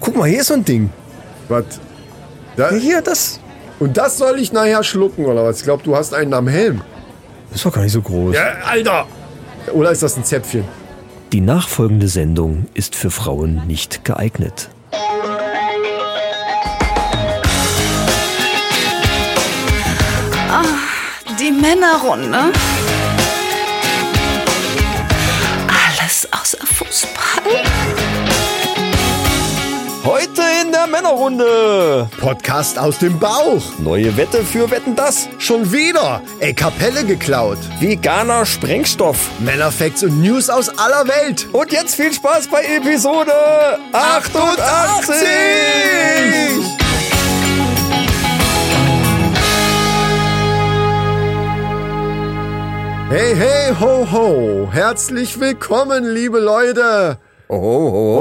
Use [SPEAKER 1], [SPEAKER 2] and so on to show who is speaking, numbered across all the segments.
[SPEAKER 1] Guck mal, hier ist so ein Ding.
[SPEAKER 2] Was? Da,
[SPEAKER 1] Hier, das
[SPEAKER 2] und das soll ich nachher schlucken, oder was? Ich glaube, du hast einen am Helm.
[SPEAKER 1] ist doch gar nicht so groß.
[SPEAKER 2] Ja, Alter! Oder ist das ein Zäpfchen?
[SPEAKER 3] Die nachfolgende Sendung ist für Frauen nicht geeignet.
[SPEAKER 4] Die Männerrunde. Alles außer Fußball.
[SPEAKER 5] Heute in der Männerrunde.
[SPEAKER 2] Podcast aus dem Bauch.
[SPEAKER 5] Neue Wette für Wetten das.
[SPEAKER 2] Schon wieder. Ey, Kapelle geklaut.
[SPEAKER 5] Veganer Sprengstoff.
[SPEAKER 2] Männerfacts und News aus aller Welt.
[SPEAKER 5] Und jetzt viel Spaß bei Episode 88.
[SPEAKER 2] Hey, hey, ho, ho. Herzlich willkommen, liebe Leute.
[SPEAKER 5] Oh, oh,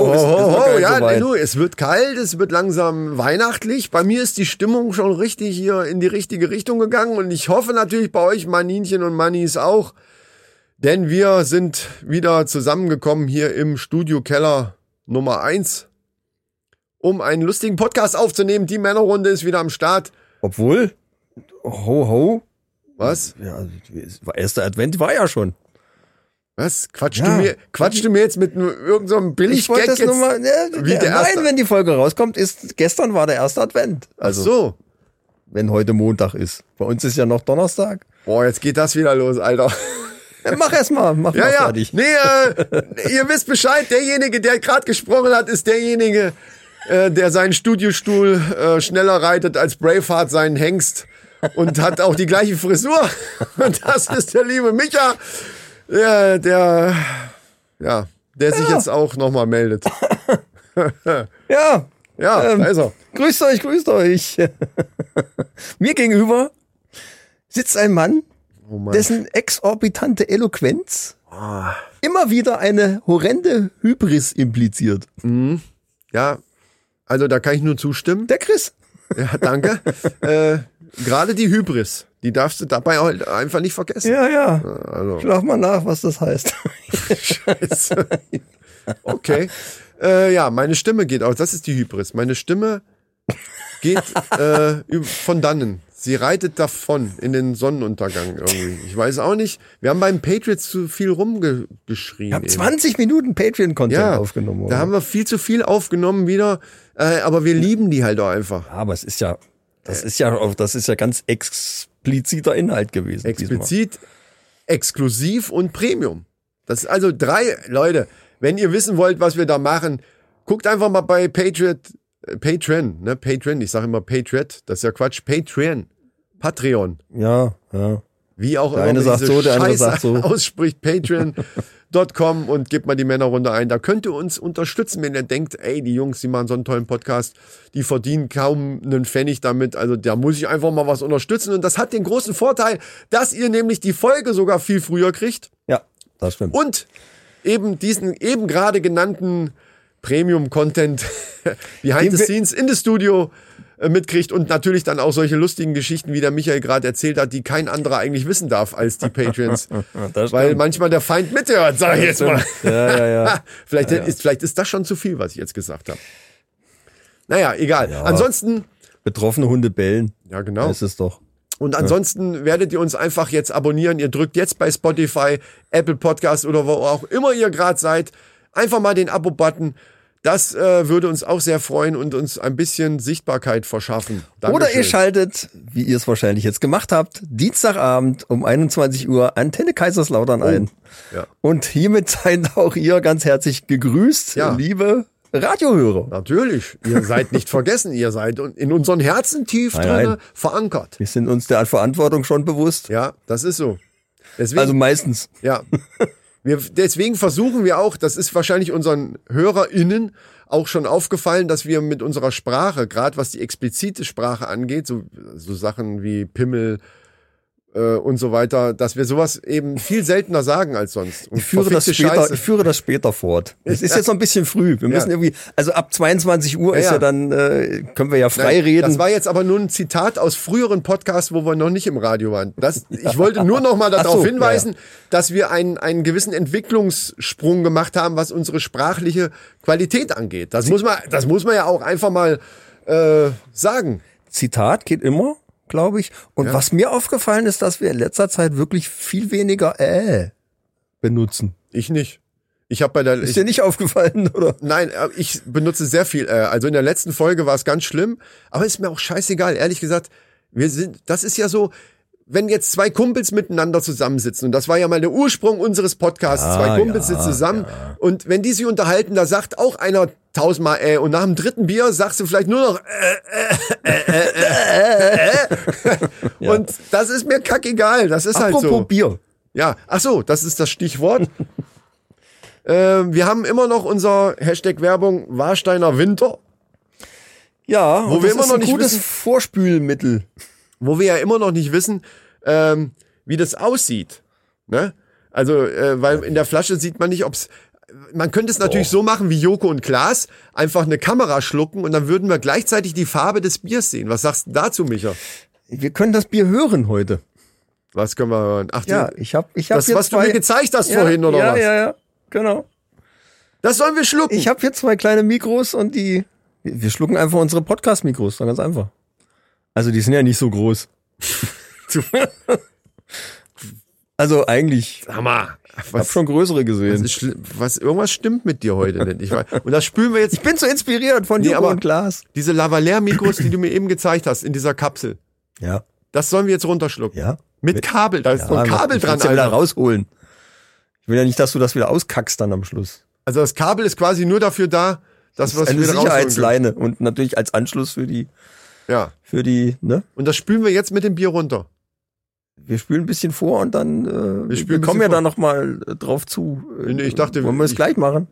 [SPEAKER 5] oh,
[SPEAKER 2] Oh,
[SPEAKER 5] ist, ist noch gar
[SPEAKER 2] oh,
[SPEAKER 5] nicht
[SPEAKER 2] ja,
[SPEAKER 5] so weit.
[SPEAKER 2] du, es wird kalt, es wird langsam weihnachtlich. Bei mir ist die Stimmung schon richtig hier in die richtige Richtung gegangen und ich hoffe natürlich bei euch Maninchen und Manis auch, denn wir sind wieder zusammengekommen hier im Studiokeller Nummer eins, um einen lustigen Podcast aufzunehmen. Die Männerrunde ist wieder am Start.
[SPEAKER 5] Obwohl, ho, ho,
[SPEAKER 2] Was?
[SPEAKER 5] ja, es war- erster Advent war ja schon.
[SPEAKER 2] Was? Quatschst
[SPEAKER 5] Ja.
[SPEAKER 2] du mir, quatschst du mir jetzt mit irgendeinem so einem
[SPEAKER 5] Ich, wollte
[SPEAKER 2] Billig-Gag
[SPEAKER 5] das
[SPEAKER 2] jetzt?
[SPEAKER 5] nur mal, ne,
[SPEAKER 2] wie
[SPEAKER 5] der
[SPEAKER 2] der erste.
[SPEAKER 5] nein, wenn die Folge rauskommt, ist, gestern war der erste Advent.
[SPEAKER 2] Ach
[SPEAKER 5] Also,
[SPEAKER 2] so.
[SPEAKER 5] wenn heute Montag ist. Bei uns ist ja noch Donnerstag.
[SPEAKER 2] Boah, jetzt geht das wieder los, Alter.
[SPEAKER 5] Ja, mach erst mal, mach
[SPEAKER 2] Ja,
[SPEAKER 5] mal
[SPEAKER 2] ja.
[SPEAKER 5] fertig.
[SPEAKER 2] Nee, äh, ihr wisst Bescheid, derjenige, der gerade gesprochen hat, ist derjenige, äh, der seinen Studiostuhl äh, schneller reitet als Braveheart seinen Hengst und hat auch die gleiche Frisur. Und das ist der liebe Micha, der, der ja, der sich jetzt auch nochmal meldet.
[SPEAKER 5] Ja,
[SPEAKER 2] Ja, da ist er.
[SPEAKER 5] Grüßt euch, grüßt euch. Mir gegenüber sitzt ein Mann,
[SPEAKER 2] Oh
[SPEAKER 5] dessen exorbitante Eloquenz
[SPEAKER 2] Ah.
[SPEAKER 5] immer wieder eine horrende Hybris impliziert.
[SPEAKER 2] Ja, also da kann ich nur zustimmen.
[SPEAKER 5] Der Chris.
[SPEAKER 2] Ja, danke. äh, Gerade die Hybris, die darfst du dabei halt einfach nicht vergessen. Also,
[SPEAKER 5] Ja, ja. Schlaf mal nach, was das heißt.
[SPEAKER 2] Scheiße. Okay. Äh, ja, meine Stimme geht aus. Das ist die Hybris. Meine Stimme geht äh, üb- von dannen. Sie reitet davon in den Sonnenuntergang irgendwie. Ich weiß auch nicht. Wir haben beim Patriots zu viel rumgeschrien.
[SPEAKER 5] Wir haben 20 Minuten Patreon-Content
[SPEAKER 2] ja,
[SPEAKER 5] aufgenommen.
[SPEAKER 2] Da
[SPEAKER 5] oder?
[SPEAKER 2] haben wir viel zu viel aufgenommen wieder. Äh, aber wir lieben die halt auch einfach.
[SPEAKER 5] Aber es ist ja, das
[SPEAKER 2] Äh.
[SPEAKER 5] ist ja, auch- das ist ja ganz expliziter Inhalt gewesen.
[SPEAKER 2] Explizit, exklusiv und Premium. Das ist also drei Leute. Wenn ihr wissen wollt, was wir da machen, guckt einfach mal bei Patriot, äh, Patreon, ne? Patreon, ich sage immer Patriot, das ist ja Quatsch. Patreon, Patreon,
[SPEAKER 5] Diesmal. Ja, ja.
[SPEAKER 2] wie auch
[SPEAKER 5] eine
[SPEAKER 2] immer. man
[SPEAKER 5] sagt
[SPEAKER 2] diese
[SPEAKER 5] so, der andere
[SPEAKER 2] Scheiße
[SPEAKER 5] sagt so.
[SPEAKER 2] Ausspricht Patreon.com und gebt mal die Männerrunde ein. Da könnt ihr uns unterstützen, wenn ihr denkt, ey, die Jungs, die machen so einen tollen Podcast, die verdienen kaum einen Pfennig damit. Also da muss ich einfach mal was unterstützen. Und das hat den großen Vorteil, dass ihr nämlich die Folge sogar viel früher kriegt
[SPEAKER 5] Ja, das stimmt.
[SPEAKER 2] und eben diesen eben gerade genannten Premium-Content
[SPEAKER 5] Den
[SPEAKER 2] behind the
[SPEAKER 5] wir-
[SPEAKER 2] scenes in the studio äh, mitkriegt und natürlich dann auch solche lustigen Geschichten, wie der Michael gerade erzählt hat, die kein anderer eigentlich wissen darf als die Patreons.
[SPEAKER 5] Das
[SPEAKER 2] Weil
[SPEAKER 5] stimmt.
[SPEAKER 2] manchmal der Feind mithört, sag ich jetzt mal.
[SPEAKER 5] ja, ja, ja.
[SPEAKER 2] vielleicht, Ist, vielleicht ist das schon zu viel, was ich jetzt gesagt habe. Naja, egal. Ansonsten,
[SPEAKER 5] Betroffene Hunde bellen.
[SPEAKER 2] ja genau.
[SPEAKER 5] Das ist doch.
[SPEAKER 2] Und ansonsten werdet ihr uns einfach jetzt abonnieren. Ihr drückt jetzt bei Spotify, Apple Podcast oder wo auch immer ihr gerade seid, einfach mal den Abo-Button. Das äh, würde uns auch sehr freuen und uns ein bisschen Sichtbarkeit verschaffen.
[SPEAKER 5] Oder ihr
[SPEAKER 2] Dankeschön.
[SPEAKER 5] schaltet, wie ihr es wahrscheinlich jetzt gemacht habt, Dienstagabend um 21 Uhr Antenne Kaiserslautern ein.
[SPEAKER 2] Oh, ja.
[SPEAKER 5] Und hiermit seid auch ihr ganz herzlich gegrüßt,
[SPEAKER 2] Ja.
[SPEAKER 5] liebe Radiohörer.
[SPEAKER 2] Natürlich, ihr seid nicht vergessen, ihr seid un- in unseren Herzen tief
[SPEAKER 5] Nein,
[SPEAKER 2] drin
[SPEAKER 5] nein.
[SPEAKER 2] verankert.
[SPEAKER 5] Wir sind uns der Verantwortung schon bewusst.
[SPEAKER 2] Ja, das ist so. Deswegen,
[SPEAKER 5] Also meistens.
[SPEAKER 2] Ja. Wir, deswegen versuchen wir auch, das ist wahrscheinlich unseren HörerInnen auch schon aufgefallen, dass wir mit unserer Sprache, gerade was die explizite Sprache angeht, so, so Sachen wie Pimmel, äh, und so weiter, dass wir sowas eben viel seltener sagen als sonst. Und
[SPEAKER 5] Ich führe, das
[SPEAKER 2] verfickte
[SPEAKER 5] später,
[SPEAKER 2] Scheiße.
[SPEAKER 5] ich führe das später fort. Es ist jetzt noch ein bisschen früh. Wir müssen
[SPEAKER 2] Ja.
[SPEAKER 5] irgendwie, also ab 22 Uhr ist
[SPEAKER 2] Ja,
[SPEAKER 5] ja
[SPEAKER 2] ja.
[SPEAKER 5] dann, äh, können wir ja frei
[SPEAKER 2] Nein,
[SPEAKER 5] reden.
[SPEAKER 2] Das war jetzt aber nur ein Zitat aus früheren Podcasts, wo wir noch nicht im Radio waren. Das, ich wollte nur noch mal
[SPEAKER 5] Ach
[SPEAKER 2] darauf
[SPEAKER 5] so,
[SPEAKER 2] hinweisen, dass wir einen, einen gewissen Entwicklungssprung gemacht haben, was unsere sprachliche Qualität angeht. Das muss man, das muss man ja auch einfach mal äh, sagen.
[SPEAKER 5] Zitat geht immer, glaube ich. Und was mir aufgefallen ist, dass wir in letzter Zeit wirklich viel weniger äh benutzen.
[SPEAKER 2] Ich nicht. Ich habe bei der
[SPEAKER 5] Ist
[SPEAKER 2] ich,
[SPEAKER 5] dir nicht aufgefallen, oder?
[SPEAKER 2] Nein, äh, ich benutze sehr viel. äh, Also in der letzten Folge war es ganz schlimm, aber ist mir auch scheißegal. Ehrlich gesagt, wir sind, das ist ja so, wenn jetzt zwei Kumpels miteinander zusammensitzen, und das war ja mal der Ursprung unseres Podcasts, zwei Kumpels sitzen zusammen, und wenn die sich unterhalten, da sagt auch einer tausendmal äh, und nach dem dritten Bier sagst du vielleicht nur noch äh, äh, äh, äh, äh, äh. und das ist mir kackegal. Das ist halt so.
[SPEAKER 5] Apropos Bier.
[SPEAKER 2] Ja, ach so, das ist das Stichwort. ähm, wir haben immer noch unser Hashtag Werbung Warsteiner Winter,
[SPEAKER 5] Ja,
[SPEAKER 2] Wo
[SPEAKER 5] und
[SPEAKER 2] wir
[SPEAKER 5] das
[SPEAKER 2] immer
[SPEAKER 5] ist
[SPEAKER 2] noch
[SPEAKER 5] ein
[SPEAKER 2] nicht
[SPEAKER 5] gutes
[SPEAKER 2] wissen-
[SPEAKER 5] Vorspülmittel.
[SPEAKER 2] wo wir ja immer noch nicht wissen, ähm, wie das aussieht. Ne? Also, äh, weil in der Flasche sieht man nicht, ob's. Man könnte es natürlich so machen wie Joko und Klaas, einfach eine Kamera schlucken und dann würden wir gleichzeitig die Farbe des Biers sehen. Was sagst du dazu, Micha?
[SPEAKER 5] Wir können das Bier hören heute.
[SPEAKER 2] Was können wir hören? Ach,
[SPEAKER 5] Ja,
[SPEAKER 2] die,
[SPEAKER 5] ich habe ich hab
[SPEAKER 2] das,
[SPEAKER 5] hier
[SPEAKER 2] was du
[SPEAKER 5] zwei-
[SPEAKER 2] mir gezeigt hast
[SPEAKER 5] ja,
[SPEAKER 2] vorhin, oder
[SPEAKER 5] ja,
[SPEAKER 2] was?
[SPEAKER 5] Ja, ja, genau.
[SPEAKER 2] Das sollen wir schlucken.
[SPEAKER 5] Ich habe hier zwei kleine Mikros und die. Wir wir schlucken einfach unsere Podcast-Mikros, dann ganz einfach. Also die sind ja nicht so groß. also eigentlich.
[SPEAKER 2] Hammer.
[SPEAKER 5] Ich
[SPEAKER 2] Was,
[SPEAKER 5] habe schon größere
[SPEAKER 2] Das
[SPEAKER 5] gesehen.
[SPEAKER 2] ist schli- was, irgendwas stimmt mit dir heute nicht. Ich weiß. Und das spülen wir jetzt
[SPEAKER 5] Ich bin so inspiriert von
[SPEAKER 2] Nee,
[SPEAKER 5] Joko
[SPEAKER 2] aber-
[SPEAKER 5] und Glas.
[SPEAKER 2] diese Lavalier-Mikros, die du mir eben gezeigt hast, in dieser Kapsel.
[SPEAKER 5] Ja,
[SPEAKER 2] Das sollen wir jetzt runterschlucken.
[SPEAKER 5] ja.
[SPEAKER 2] Mit Kabel, da ist noch ein Kabel
[SPEAKER 5] ich will's
[SPEAKER 2] dran.
[SPEAKER 5] Ja wieder
[SPEAKER 2] Alter.
[SPEAKER 5] rausholen. Ich will ja nicht, dass du das wieder auskackst dann am Schluss.
[SPEAKER 2] Also das Kabel ist quasi nur dafür da, dass wir es
[SPEAKER 5] Eine
[SPEAKER 2] wieder rausholen.
[SPEAKER 5] Sicherheitsleine und natürlich als Anschluss für die,
[SPEAKER 2] können. Ja.
[SPEAKER 5] für die, ne?
[SPEAKER 2] Und das spülen wir jetzt mit dem Bier runter.
[SPEAKER 5] wir spülen ein bisschen vor und dann äh, wir,
[SPEAKER 2] spülen ein bisschen
[SPEAKER 5] kommen ja
[SPEAKER 2] vor.
[SPEAKER 5] da noch mal äh, drauf zu. Äh,
[SPEAKER 2] Nee, ich dachte,
[SPEAKER 5] wollen wir es
[SPEAKER 2] ich-
[SPEAKER 5] gleich machen?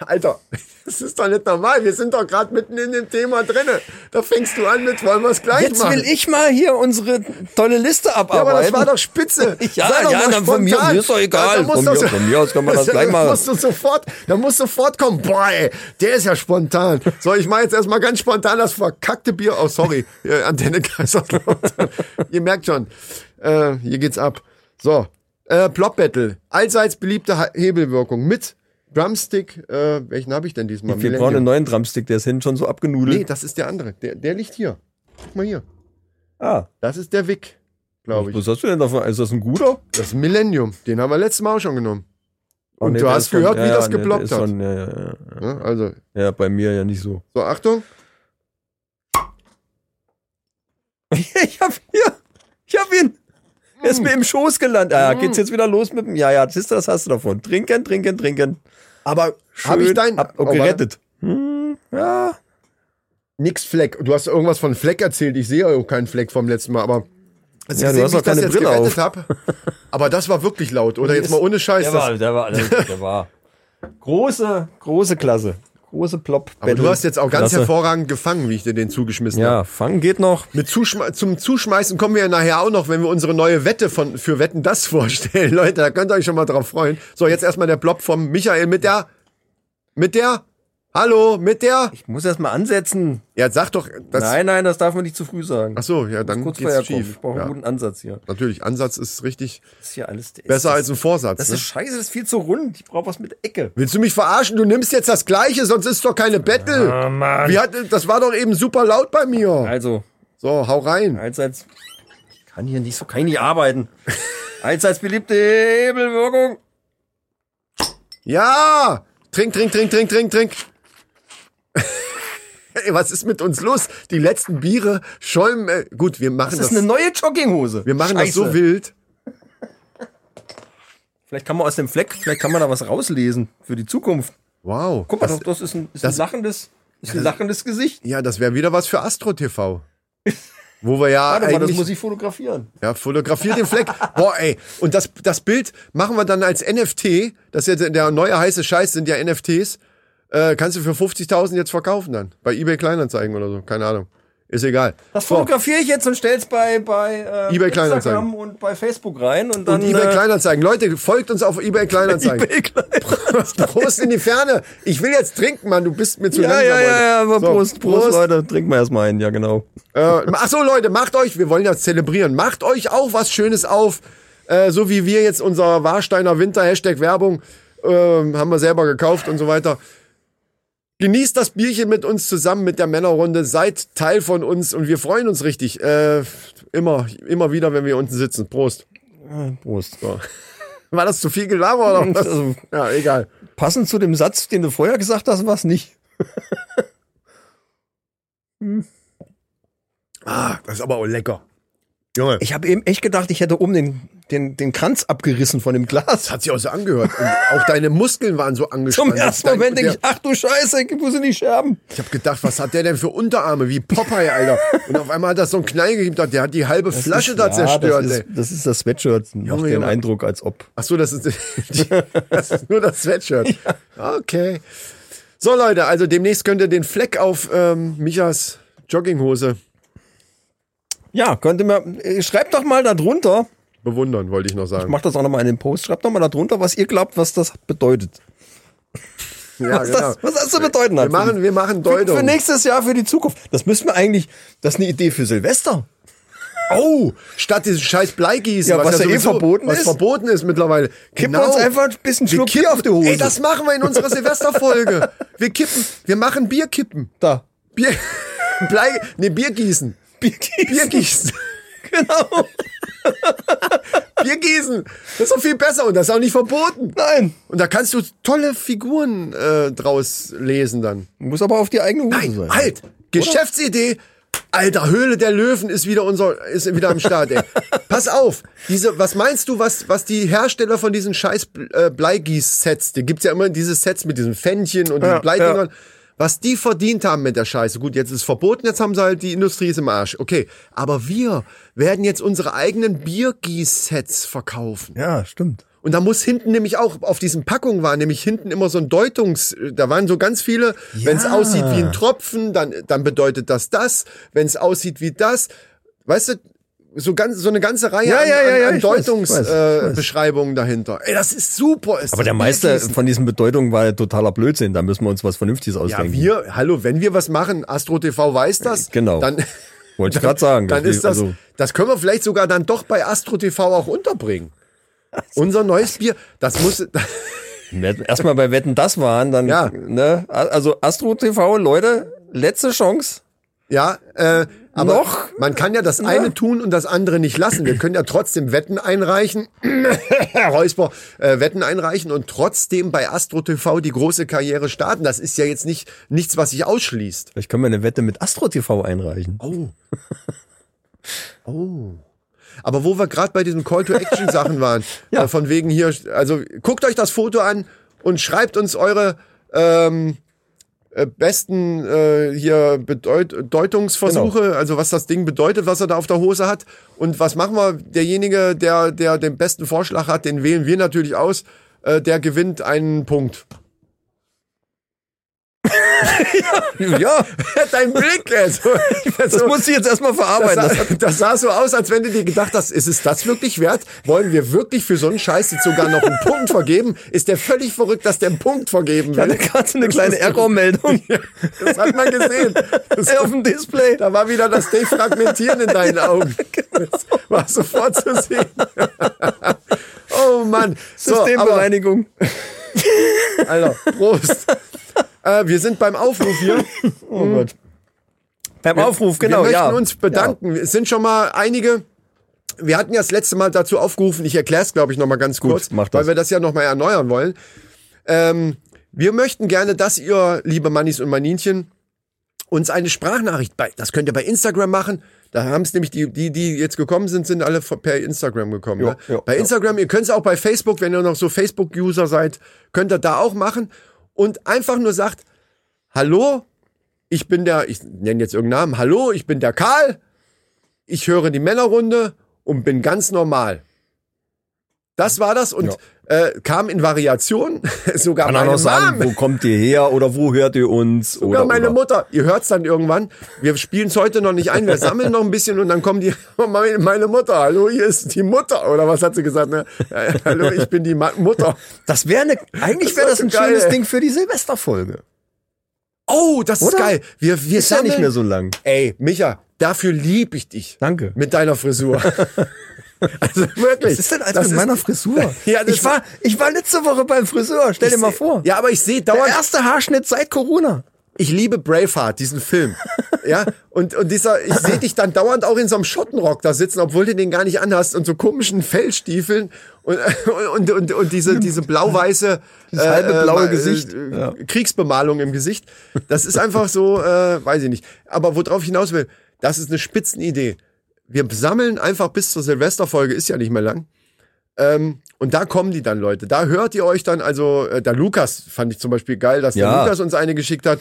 [SPEAKER 2] Alter, das ist doch nicht normal. Wir sind doch gerade mitten in dem Thema drinne. Da fängst du an mit, wollen wir es gleich
[SPEAKER 5] Jetzt
[SPEAKER 2] machen.
[SPEAKER 5] will ich mal hier unsere tolle Liste
[SPEAKER 2] ja,
[SPEAKER 5] abarbeiten.
[SPEAKER 2] aber das war doch spitze.
[SPEAKER 5] Ja,
[SPEAKER 2] Sei doch
[SPEAKER 5] ja,
[SPEAKER 2] mal
[SPEAKER 5] dann von mir-
[SPEAKER 2] spontan.
[SPEAKER 5] mir ist doch egal.
[SPEAKER 2] Ja, dann muss
[SPEAKER 5] Von
[SPEAKER 2] doch
[SPEAKER 5] mir-
[SPEAKER 2] so-
[SPEAKER 5] von mir aus kann man das
[SPEAKER 2] Ja,
[SPEAKER 5] gleich
[SPEAKER 2] dann
[SPEAKER 5] machen.
[SPEAKER 2] Musst du sofort, da muss sofort kommen. Boah, ey, der ist ja spontan. So, ich mache jetzt erstmal ganz spontan das verkackte Bier aus. Sorry, äh, Antenne Kaiserslautern. Ihr merkt schon, äh, hier geht's ab. So, äh, Plop Battle. Allseits beliebte Ha- Hebelwirkung mit Drumstick. Äh, welchen habe ich denn diesmal?
[SPEAKER 5] wir brauchen einen neuen Drumstick, der ist hinten schon so abgenudelt.
[SPEAKER 2] Nee, das ist der andere. Der, der liegt hier. Guck mal hier.
[SPEAKER 5] ah,
[SPEAKER 2] Das ist der Wick, glaube ich.
[SPEAKER 5] was hast du denn davon? Ist das ein guter?
[SPEAKER 2] Das Millennium, den haben wir letztes Mal auch schon genommen.
[SPEAKER 5] Oh,
[SPEAKER 2] Und
[SPEAKER 5] nee,
[SPEAKER 2] du
[SPEAKER 5] der
[SPEAKER 2] hast
[SPEAKER 5] ist von-
[SPEAKER 2] gehört,
[SPEAKER 5] ja,
[SPEAKER 2] wie
[SPEAKER 5] ja,
[SPEAKER 2] das
[SPEAKER 5] nee, der
[SPEAKER 2] geploppt
[SPEAKER 5] ist
[SPEAKER 2] hat.
[SPEAKER 5] von- ja, ja, ja.
[SPEAKER 2] Ne? Also,
[SPEAKER 5] ja, bei mir ja nicht so.
[SPEAKER 2] so Achtung.
[SPEAKER 5] ich hab hier, ich hab ihn. Er
[SPEAKER 2] Mm.
[SPEAKER 5] ist mir im Schoß gelandet. Ah, geht's jetzt wieder los mit dem? Ja, ja, siehst du, das hast du davon. Trinken, trinken, trinken.
[SPEAKER 2] Aber
[SPEAKER 5] Schön
[SPEAKER 2] habe ich dein
[SPEAKER 5] ab,
[SPEAKER 2] oh, warte.
[SPEAKER 5] gerettet. Hm, ja,
[SPEAKER 2] nix Fleck. Du hast irgendwas von Fleck erzählt. Ich sehe ja auch keinen Fleck vom letzten Mal, aber als
[SPEAKER 5] Ja, du hast
[SPEAKER 2] wie
[SPEAKER 5] doch
[SPEAKER 2] ich das
[SPEAKER 5] keine
[SPEAKER 2] jetzt
[SPEAKER 5] Brille
[SPEAKER 2] gerettet
[SPEAKER 5] auf.
[SPEAKER 2] hab. Aber das war wirklich laut, oder jetzt mal ohne Scheiß.
[SPEAKER 5] Der
[SPEAKER 2] Das,
[SPEAKER 5] war, der war, der war. Große, große Klasse. Große Plop.
[SPEAKER 2] aber du hast jetzt auch ganz hervorragend gefangen, wie ich dir den zugeschmissen habe.
[SPEAKER 5] Ja, fangen geht noch.
[SPEAKER 2] Mit Zuschme zum Zuschmeißen kommen wir ja nachher auch noch, wenn wir unsere neue Wette von für Wetten das vorstellen. Leute, da könnt ihr euch schon mal drauf freuen. So, jetzt erstmal der Blob vom Michael mit der mit der Hallo, mit der
[SPEAKER 5] Ich muss erst mal ansetzen.
[SPEAKER 2] Ja, sag doch das
[SPEAKER 5] nein, nein, das darf man nicht zu früh sagen.
[SPEAKER 2] Ach so, ja, dann
[SPEAKER 5] Kurz vorher
[SPEAKER 2] geht's
[SPEAKER 5] kommen. Ich
[SPEAKER 2] schief.
[SPEAKER 5] brauche einen
[SPEAKER 2] Ja,
[SPEAKER 5] guten Ansatz hier.
[SPEAKER 2] natürlich, Ansatz ist richtig
[SPEAKER 5] Das ist hier alles
[SPEAKER 2] besser
[SPEAKER 5] das,
[SPEAKER 2] als ein Vorsatz.
[SPEAKER 5] Das
[SPEAKER 2] ne?
[SPEAKER 5] ist scheiße, das ist viel zu rund. Ich brauche was mit Ecke.
[SPEAKER 2] Willst du mich verarschen? Du nimmst jetzt das Gleiche, sonst ist doch keine Battle. Ah, Mann. Wie hat, das war doch eben super laut bei mir.
[SPEAKER 5] Also,
[SPEAKER 2] So, hau rein.
[SPEAKER 5] allseits. Ich kann hier nicht so, kann ich nicht arbeiten. allseits beliebte Hebelwirkung.
[SPEAKER 2] Ja! Trink, trink, trink, trink, trink, trink. Ey, was ist mit uns los? Die letzten Biere schäumen. Äh, gut, wir machen
[SPEAKER 5] Das
[SPEAKER 2] das.
[SPEAKER 5] ist eine neue Jogginghose.
[SPEAKER 2] wir machen das so
[SPEAKER 5] Scheiße.
[SPEAKER 2] wild.
[SPEAKER 5] Vielleicht kann man aus dem Fleck, vielleicht kann man da was rauslesen für die Zukunft.
[SPEAKER 2] Wow.
[SPEAKER 5] Guck mal,
[SPEAKER 2] das,
[SPEAKER 5] das, das ist ein, ist
[SPEAKER 2] das-
[SPEAKER 5] ein lachendes, ist ein lachendes Gesicht.
[SPEAKER 2] ja, das wäre wieder was für Astro TV. Wo wir ja
[SPEAKER 5] Warte mal, das
[SPEAKER 2] eigentlich
[SPEAKER 5] muss ich fotografieren.
[SPEAKER 2] Ja, fotografiert den Fleck. Boah, ey. Und das, das Bild machen wir dann als NFT. Das ist ja der neue heiße Scheiß, sind ja NFTs. Äh, kannst du für 50.000 jetzt verkaufen dann. Bei eBay Kleinanzeigen oder so. Keine Ahnung. Ist egal.
[SPEAKER 5] Das
[SPEAKER 2] So.
[SPEAKER 5] fotografiere ich jetzt und stell's bei, bei äh,
[SPEAKER 2] eBay Kleinanzeigen.
[SPEAKER 5] Instagram und bei Facebook rein und dann.
[SPEAKER 2] Und eBay
[SPEAKER 5] äh,
[SPEAKER 2] Kleinanzeigen. Leute, folgt uns auf eBay Kleinanzeigen.
[SPEAKER 5] eBay Kleinanzeigen.
[SPEAKER 2] Prost in die Ferne. Ich will jetzt trinken, Mann. Du bist mir zu
[SPEAKER 5] Ja,
[SPEAKER 2] langsam
[SPEAKER 5] ja,
[SPEAKER 2] heute.
[SPEAKER 5] ja, ja, aber
[SPEAKER 2] So,
[SPEAKER 5] Prost, Prost, Leute. Trinken wir erstmal einen, ja, genau.
[SPEAKER 2] Äh, ach so, Leute, macht euch, wir wollen das zelebrieren, macht euch auch was Schönes auf, äh, so wie wir jetzt unser Warsteiner Winter, Hashtag Werbung, äh, haben wir selber gekauft und so weiter. Genießt das Bierchen mit uns zusammen, mit der Männerrunde, seid Teil von uns und wir freuen uns richtig. Äh, immer, immer wieder, wenn wir unten sitzen. Prost.
[SPEAKER 5] Prost.
[SPEAKER 2] So. War das zu viel Gelaber oder was?
[SPEAKER 5] Also,
[SPEAKER 2] Ja, egal.
[SPEAKER 5] passend zu dem Satz, den du vorher gesagt hast, war es nicht.
[SPEAKER 2] Ah, das ist aber auch lecker. Junge,
[SPEAKER 5] Ich habe eben echt gedacht, ich hätte oben den, den, den Kranz abgerissen von dem Glas.
[SPEAKER 2] das hat sich auch so angehört. Und auch deine Muskeln waren so angespannt.
[SPEAKER 5] Zum ersten
[SPEAKER 2] Dein-
[SPEAKER 5] Moment denke
[SPEAKER 2] der-
[SPEAKER 5] ich, ach du Scheiße, ich muss ihn nicht scherben.
[SPEAKER 2] Ich habe gedacht, was hat der denn für Unterarme? Wie Popeye, Alter. Und auf einmal hat das so einen Knall gegeben. Der hat die halbe Flasche da zerstört,
[SPEAKER 5] das
[SPEAKER 2] ey.
[SPEAKER 5] ist, das ist das Sweatshirt. Macht
[SPEAKER 2] Junge,
[SPEAKER 5] den
[SPEAKER 2] Junge.
[SPEAKER 5] Eindruck, als ob.
[SPEAKER 2] Ach so, das ist, das ist nur das Sweatshirt. Okay. So, Leute, also demnächst könnt ihr den Fleck auf ähm, Michas Jogginghose
[SPEAKER 5] Ja, könnte mir. äh, Schreibt doch mal da drunter.
[SPEAKER 2] bewundern, wollte ich noch
[SPEAKER 5] Ich
[SPEAKER 2] sagen.
[SPEAKER 5] mach das auch nochmal in den Post. Schreibt doch mal da drunter, was ihr glaubt, was das bedeutet.
[SPEAKER 2] ja,
[SPEAKER 5] Was,
[SPEAKER 2] genau.
[SPEAKER 5] das, was das zu bedeuten hat.
[SPEAKER 2] wir machen, wir machen
[SPEAKER 5] für,
[SPEAKER 2] Deutung.
[SPEAKER 5] für nächstes Jahr, für die Zukunft. Das müssen wir eigentlich. Das ist eine Idee für Silvester.
[SPEAKER 2] Oh, statt dieses scheiß Bleigießen,
[SPEAKER 5] Ja, was ja eh
[SPEAKER 2] sowieso-
[SPEAKER 5] verboten
[SPEAKER 2] was
[SPEAKER 5] ist.
[SPEAKER 2] verboten ist mittlerweile. Genau.
[SPEAKER 5] Kippen wir uns einfach ein bisschen
[SPEAKER 2] Wir
[SPEAKER 5] Schluck
[SPEAKER 2] kippen-
[SPEAKER 5] Bier auf die Hose.
[SPEAKER 2] Ey, das machen wir in unserer Silvesterfolge. Wir kippen, wir machen Bierkippen.
[SPEAKER 5] da.
[SPEAKER 2] Bier, Blei, nee, Biergießen.
[SPEAKER 5] Biergießen.
[SPEAKER 2] Biergießen.
[SPEAKER 5] Genau.
[SPEAKER 2] Biergießen. Das ist doch viel besser und das ist auch nicht verboten.
[SPEAKER 5] Nein.
[SPEAKER 2] Und da kannst du tolle Figuren äh, draus lesen dann.
[SPEAKER 5] Muss aber auf die eigene Hose
[SPEAKER 2] Nein,
[SPEAKER 5] sein.
[SPEAKER 2] halt. Geschäftsidee. Alter, Höhle der Löwen ist wieder unser, ist wieder am Start, ey. Pass auf. Diese, was meinst du, was, was die Hersteller von diesen scheiß äh, Bleigieß-Sets, die gibt's ja immer diese Sets mit diesen Fännchen und diesen
[SPEAKER 5] Ja,
[SPEAKER 2] Bleidingern, was die verdient haben mit der Scheiße. Gut, jetzt ist es verboten, jetzt haben sie halt, die Industrie ist im Arsch. Okay. Aber wir werden jetzt unsere eigenen Biergieß-Sets verkaufen.
[SPEAKER 5] Ja, stimmt.
[SPEAKER 2] Und da muss hinten nämlich auch, auf diesen Packungen war nämlich hinten immer so ein Deutungs, da waren so ganz viele, wenn es aussieht wie ein Tropfen, dann, dann bedeutet das das, wenn es aussieht wie das, weißt du, so ganz, so eine ganze Reihe
[SPEAKER 5] Ja,
[SPEAKER 2] an,
[SPEAKER 5] ja, ja, ja,
[SPEAKER 2] an, an
[SPEAKER 5] ich weiß, ich weiß, ich weiß.
[SPEAKER 2] Deutungsbeschreibungen dahinter. Ey, das ist super. Ist
[SPEAKER 5] Aber der
[SPEAKER 2] Also das
[SPEAKER 5] Meister
[SPEAKER 2] Biergießen.
[SPEAKER 5] von diesen Bedeutungen war ja totaler Blödsinn. Da müssen wir uns was Vernünftiges
[SPEAKER 2] Ja,
[SPEAKER 5] ausdenken.
[SPEAKER 2] wir, hallo, wenn wir was machen, Astro TV weiß das.
[SPEAKER 5] Genau.
[SPEAKER 2] Dann,
[SPEAKER 5] Wollte ich gerade sagen.
[SPEAKER 2] dann ist das,
[SPEAKER 5] also-
[SPEAKER 2] das können wir vielleicht sogar dann doch bei Astro TV auch unterbringen. Unser neues Bier, das muss,
[SPEAKER 5] Wenn wir Erstmal bei Wetten das waren, dann,
[SPEAKER 2] Ja.
[SPEAKER 5] ne? Also Astro TV, Leute, letzte Chance.
[SPEAKER 2] Ja, äh, aber
[SPEAKER 5] Noch?
[SPEAKER 2] man kann ja das eine tun und das andere nicht lassen. Wir können ja trotzdem Wetten einreichen, Räusper, äh, Wetten einreichen und trotzdem bei Astro TV die große Karriere starten. Das ist ja jetzt nicht nichts, was sich ausschließt.
[SPEAKER 5] Vielleicht können wir eine Wette mit Astro TV einreichen.
[SPEAKER 2] Oh. Oh. Aber wo wir gerade bei diesen Call-to-Action-Sachen waren,
[SPEAKER 5] Ja.
[SPEAKER 2] äh, von wegen hier, also guckt euch das Foto an und schreibt uns eure ähm, äh, besten äh, hier Bedeut Deutungsversuche,
[SPEAKER 5] Genau.
[SPEAKER 2] also was das Ding bedeutet, was er da auf der Hose hat. Und was machen wir? Derjenige, der, der den besten Vorschlag hat, den wählen wir natürlich aus, äh, der gewinnt einen Punkt.
[SPEAKER 5] Ja,
[SPEAKER 2] Dein Blick, also,
[SPEAKER 5] das musste ich jetzt erstmal verarbeiten.
[SPEAKER 2] Das
[SPEAKER 5] Das,
[SPEAKER 2] sah, das sah so aus, als wenn du dir gedacht hast, ist es das wirklich wert? Wollen wir wirklich für so einen Scheiß jetzt sogar noch einen Punkt vergeben? Ist der völlig verrückt, dass der einen Punkt vergeben
[SPEAKER 5] ich hatte
[SPEAKER 2] will?
[SPEAKER 5] gerade so eine kleine Errormeldung
[SPEAKER 2] Das hat man gesehen. Das,
[SPEAKER 5] auf dem Display.
[SPEAKER 2] da war wieder das Defragmentieren in deinen Augen.
[SPEAKER 5] Genau.
[SPEAKER 2] Das war sofort zu sehen. Oh Mann. So, aber,
[SPEAKER 5] Systembereinigung.
[SPEAKER 2] Alter, Prost. Äh, wir sind beim Aufruf hier.
[SPEAKER 5] oh Gott. Beim Aufruf, genau,
[SPEAKER 2] wir möchten
[SPEAKER 5] ja.
[SPEAKER 2] uns bedanken. Es sind schon mal einige. Wir hatten ja das letzte Mal dazu aufgerufen, ich erkläre es, glaube ich, nochmal ganz kurz,
[SPEAKER 5] mach das.
[SPEAKER 2] weil wir das ja nochmal erneuern wollen. Ähm, wir möchten gerne, dass ihr, liebe Mannis und Maninchen, uns eine Sprachnachricht bei. Das könnt ihr bei Instagram machen. Da haben es nämlich die, die, die jetzt gekommen sind, sind alle von- per Instagram gekommen.
[SPEAKER 5] Ja,
[SPEAKER 2] ne?
[SPEAKER 5] ja,
[SPEAKER 2] bei
[SPEAKER 5] ja.
[SPEAKER 2] Instagram, ihr könnt es auch bei Facebook, wenn ihr noch so Facebook-User seid, könnt ihr da auch machen. Und einfach nur sagt, hallo, ich bin der, ich nenne jetzt irgendeinen Namen, hallo, ich bin der Karl, ich höre die Männerrunde und bin ganz normal. Das war das und Äh, kam in Variation, sogar
[SPEAKER 5] Kann auch
[SPEAKER 2] meine
[SPEAKER 5] noch
[SPEAKER 2] Mom.
[SPEAKER 5] sagen, wo kommt ihr her oder wo hört ihr uns?
[SPEAKER 2] Sogar
[SPEAKER 5] oder,
[SPEAKER 2] meine
[SPEAKER 5] oder.
[SPEAKER 2] Mutter. Ihr hört's dann irgendwann. Wir spielen es heute noch nicht ein. Wir sammeln noch ein bisschen und dann kommen die. oh, Meine, meine Mutter. Hallo, hier ist die Mutter. Oder was hat sie gesagt? Ne? Ja, ja, Hallo, ich bin die Ma Mutter.
[SPEAKER 5] Das wäre eine, eigentlich
[SPEAKER 2] Das
[SPEAKER 5] wäre
[SPEAKER 2] war
[SPEAKER 5] das ein
[SPEAKER 2] geil,
[SPEAKER 5] schönes
[SPEAKER 2] ey.
[SPEAKER 5] Ding für die Silvesterfolge.
[SPEAKER 2] Oh, das
[SPEAKER 5] Oder?
[SPEAKER 2] ist geil. Wir, wir
[SPEAKER 5] Ist ja nicht
[SPEAKER 2] sammeln-
[SPEAKER 5] mehr so lang.
[SPEAKER 2] Ey, Micha, dafür lieb ich dich.
[SPEAKER 5] Danke.
[SPEAKER 2] Mit deiner Frisur. also wirklich.
[SPEAKER 5] Was ist denn
[SPEAKER 2] Das
[SPEAKER 5] alles mit meiner Frisur?
[SPEAKER 2] Ja, das-
[SPEAKER 5] ich, war, ich war letzte Woche beim Friseur, stell dir mal vor.
[SPEAKER 2] Ja, aber ich sehe
[SPEAKER 5] Der
[SPEAKER 2] dauernd.
[SPEAKER 5] erste Haarschnitt seit Corona.
[SPEAKER 2] Ich liebe Braveheart, diesen Film. ja, und, und dieser, ich sehe dich dann dauernd auch in so einem Schottenrock da sitzen, obwohl du den gar nicht anhast und so komischen Fellstiefeln und, und, und, und diese, diese blau-weiße, äh,
[SPEAKER 5] halbe blaue
[SPEAKER 2] äh,
[SPEAKER 5] Gesicht.
[SPEAKER 2] äh,
[SPEAKER 5] Ja.
[SPEAKER 2] Kriegsbemalung im Gesicht. Das ist einfach so, äh, weiß ich nicht. Aber worauf ich hinaus will, das ist eine Spitzenidee. Wir sammeln einfach bis zur Silvesterfolge, ist ja nicht mehr lang. Ähm, und da kommen die dann, Leute. Da hört ihr euch dann, also äh, der Lukas fand ich zum Beispiel geil, dass der
[SPEAKER 5] Ja.
[SPEAKER 2] Lukas uns eine geschickt hat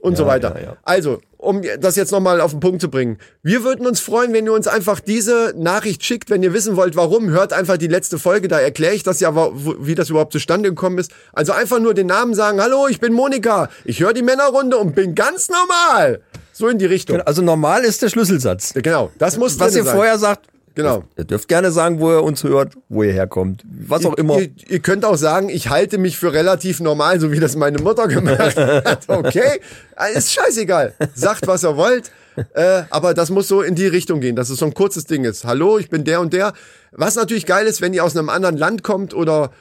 [SPEAKER 2] und so weiter.
[SPEAKER 5] ja, ja.
[SPEAKER 2] Also, um das jetzt nochmal auf den Punkt zu bringen. Wir würden uns freuen, wenn ihr uns einfach diese Nachricht schickt. Wenn ihr wissen wollt, warum, hört einfach die letzte Folge. Da erkläre ich das ja, wa- wo- wie das überhaupt zustande gekommen ist. Also einfach nur den Namen sagen, hallo, ich bin Monika, ich höre die Männerrunde und bin ganz normal. So in die Richtung.
[SPEAKER 5] Also normal ist der Schlüsselsatz.
[SPEAKER 2] Genau, das muss
[SPEAKER 5] Was
[SPEAKER 2] drin
[SPEAKER 5] ihr
[SPEAKER 2] sein.
[SPEAKER 5] vorher sagt,
[SPEAKER 2] Genau.
[SPEAKER 5] ihr dürft gerne sagen, wo ihr uns hört, wo ihr herkommt, was auch immer.
[SPEAKER 2] Ihr, ihr könnt auch sagen, ich halte mich für relativ normal, so wie das meine Mutter gemacht hat. Okay, äh, ist scheißegal. Sagt, was ihr wollt. Äh, aber das muss so in die Richtung gehen, dass es so ein kurzes Ding ist. Hallo, ich bin der und der. Was natürlich geil ist, wenn ihr aus einem anderen Land kommt oder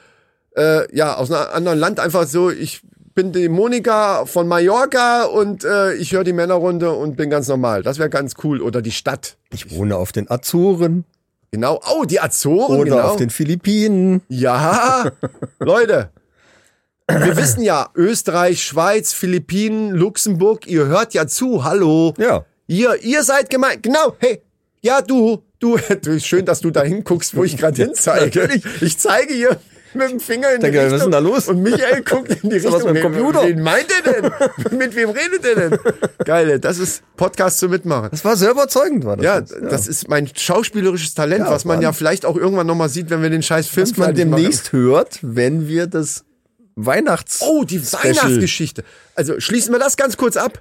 [SPEAKER 2] äh, ja, aus einem anderen Land einfach so, ich bin die Monika von Mallorca und äh, ich höre die Männerrunde und bin ganz normal. Das wäre ganz cool. Oder die Stadt.
[SPEAKER 5] Ich wohne auf den Azoren
[SPEAKER 2] Genau. Oh, die Azoren.
[SPEAKER 5] oder
[SPEAKER 2] genau.
[SPEAKER 5] auf den Philippinen.
[SPEAKER 2] Ja, Leute. Wir wissen ja, Österreich, Schweiz, Philippinen, Luxemburg, ihr hört ja zu, hallo.
[SPEAKER 5] Ja.
[SPEAKER 2] Ihr, ihr seid gemeint, genau, hey, ja, du, du, du, schön, dass du da hinguckst, wo ich gerade hinzeige.
[SPEAKER 5] natürlich.
[SPEAKER 2] Ich zeige hier mit dem Finger in
[SPEAKER 5] Denke,
[SPEAKER 2] die
[SPEAKER 5] was
[SPEAKER 2] Richtung.
[SPEAKER 5] ist denn da los?
[SPEAKER 2] Und Michael guckt in die
[SPEAKER 5] da
[SPEAKER 2] Richtung.
[SPEAKER 5] was mit dem
[SPEAKER 2] Wen-
[SPEAKER 5] Computer?
[SPEAKER 2] Wen meint er denn? mit wem redet er denn? Geil, ey, das ist Podcast zum Mitmachen.
[SPEAKER 5] Das war sehr überzeugend, war das.
[SPEAKER 2] Ja,
[SPEAKER 5] jetzt.
[SPEAKER 2] das ist mein schauspielerisches Talent,
[SPEAKER 5] Ja,
[SPEAKER 2] was man
[SPEAKER 5] Mann.
[SPEAKER 2] ja vielleicht auch irgendwann nochmal sieht, wenn wir den scheiß Film
[SPEAKER 5] was man
[SPEAKER 2] fertig machen.
[SPEAKER 5] demnächst hört, wenn wir das Weihnachts...
[SPEAKER 2] Oh, die
[SPEAKER 5] Special.
[SPEAKER 2] Weihnachtsgeschichte. Also schließen wir das ganz kurz ab.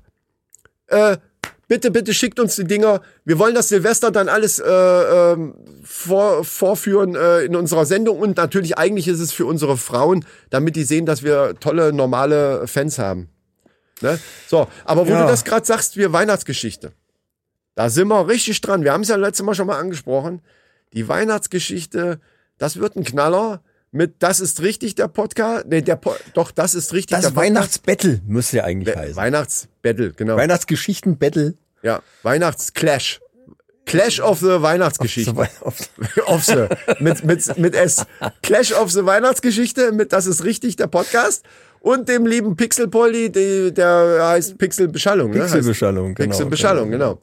[SPEAKER 2] Äh, bitte, bitte schickt uns die Dinger. Wir wollen das Silvester dann alles äh, ähm, vor, vorführen äh, in unserer Sendung. Und natürlich, eigentlich ist es für unsere Frauen, damit die sehen, dass wir tolle, normale Fans haben. Ne? So, aber wo
[SPEAKER 5] Ja.
[SPEAKER 2] du das gerade sagst, wir Weihnachtsgeschichte. Da sind wir richtig dran. Wir haben es ja letztes Mal schon mal angesprochen. Die Weihnachtsgeschichte, das wird ein Knaller. Mit Das ist richtig der Podcast. Nee, der po doch, das ist richtig
[SPEAKER 5] das
[SPEAKER 2] der Podcast.
[SPEAKER 5] Weihnachtsbattle müsste ja eigentlich
[SPEAKER 2] Be-
[SPEAKER 5] heißen.
[SPEAKER 2] Weihnachtsbattle, genau.
[SPEAKER 5] Weihnachtsgeschichten-Battle.
[SPEAKER 2] ja, Weihnachtsclash. Clash of the Weihnachtsgeschichte. of the. Mit, mit, mit S. Clash of the Weihnachtsgeschichte mit Das ist richtig der Podcast. Und dem lieben Pixelpoldi, die- der heißt Pixelbeschallung.
[SPEAKER 5] Pixelbeschallung,
[SPEAKER 2] ne?
[SPEAKER 5] genau.
[SPEAKER 2] genau. Pixelbeschallung, genau.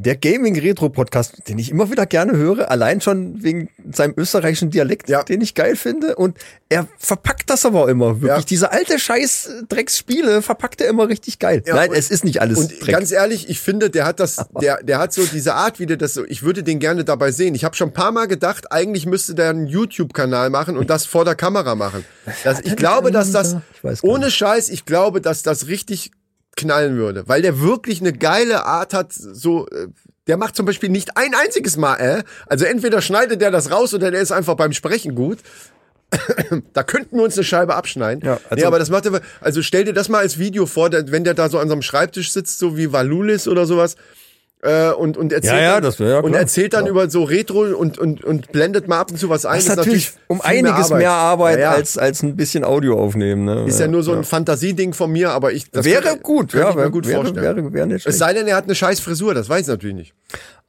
[SPEAKER 5] Der Gaming-Retro-Podcast, den ich immer wieder gerne höre, allein schon wegen seinem österreichischen Dialekt,
[SPEAKER 2] Ja.
[SPEAKER 5] den ich geil finde. Und er verpackt das aber immer wirklich.
[SPEAKER 2] Ja.
[SPEAKER 5] Diese alte Scheiß-Drecksspiele verpackt er immer richtig geil. Nein,
[SPEAKER 2] und-
[SPEAKER 5] es ist nicht alles
[SPEAKER 2] Und ganz ehrlich, ich finde, der hat das, der, der hat so diese Art, wie der das so, ich würde den gerne dabei sehen. Ich habe schon ein paar Mal gedacht, eigentlich müsste der einen YouTube-Kanal machen und das vor der Kamera machen. Das, ich glaube, dass das,
[SPEAKER 5] Ich weiß gar
[SPEAKER 2] ohne Scheiß, ich glaube, dass das richtig knallen würde, weil der wirklich eine geile Art hat, so, äh, der macht zum Beispiel nicht ein einziges Mal, äh. Also entweder schneidet der das raus oder der ist einfach beim Sprechen gut. Da könnten wir uns eine Scheibe abschneiden.
[SPEAKER 5] Ja,
[SPEAKER 2] Ja,
[SPEAKER 5] also-
[SPEAKER 2] nee, aber das macht er. Also stell dir das mal als Video vor, denn wenn der da so an so einem Schreibtisch sitzt, so wie Valulis oder sowas, äh, und, und erzählt
[SPEAKER 5] Ja, ja,
[SPEAKER 2] dann,
[SPEAKER 5] das wär ja
[SPEAKER 2] und
[SPEAKER 5] klar.
[SPEAKER 2] erzählt dann über so Retro und, und, und blendet mal ab und zu was ein.
[SPEAKER 5] das ist natürlich um
[SPEAKER 2] viel
[SPEAKER 5] einiges mehr Arbeit,
[SPEAKER 2] Ja, ja.
[SPEAKER 5] als, als ein bisschen Audio aufnehmen. Ne?
[SPEAKER 2] Ist ja nur so ein Fantasieding von mir, aber ich. Das
[SPEAKER 5] wäre
[SPEAKER 2] könnte-
[SPEAKER 5] gut,
[SPEAKER 2] könnte
[SPEAKER 5] ja,
[SPEAKER 2] ich mir
[SPEAKER 5] wär-
[SPEAKER 2] gut
[SPEAKER 5] wäre-
[SPEAKER 2] vorstellen.
[SPEAKER 5] wäre- wäre nicht
[SPEAKER 2] es
[SPEAKER 5] schlecht.
[SPEAKER 2] sei denn, er hat eine scheiß Frisur, das weiß ich natürlich nicht.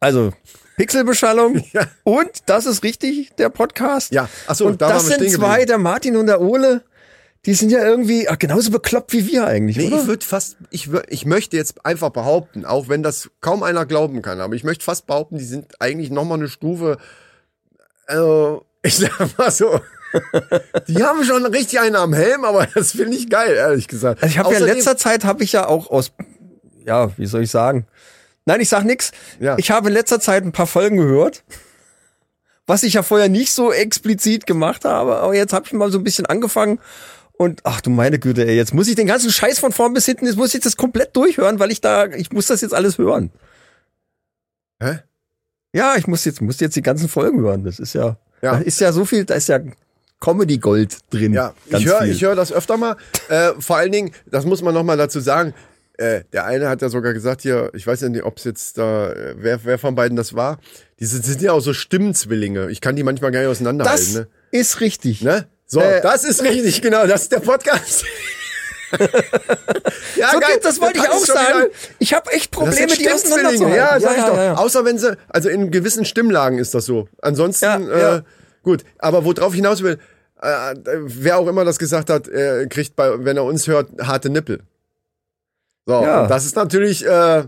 [SPEAKER 5] Also Pixelbeschallung und das ist richtig der Podcast.
[SPEAKER 2] Ja, ach so,
[SPEAKER 5] und
[SPEAKER 2] da
[SPEAKER 5] das
[SPEAKER 2] waren wir
[SPEAKER 5] sind
[SPEAKER 2] stehen
[SPEAKER 5] zwei,
[SPEAKER 2] geblieben.
[SPEAKER 5] der Martin und der Ole. Die sind ja irgendwie ach, genauso bekloppt wie wir eigentlich,
[SPEAKER 2] Nee,
[SPEAKER 5] oder?
[SPEAKER 2] ich würde fast, ich, wür- ich möchte jetzt einfach behaupten, auch wenn das kaum einer glauben kann, aber ich möchte fast behaupten, die sind eigentlich nochmal eine Stufe, also, ich sag mal so, die haben schon richtig einen am Helm, aber das finde ich geil, ehrlich gesagt.
[SPEAKER 5] Also ich habe ja in
[SPEAKER 2] Außerdem-
[SPEAKER 5] letzter Zeit habe ich ja auch aus ja, wie soll ich sagen? Nein, ich sag nix.
[SPEAKER 2] Ja.
[SPEAKER 5] Ich habe in letzter Zeit ein paar Folgen gehört, was ich ja vorher nicht so explizit gemacht habe, aber jetzt habe ich mal so ein bisschen angefangen und ach du meine Güte, ey, jetzt muss ich den ganzen Scheiß von vorn bis hinten, jetzt muss ich das komplett durchhören, weil ich da, ich muss das jetzt alles hören.
[SPEAKER 2] Hä?
[SPEAKER 5] Ja, ich muss jetzt, muss jetzt die ganzen Folgen hören. Das ist ja,
[SPEAKER 2] Ja.
[SPEAKER 5] da ist ja so viel, da ist ja Comedy Gold drin.
[SPEAKER 2] Ja,
[SPEAKER 5] ganz
[SPEAKER 2] ich höre
[SPEAKER 5] viel.
[SPEAKER 2] ich hör das öfter mal. Äh, vor allen Dingen, das muss man nochmal dazu sagen, äh, der eine hat ja sogar gesagt hier, ich weiß ja nicht, ob es jetzt da, äh, wer, wer von beiden das war. Die sind, sind ja auch so Stimmenzwillinge. Ich kann die manchmal gar nicht auseinanderhalten.
[SPEAKER 5] Das
[SPEAKER 2] Ne?
[SPEAKER 5] ist richtig.
[SPEAKER 2] Ne? So,
[SPEAKER 5] Äh,
[SPEAKER 2] das ist richtig, genau, das ist der Podcast. ja,
[SPEAKER 5] so geht's, das wollte ich
[SPEAKER 2] passt
[SPEAKER 5] auch
[SPEAKER 2] schon wieder.
[SPEAKER 5] sagen. Ich habe echt
[SPEAKER 2] Das
[SPEAKER 5] Probleme,
[SPEAKER 2] sind
[SPEAKER 5] die auseinanderzuhalten.
[SPEAKER 2] Stimmzwillinge, ja, sag ich doch.
[SPEAKER 5] ja, ja.
[SPEAKER 2] Außer wenn sie, also in gewissen Stimmlagen ist das so. Ansonsten,
[SPEAKER 5] Ja,
[SPEAKER 2] Äh,
[SPEAKER 5] ja.
[SPEAKER 2] gut. Aber worauf ich hinaus will, äh, wer auch immer das gesagt hat, äh, kriegt, bei, wenn er uns hört, harte Nippel. So,
[SPEAKER 5] Ja.
[SPEAKER 2] und das ist natürlich, äh,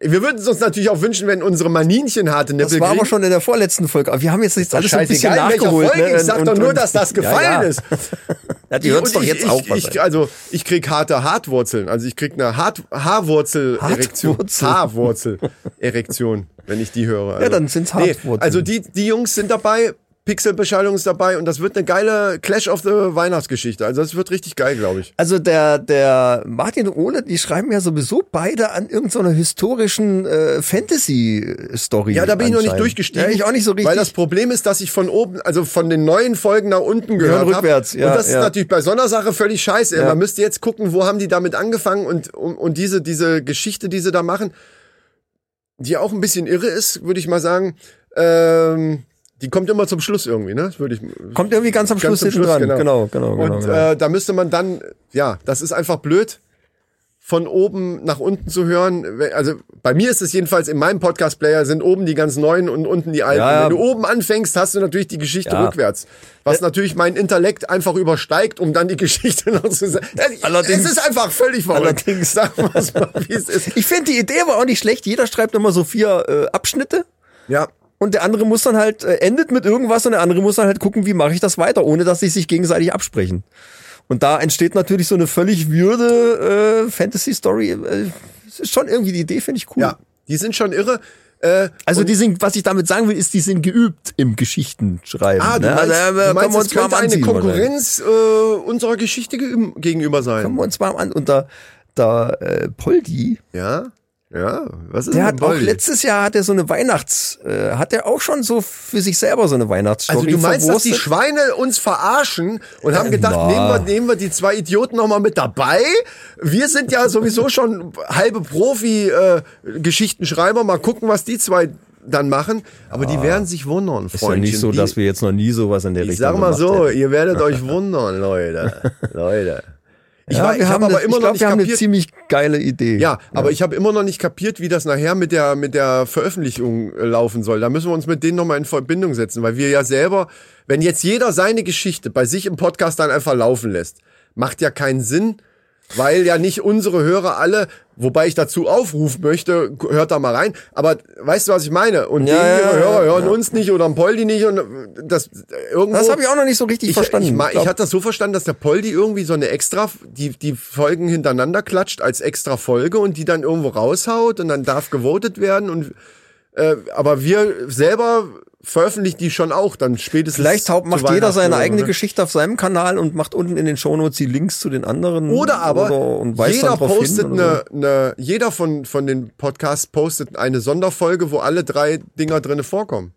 [SPEAKER 2] wir würden es uns natürlich auch wünschen, wenn unsere Maninchen harte Nippel
[SPEAKER 5] Das war
[SPEAKER 2] kriegen.
[SPEAKER 5] aber schon in der vorletzten Folge. Aber wir haben jetzt jetzt alles so ein bisschen
[SPEAKER 2] Scheißegal, in welcher
[SPEAKER 5] nachgeholt.
[SPEAKER 2] Folge,
[SPEAKER 5] ne?
[SPEAKER 2] Ich sag
[SPEAKER 5] Und-
[SPEAKER 2] doch nur,
[SPEAKER 5] und-
[SPEAKER 2] dass das gefallen
[SPEAKER 5] ja, ja.
[SPEAKER 2] ist.
[SPEAKER 5] Ja, die hören's
[SPEAKER 2] Und
[SPEAKER 5] doch
[SPEAKER 2] ich-
[SPEAKER 5] jetzt
[SPEAKER 2] ich,
[SPEAKER 5] auch. was
[SPEAKER 2] ich,
[SPEAKER 5] ey.
[SPEAKER 2] also ich krieg harte Hartwurzeln. Also ich krieg eine Hart Haarwurzel-Erektion.
[SPEAKER 5] Hartwurzel.
[SPEAKER 2] Haarwurzel-Erektion, wenn ich die höre. Also,
[SPEAKER 5] dann sind's Hartwurzeln.
[SPEAKER 2] also die, die Jungs sind dabei, Pixelbeschallung ist dabei und das wird eine geile Clash of the Weihnachtsgeschichte. Also das wird richtig geil, glaube ich.
[SPEAKER 5] Also der, der Martin und Ole, die schreiben ja sowieso beide an irgendeiner historischen äh, Fantasy-Story.
[SPEAKER 2] Ja, da bin ich noch nicht
[SPEAKER 5] anscheinend.
[SPEAKER 2] durchgestiegen.
[SPEAKER 5] Ja, ich auch nicht so richtig.
[SPEAKER 2] Weil das Problem ist, dass ich von oben, also von den neuen Folgen nach unten
[SPEAKER 5] hören
[SPEAKER 2] gehört habe.
[SPEAKER 5] rückwärts, ja,
[SPEAKER 2] und das
[SPEAKER 5] ja.
[SPEAKER 2] ist natürlich bei so einer Sache völlig scheiße.
[SPEAKER 5] Ja.
[SPEAKER 2] Man müsste jetzt gucken, wo haben die damit angefangen und, und, und diese, diese Geschichte, die sie da machen, die auch ein bisschen irre ist, würde ich mal sagen, ähm, die kommt immer zum Schluss irgendwie, ne? Das Würde ich,
[SPEAKER 5] Mhm. Kommt irgendwie ganz am Schluss
[SPEAKER 2] zum
[SPEAKER 5] hinten dran. Genau, genau, genau,
[SPEAKER 2] Und
[SPEAKER 5] genau.
[SPEAKER 2] Äh, da müsste man dann, ja, das ist einfach blöd, von oben nach unten zu hören. Also bei mir ist es jedenfalls in meinem Podcast-Player sind oben die ganz neuen und unten die alten.
[SPEAKER 5] Ja, ja.
[SPEAKER 2] Wenn du oben anfängst, hast du natürlich die Geschichte
[SPEAKER 5] Ja.
[SPEAKER 2] rückwärts. Was natürlich mein Intellekt einfach übersteigt, um dann die Geschichte noch zu sagen.
[SPEAKER 5] Allerdings-
[SPEAKER 2] Es ist einfach völlig verrückt.
[SPEAKER 5] Allerdings.
[SPEAKER 2] Sagen wir es mal, wie es ist.
[SPEAKER 5] ich finde die Idee war auch nicht schlecht. Jeder schreibt immer so vier äh, Abschnitte
[SPEAKER 2] Ja.
[SPEAKER 5] und der andere muss dann halt, äh, endet mit irgendwas und der andere muss dann halt gucken, wie mache ich das weiter, ohne dass sie sich gegenseitig absprechen. Und da entsteht natürlich so eine völlig würde äh, Fantasy-Story. Äh, es ist schon irgendwie die Idee, finde ich cool.
[SPEAKER 2] Ja. Die sind schon irre. Äh,
[SPEAKER 5] Also die sind, was ich damit sagen will, ist, die sind geübt im Geschichtenschreiben.
[SPEAKER 2] Ah, du
[SPEAKER 5] ne?
[SPEAKER 2] meinst,
[SPEAKER 5] also, äh,
[SPEAKER 2] du meinst
[SPEAKER 5] können wir
[SPEAKER 2] es könnte
[SPEAKER 5] mal
[SPEAKER 2] eine
[SPEAKER 5] anziehen wahrscheinlich.
[SPEAKER 2] Konkurrenz äh, unserer Geschichte geüben- gegenüber
[SPEAKER 5] Können
[SPEAKER 2] sein.
[SPEAKER 5] wir uns mal an. Und da, da äh, Poldi,
[SPEAKER 2] Ja, ja. Was
[SPEAKER 5] der
[SPEAKER 2] ist denn
[SPEAKER 5] hat auch
[SPEAKER 2] Hm, Bolli?
[SPEAKER 5] letztes Jahr hat er so eine Weihnachts, äh, hat er auch schon so für sich selber so eine Weihnachtsstory
[SPEAKER 2] Also du meinst, dass die
[SPEAKER 5] verwurstet.
[SPEAKER 2] Schweine uns verarschen und haben
[SPEAKER 5] Äh,
[SPEAKER 2] gedacht,
[SPEAKER 5] na.
[SPEAKER 2] nehmen wir, nehmen wir die zwei Idioten nochmal mit dabei? Wir sind ja sowieso schon halbe Profi-Geschichtenschreiber. mal gucken, was die zwei dann machen. Aber die werden sich wundern,
[SPEAKER 5] ist ja
[SPEAKER 2] Freundchen.
[SPEAKER 5] nicht so,
[SPEAKER 2] die,
[SPEAKER 5] dass wir jetzt noch nie sowas in der
[SPEAKER 2] ich
[SPEAKER 5] Richtung
[SPEAKER 2] sag mal
[SPEAKER 5] gemacht
[SPEAKER 2] so,
[SPEAKER 5] hätten.
[SPEAKER 2] ihr werdet euch wundern, Leute. Leute. Ich,
[SPEAKER 5] Ja,
[SPEAKER 2] war- ich
[SPEAKER 5] wir
[SPEAKER 2] hab
[SPEAKER 5] haben
[SPEAKER 2] aber
[SPEAKER 5] eine,
[SPEAKER 2] immer
[SPEAKER 5] ich
[SPEAKER 2] noch
[SPEAKER 5] glaub,
[SPEAKER 2] nicht
[SPEAKER 5] wir haben eine
[SPEAKER 2] kapiert-
[SPEAKER 5] ziemlich geile Idee.
[SPEAKER 2] Ja, aber ich habe immer noch nicht kapiert, wie das nachher mit der, mit der Veröffentlichung äh, laufen soll. Da müssen wir uns mit denen nochmal in Verbindung setzen, weil wir ja selber, wenn jetzt jeder seine Geschichte bei sich im Podcast dann einfach laufen lässt, macht ja keinen Sinn, weil ja nicht unsere Hörer alle, wobei ich dazu aufrufen möchte, k- hört da mal rein, aber weißt du, was ich meine? Und
[SPEAKER 5] Ja,
[SPEAKER 2] die
[SPEAKER 5] ja,
[SPEAKER 2] ihre
[SPEAKER 5] ja,
[SPEAKER 2] Hörer hören uns nicht oder am Poldi nicht und äh, das äh, irgendwo...
[SPEAKER 5] Das habe ich auch noch nicht so richtig verstanden.
[SPEAKER 2] Ich, ma- ich
[SPEAKER 5] glaub-
[SPEAKER 2] hatte das so verstanden, dass der Poldi irgendwie so eine extra, die, die Folgen hintereinander klatscht als extra Folge und die dann irgendwo raushaut und dann darf gewotet werden und, äh, aber wir selber veröffentlichen die schon auch, dann spätestens.
[SPEAKER 5] Vielleicht hau-
[SPEAKER 2] zu
[SPEAKER 5] macht jeder
[SPEAKER 2] Weihnachten
[SPEAKER 5] seine
[SPEAKER 2] oder so,
[SPEAKER 5] eigene
[SPEAKER 2] ne?
[SPEAKER 5] Geschichte auf seinem Kanal und macht unten in den Shownotes die Links zu den anderen.
[SPEAKER 2] Oder aber
[SPEAKER 5] Hm, und weist
[SPEAKER 2] jeder
[SPEAKER 5] dann drauf
[SPEAKER 2] postet
[SPEAKER 5] hin oder
[SPEAKER 2] eine, eine, jeder von, von den Podcasts postet eine Sonderfolge, wo alle drei Dinger drinne vorkommen.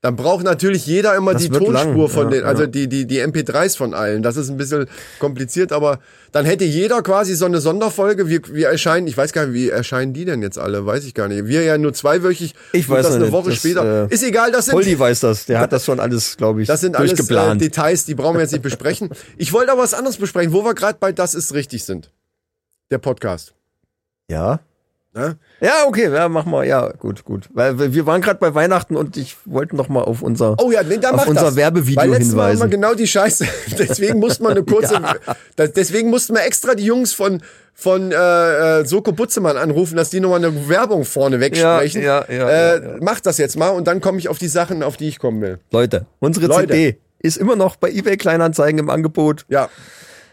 [SPEAKER 2] Dann braucht natürlich jeder immer
[SPEAKER 5] Das
[SPEAKER 2] die
[SPEAKER 5] wird lang,
[SPEAKER 2] Tonspur von
[SPEAKER 5] ja,
[SPEAKER 2] den,
[SPEAKER 5] ja.
[SPEAKER 2] also die, die, die MP3s von allen. Das ist ein bisschen kompliziert, aber dann hätte jeder quasi so eine Sonderfolge. Wir, wir erscheinen, ich weiß gar nicht, wie erscheinen die denn jetzt alle? Weiß ich gar nicht. Wir ja nur zweiwöchig.
[SPEAKER 5] Ich
[SPEAKER 2] und
[SPEAKER 5] weiß
[SPEAKER 2] das
[SPEAKER 5] noch
[SPEAKER 2] eine
[SPEAKER 5] nicht.
[SPEAKER 2] Woche
[SPEAKER 5] Das,
[SPEAKER 2] später.
[SPEAKER 5] äh,
[SPEAKER 2] ist egal, das
[SPEAKER 5] so.
[SPEAKER 2] sind
[SPEAKER 5] Poldi weiß das, der hat das schon alles, glaube ich,
[SPEAKER 2] das sind alles äh,
[SPEAKER 5] durchgeplant.
[SPEAKER 2] Details, die brauchen wir jetzt nicht besprechen. Ich wollte aber was anderes besprechen, wo wir gerade bei Das ist richtig sind. Der Podcast.
[SPEAKER 5] ja.
[SPEAKER 2] Ne?
[SPEAKER 5] Ja, okay, ja, mach mal. Ja, gut, gut. Weil wir- wir waren gerade bei Weihnachten und ich wollte noch mal auf unser
[SPEAKER 2] Oh ja, nee, dann
[SPEAKER 5] auf
[SPEAKER 2] macht
[SPEAKER 5] unser
[SPEAKER 2] das.
[SPEAKER 5] Werbevideo
[SPEAKER 2] Weil letztes Mal haben wir
[SPEAKER 5] hinweisen.
[SPEAKER 2] genau die Scheiße. Deswegen musste man eine kurze. da- Deswegen mussten wir extra die Jungs von von äh, äh, Soko Butzemann anrufen, dass die nochmal eine Werbung vorne
[SPEAKER 5] Ja,
[SPEAKER 2] wegsprechen.
[SPEAKER 5] ja, ja,
[SPEAKER 2] äh,
[SPEAKER 5] ja, ja.
[SPEAKER 2] Macht das jetzt mal und dann komme ich auf die Sachen, auf die ich kommen will.
[SPEAKER 5] Leute, unsere
[SPEAKER 2] Leute.
[SPEAKER 5] CD ist immer noch bei eBay Kleinanzeigen im Angebot.
[SPEAKER 2] Ja,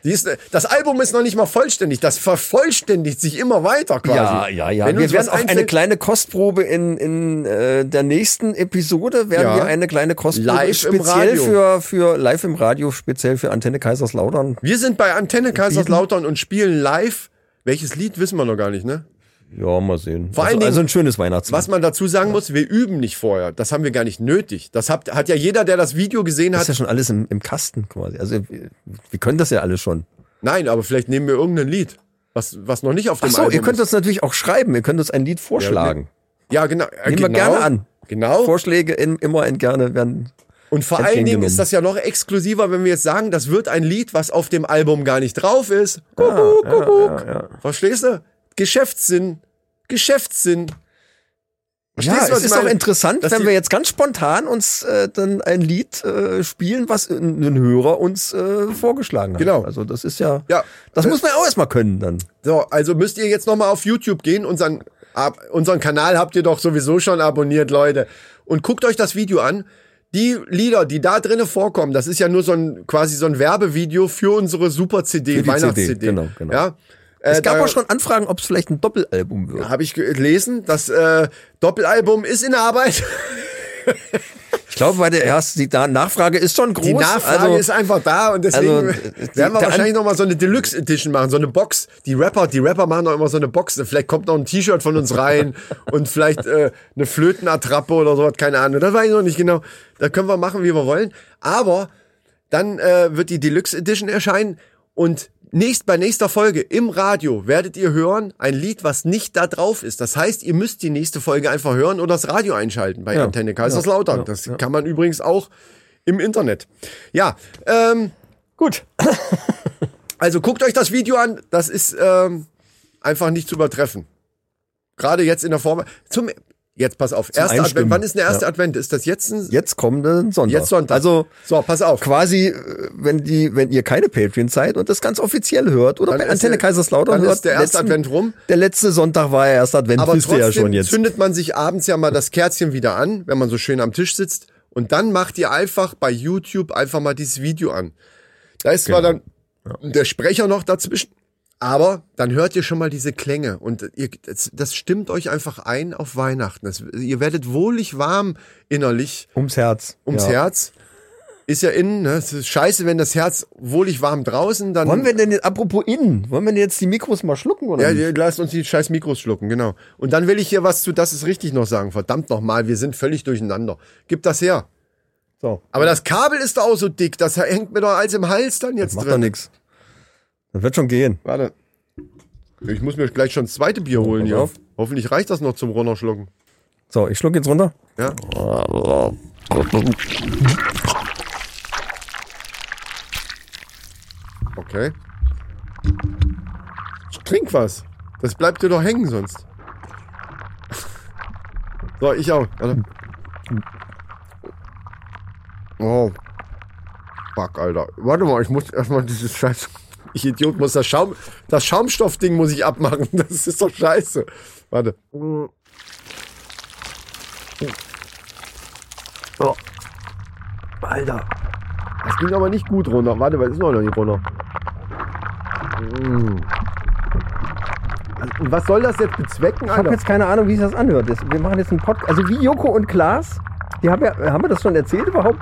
[SPEAKER 2] Die ist, das Album ist noch nicht mal vollständig. Das vervollständigt sich immer weiter quasi.
[SPEAKER 5] Ja, ja, ja.
[SPEAKER 2] Wenn
[SPEAKER 5] wir
[SPEAKER 2] uns
[SPEAKER 5] werden
[SPEAKER 2] was
[SPEAKER 5] auch eine
[SPEAKER 2] einfällt-
[SPEAKER 5] kleine Kostprobe in, in äh, der nächsten Episode werden
[SPEAKER 2] Ja.
[SPEAKER 5] wir eine kleine Kostprobe
[SPEAKER 2] Live im
[SPEAKER 5] speziell
[SPEAKER 2] Radio.
[SPEAKER 5] für, für live im Radio, speziell für Antenne Kaiserslautern.
[SPEAKER 2] Wir sind bei Antenne Kaiserslautern und spielen live. Welches Lied wissen wir noch gar nicht, ne?
[SPEAKER 5] Ja, mal sehen.
[SPEAKER 2] Vor
[SPEAKER 5] also,
[SPEAKER 2] allen Dingen-
[SPEAKER 5] also ein schönes Weihnachtslied.
[SPEAKER 2] Was man dazu sagen muss, wir üben nicht vorher. Das haben wir gar nicht nötig. Das hat, hat ja jeder, der das Video gesehen
[SPEAKER 5] Das ist
[SPEAKER 2] hat.
[SPEAKER 5] ja schon alles im, im Kasten quasi. Also wir wir können das ja alles schon.
[SPEAKER 2] Nein, aber vielleicht nehmen wir irgendein Lied, was, was noch nicht auf dem
[SPEAKER 5] Ach so,
[SPEAKER 2] Album
[SPEAKER 5] ihr könnt
[SPEAKER 2] ist.
[SPEAKER 5] uns natürlich auch schreiben. Ihr könnt uns ein Lied vorschlagen.
[SPEAKER 2] Ja, genau. äh,
[SPEAKER 5] Nehmen wir
[SPEAKER 2] genau,
[SPEAKER 5] gerne an.
[SPEAKER 2] Genau.
[SPEAKER 5] Vorschläge in, immer in gerne werden.
[SPEAKER 2] Und vor allen Dingen
[SPEAKER 5] entgegengenommen.
[SPEAKER 2] ist das ja noch exklusiver, wenn wir jetzt sagen, das wird ein Lied, was auf dem Album gar nicht drauf
[SPEAKER 5] Ah,
[SPEAKER 2] ist. Guck, Verstehst du? Geschäftssinn. Geschäftssinn.
[SPEAKER 5] Ja,
[SPEAKER 2] Verstehst du, was
[SPEAKER 5] es
[SPEAKER 2] ich
[SPEAKER 5] ist
[SPEAKER 2] meine?
[SPEAKER 5] doch interessant,
[SPEAKER 2] Dass
[SPEAKER 5] wenn
[SPEAKER 2] die-
[SPEAKER 5] wir jetzt ganz spontan uns äh, dann ein Lied äh, spielen, was ein ein Hörer uns äh, vorgeschlagen hat.
[SPEAKER 2] Genau.
[SPEAKER 5] Also das ist ja,
[SPEAKER 2] Ja.
[SPEAKER 5] das muss man ja auch erstmal können dann.
[SPEAKER 2] So, also müsst ihr jetzt nochmal auf YouTube gehen. Unseren, ab, unseren Kanal habt ihr doch sowieso schon abonniert, Leute. Und guckt euch das Video an. Die Lieder, die da drinnen vorkommen, das ist ja nur so ein quasi so ein Werbevideo für unsere super CD,
[SPEAKER 5] die
[SPEAKER 2] Weihnachts-CD.
[SPEAKER 5] CD, genau, genau.
[SPEAKER 2] Ja? Äh,
[SPEAKER 5] Es gab
[SPEAKER 2] da-
[SPEAKER 5] auch schon Anfragen, ob es vielleicht ein Doppelalbum wird.
[SPEAKER 2] Habe ich gelesen, das äh, Doppelalbum ist in der Arbeit.
[SPEAKER 5] Ich glaube, bei der ersten, die da Nachfrage ist schon groß.
[SPEAKER 2] Äh. Die Nachfrage
[SPEAKER 5] also,
[SPEAKER 2] ist einfach da und deswegen
[SPEAKER 5] also, die-
[SPEAKER 2] werden wir
[SPEAKER 5] der
[SPEAKER 2] wahrscheinlich noch mal so eine Deluxe Edition machen, so eine Box. Die Rapper, die Rapper machen doch immer so eine Box. Vielleicht kommt noch ein T-Shirt von uns rein und vielleicht äh, eine Flötenattrappe oder sowas, keine Ahnung. Das weiß ich noch nicht genau. Da können wir machen, wie wir wollen. Aber dann äh, wird die Deluxe Edition erscheinen und nächst, bei nächster Folge im Radio werdet ihr hören ein Lied, was nicht da drauf ist. Das heißt, ihr müsst die nächste Folge einfach hören oder das Radio einschalten bei Antenne Kaiserslautern. das kann man übrigens auch im Internet. Ja, ähm,
[SPEAKER 5] gut.
[SPEAKER 2] also guckt euch das Video an. Das ist ähm, einfach nicht zu übertreffen. Gerade jetzt in der Form. Zum jetzt pass auf. Erster
[SPEAKER 5] Einstimmen.
[SPEAKER 2] Advent. Wann ist der erste Advent? Ist das jetzt ein
[SPEAKER 5] Jetzt kommenden Sonntag.
[SPEAKER 2] jetzt Sonntag?
[SPEAKER 5] Also
[SPEAKER 2] so, pass auf.
[SPEAKER 5] quasi, äh, wenn die, wenn ihr keine Patreon seid und das ganz offiziell hört oder
[SPEAKER 2] Dann
[SPEAKER 5] bei
[SPEAKER 2] ist
[SPEAKER 5] Antenne
[SPEAKER 2] der-
[SPEAKER 5] Kaiserslautern
[SPEAKER 2] dann
[SPEAKER 5] hört,
[SPEAKER 2] ist der erste Advent rum.
[SPEAKER 5] Der letzte Sonntag war ja erst Advent,
[SPEAKER 2] Aber
[SPEAKER 5] wisst ihr
[SPEAKER 2] trotzdem
[SPEAKER 5] ja schon jetzt.
[SPEAKER 2] zündet man sich abends ja mal das Kerzchen wieder an, wenn man so schön am Tisch sitzt. Und dann macht ihr einfach bei YouTube einfach mal dieses Video an. Da ist zwar
[SPEAKER 5] Genau.
[SPEAKER 2] dann der Sprecher noch dazwischen, aber dann hört ihr schon mal diese Klänge und ihr, das, das stimmt euch einfach ein auf Weihnachten. Das, ihr werdet wohlig warm innerlich
[SPEAKER 5] Ums Herz.
[SPEAKER 2] ums
[SPEAKER 5] Ja.
[SPEAKER 2] Herz. Ist ja innen, ne? Es ist scheiße, wenn das Herz wohlig warm draußen, dann.
[SPEAKER 5] Wollen wir denn jetzt, apropos innen, wollen wir denn jetzt die Mikros mal schlucken oder?
[SPEAKER 2] Ja,
[SPEAKER 5] nicht?
[SPEAKER 2] ihr lasst uns die scheiß Mikros schlucken, genau. Und dann will ich hier was zu Das ist richtig noch sagen. Verdammt nochmal, wir sind völlig durcheinander. Gib das her.
[SPEAKER 5] So.
[SPEAKER 2] Aber das Kabel ist doch auch so dick, das hängt mir doch als im Hals dann jetzt
[SPEAKER 5] Macht doch
[SPEAKER 2] drin.
[SPEAKER 5] nix. Das wird schon gehen.
[SPEAKER 2] Warte. Ich muss mir gleich schon das zweite Bier holen
[SPEAKER 5] pass
[SPEAKER 2] hier.
[SPEAKER 5] auf.
[SPEAKER 2] Hoffentlich reicht das noch zum Runterschlucken.
[SPEAKER 5] So, ich schluck jetzt runter.
[SPEAKER 2] Ja. Okay. Trink was. Das bleibt dir doch hängen sonst. So, ich auch. Warte. Oh. Fuck, Alter. Warte mal, ich muss erstmal dieses Scheiß. Ich Idiot muss das Schaum. Das Schaumstoffding muss ich abmachen. Das ist doch scheiße. Warte.
[SPEAKER 3] Alter.
[SPEAKER 2] Das ging aber nicht gut runter. Warte, was ist noch nicht runter? Mm. Also, und was soll das jetzt bezwecken,
[SPEAKER 5] Ich habe
[SPEAKER 2] Alter?
[SPEAKER 5] jetzt keine Ahnung, wie sich das anhört. Das- Wir machen jetzt einen Podcast. Also wie Joko und Klaas, die haben ja, haben wir das schon erzählt überhaupt?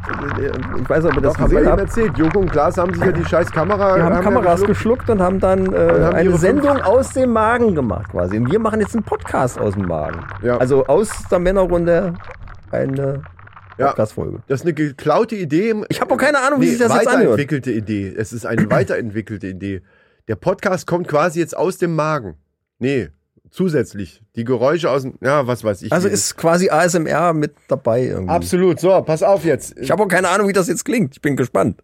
[SPEAKER 5] Ich weiß nicht, ob ihr das
[SPEAKER 2] Doch, haben
[SPEAKER 5] gesehen
[SPEAKER 2] wir eben
[SPEAKER 5] habt.
[SPEAKER 2] erzählt. Joko und Klaas haben sich ja die scheiß Kamera.
[SPEAKER 5] Die haben,
[SPEAKER 2] Äh, ja
[SPEAKER 5] Kameras
[SPEAKER 2] geschluckt.
[SPEAKER 5] geschluckt und haben dann äh,
[SPEAKER 2] haben
[SPEAKER 5] eine
[SPEAKER 2] ihre
[SPEAKER 5] Sendung aus dem Magen gemacht quasi. Und wir machen jetzt einen Podcast aus dem Magen.
[SPEAKER 2] Ja.
[SPEAKER 5] Also aus der Männerrunde eine
[SPEAKER 2] Ja.
[SPEAKER 5] Podcast-Folge.
[SPEAKER 2] Das ist eine geklaute Idee. im-
[SPEAKER 5] Ich habe auch keine Ahnung, wie
[SPEAKER 2] Nee,
[SPEAKER 5] sich das jetzt anhört.
[SPEAKER 2] weiterentwickelte Idee. Es ist eine weiterentwickelte Idee. Der Podcast kommt quasi jetzt aus dem Magen. Nee, zusätzlich. Die Geräusche aus dem. Ja, was weiß ich.
[SPEAKER 5] Also
[SPEAKER 2] wie- Hm.
[SPEAKER 5] ist quasi ASMR mit dabei irgendwie.
[SPEAKER 2] Absolut. So, pass auf jetzt.
[SPEAKER 5] Ich habe auch keine Ahnung, wie das jetzt klingt. Ich bin gespannt.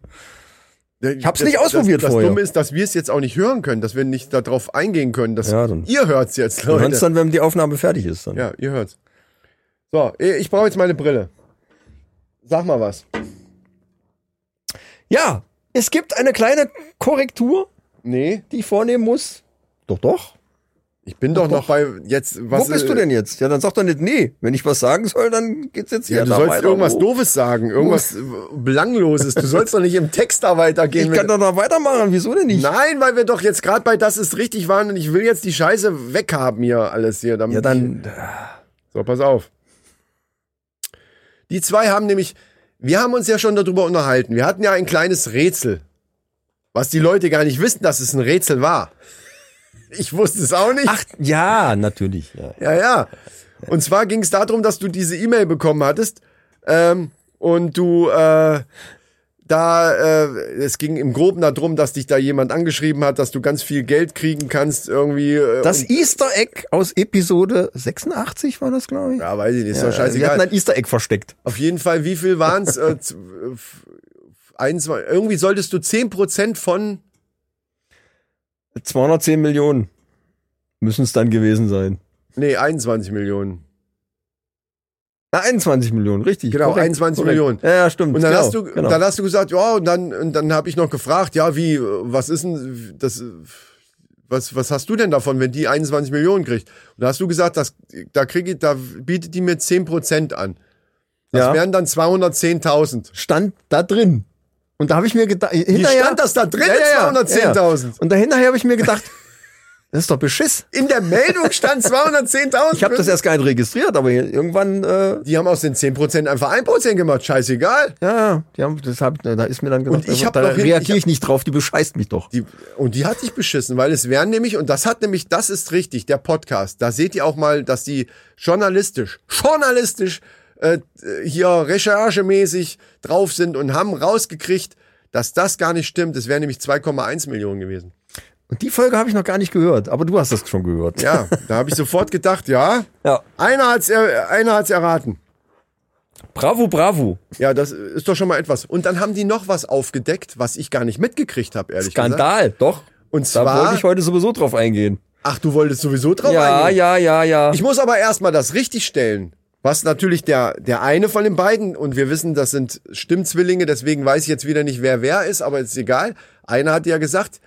[SPEAKER 2] Ich
[SPEAKER 5] hab's nicht ausprobiert
[SPEAKER 2] das, das
[SPEAKER 5] vorher.
[SPEAKER 2] Das Dumme ist, dass wir es jetzt auch nicht hören können, dass wir nicht darauf eingehen können. Dass
[SPEAKER 5] Ja, dann-
[SPEAKER 2] ihr hört's jetzt,
[SPEAKER 5] Wir
[SPEAKER 2] Leute.
[SPEAKER 5] hören es dann, wenn die Aufnahme fertig ist. Dann.
[SPEAKER 2] Ja, ihr hört's. So, eh, ich brauche jetzt meine Brille. Sag mal was.
[SPEAKER 5] ja, es gibt eine kleine Korrektur,
[SPEAKER 2] Nee,
[SPEAKER 5] die ich vornehmen muss. Doch, doch.
[SPEAKER 2] Ich bin doch, noch bei jetzt. Was äh,
[SPEAKER 5] Wo bist du denn jetzt? Ja, dann sag doch nicht, nee. Wenn ich was sagen soll, dann geht's jetzt
[SPEAKER 2] Ja,
[SPEAKER 5] hier
[SPEAKER 2] du
[SPEAKER 5] da
[SPEAKER 2] sollst
[SPEAKER 5] weiter. Oh.
[SPEAKER 2] irgendwas
[SPEAKER 5] Wo-
[SPEAKER 2] Doofes sagen, irgendwas äh, Belangloses. Du sollst doch nicht im Text da weitergehen.
[SPEAKER 5] Ich kann
[SPEAKER 2] wenn-
[SPEAKER 5] doch noch weitermachen. Wieso denn nicht?
[SPEAKER 2] Nein, weil wir doch jetzt gerade bei das ist richtig waren und ich will jetzt die Scheiße weghaben hier alles hier. Damit
[SPEAKER 5] Ja, dann.
[SPEAKER 2] Ich, so, pass auf. Die zwei haben nämlich, wir haben uns ja schon darüber unterhalten. Wir hatten ja ein kleines Rätsel, was die Leute gar nicht wissen, dass es ein Rätsel war. Ich wusste es auch nicht.
[SPEAKER 5] Ach, ja, natürlich. Ja.
[SPEAKER 2] Ja, ja. Und zwar ging es darum, dass du diese E-Mail bekommen hattest ähm, und du äh, da, äh, es ging im Groben darum, dass dich da jemand angeschrieben hat, dass du ganz viel Geld kriegen kannst irgendwie. Äh,
[SPEAKER 5] Das
[SPEAKER 2] und,
[SPEAKER 5] Easter Egg aus Episode 86 war das, glaube ich.
[SPEAKER 2] ja, weiß ich nicht, ist doch
[SPEAKER 5] Also wir
[SPEAKER 2] scheißegal.
[SPEAKER 5] hatten ein Easter Egg versteckt.
[SPEAKER 2] Auf jeden Fall, wie viel waren's? Äh, z- äh, f- ein, zwei, irgendwie solltest du 10% von
[SPEAKER 5] 210 Millionen müssen es dann gewesen sein.
[SPEAKER 2] Nee, 21 Millionen.
[SPEAKER 5] Na, 21 Millionen, richtig.
[SPEAKER 2] Genau, 21 Millionen.
[SPEAKER 5] Ja, ja, stimmt.
[SPEAKER 2] Und dann
[SPEAKER 5] genau,
[SPEAKER 2] hast du,
[SPEAKER 5] genau.
[SPEAKER 2] dann hast du gesagt, ja, und dann, und dann habe ich noch gefragt, ja, wie, äh, was ist denn das, äh, was, was hast du denn davon, wenn die 21 Millionen kriegt? Und da hast du gesagt, das, da kriege ich, da bietet die mir 10 Prozent an. Das
[SPEAKER 5] Ja.
[SPEAKER 2] wären dann 210.000.
[SPEAKER 5] stand da drin. Und da habe ich mir gedacht, hinterher
[SPEAKER 2] stand das da drin?
[SPEAKER 5] Ja, ja, ja,
[SPEAKER 2] 210.000.
[SPEAKER 5] Ja, ja. Und dahinter habe ich mir gedacht, das ist doch Beschiss.
[SPEAKER 2] In der Meldung stand 210.000.
[SPEAKER 5] Ich habe das erst gar nicht registriert, aber irgendwann, äh,
[SPEAKER 2] Die haben aus den 10 Prozent einfach 1 Prozent gemacht, scheißegal.
[SPEAKER 5] ja, die haben, das hab, da ist mir dann gedacht, also
[SPEAKER 2] Und ich hab
[SPEAKER 5] da
[SPEAKER 2] noch hin-
[SPEAKER 5] reagiere
[SPEAKER 2] ich
[SPEAKER 5] ich,
[SPEAKER 2] hab-
[SPEAKER 5] nicht drauf, die bescheißt mich doch.
[SPEAKER 2] Die, und die hat sich beschissen, weil es wären nämlich, und das hat nämlich, das ist richtig, der Podcast. Da seht ihr auch mal, dass die journalistisch, journalistisch äh, hier recherchemäßig drauf sind und haben rausgekriegt, dass das gar nicht stimmt. Es wären nämlich 2,1 Millionen gewesen.
[SPEAKER 5] Und die Folge habe ich noch gar nicht gehört, aber du hast das schon gehört.
[SPEAKER 2] Ja, da habe ich sofort gedacht, ja,
[SPEAKER 5] Ja.
[SPEAKER 2] einer hat's, er, einer hat's erraten.
[SPEAKER 5] Bravo, bravo.
[SPEAKER 2] Ja, das ist doch schon mal etwas. Und dann haben die noch was aufgedeckt, was ich gar nicht mitgekriegt habe, ehrlich gesagt.
[SPEAKER 5] Skandal, doch.
[SPEAKER 2] Und
[SPEAKER 5] Da
[SPEAKER 2] zwar,
[SPEAKER 5] wollte ich heute sowieso drauf eingehen.
[SPEAKER 2] ach, du wolltest sowieso drauf
[SPEAKER 5] ja,
[SPEAKER 2] eingehen?
[SPEAKER 5] ja, ja, ja.
[SPEAKER 2] Ich muss aber erstmal das richtigstellen. Was natürlich der, der eine von den beiden, und wir wissen, das sind Stimmzwillinge, deswegen weiß ich jetzt wieder nicht, wer wer ist, aber ist egal. Einer hat ja gesagt,